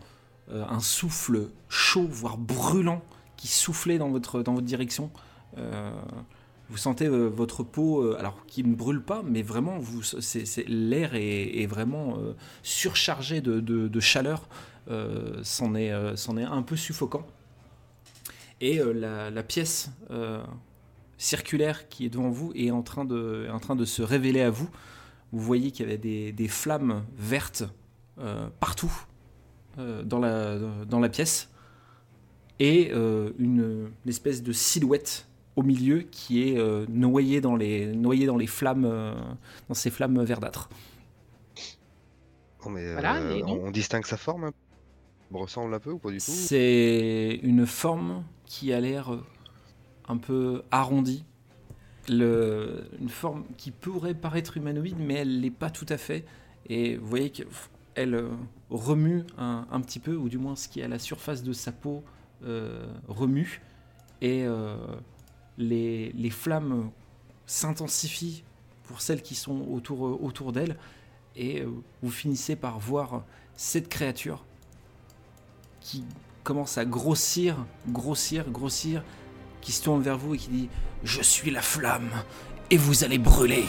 Speaker 2: euh, un souffle chaud, voire brûlant, qui soufflait dans votre, dans votre direction. Euh, vous sentez euh, votre peau, euh, alors qui ne brûle pas, mais vraiment, vous, c'est, c'est- l'air est, est vraiment euh, surchargé de, de- de chaleur. Euh, c'en, est, euh, c'en est un peu suffocant. Et euh, la, la pièce euh, circulaire qui est devant vous est en train de, est en train de se révéler à vous. Vous voyez qu'il y avait des, des flammes vertes euh, partout euh, dans, la, dans la pièce. Et euh, une, une espèce de silhouette au milieu qui est euh, noyé dans les noyé dans les flammes euh, dans ces flammes verdâtres.
Speaker 5: Bon, mais
Speaker 6: Voilà,
Speaker 5: euh,
Speaker 6: mais non.
Speaker 5: on, on distingue sa forme un peu Me ressemble un peu ou pas du tout
Speaker 2: C'est une forme qui a l'air euh, un peu arrondie. Le, une forme qui pourrait paraître humanoïde, mais elle l'est pas tout à fait. Et vous voyez qu'elle remue un, un petit peu, ou du moins ce qui est à la surface de sa peau euh, remue. Et euh, les, les flammes s'intensifient pour celles qui sont autour, euh, autour d'elle. Et euh, vous finissez par voir cette créature qui commence à grossir, grossir, grossir, qui se tourne vers vous et qui dit Je suis la flamme et vous allez brûler.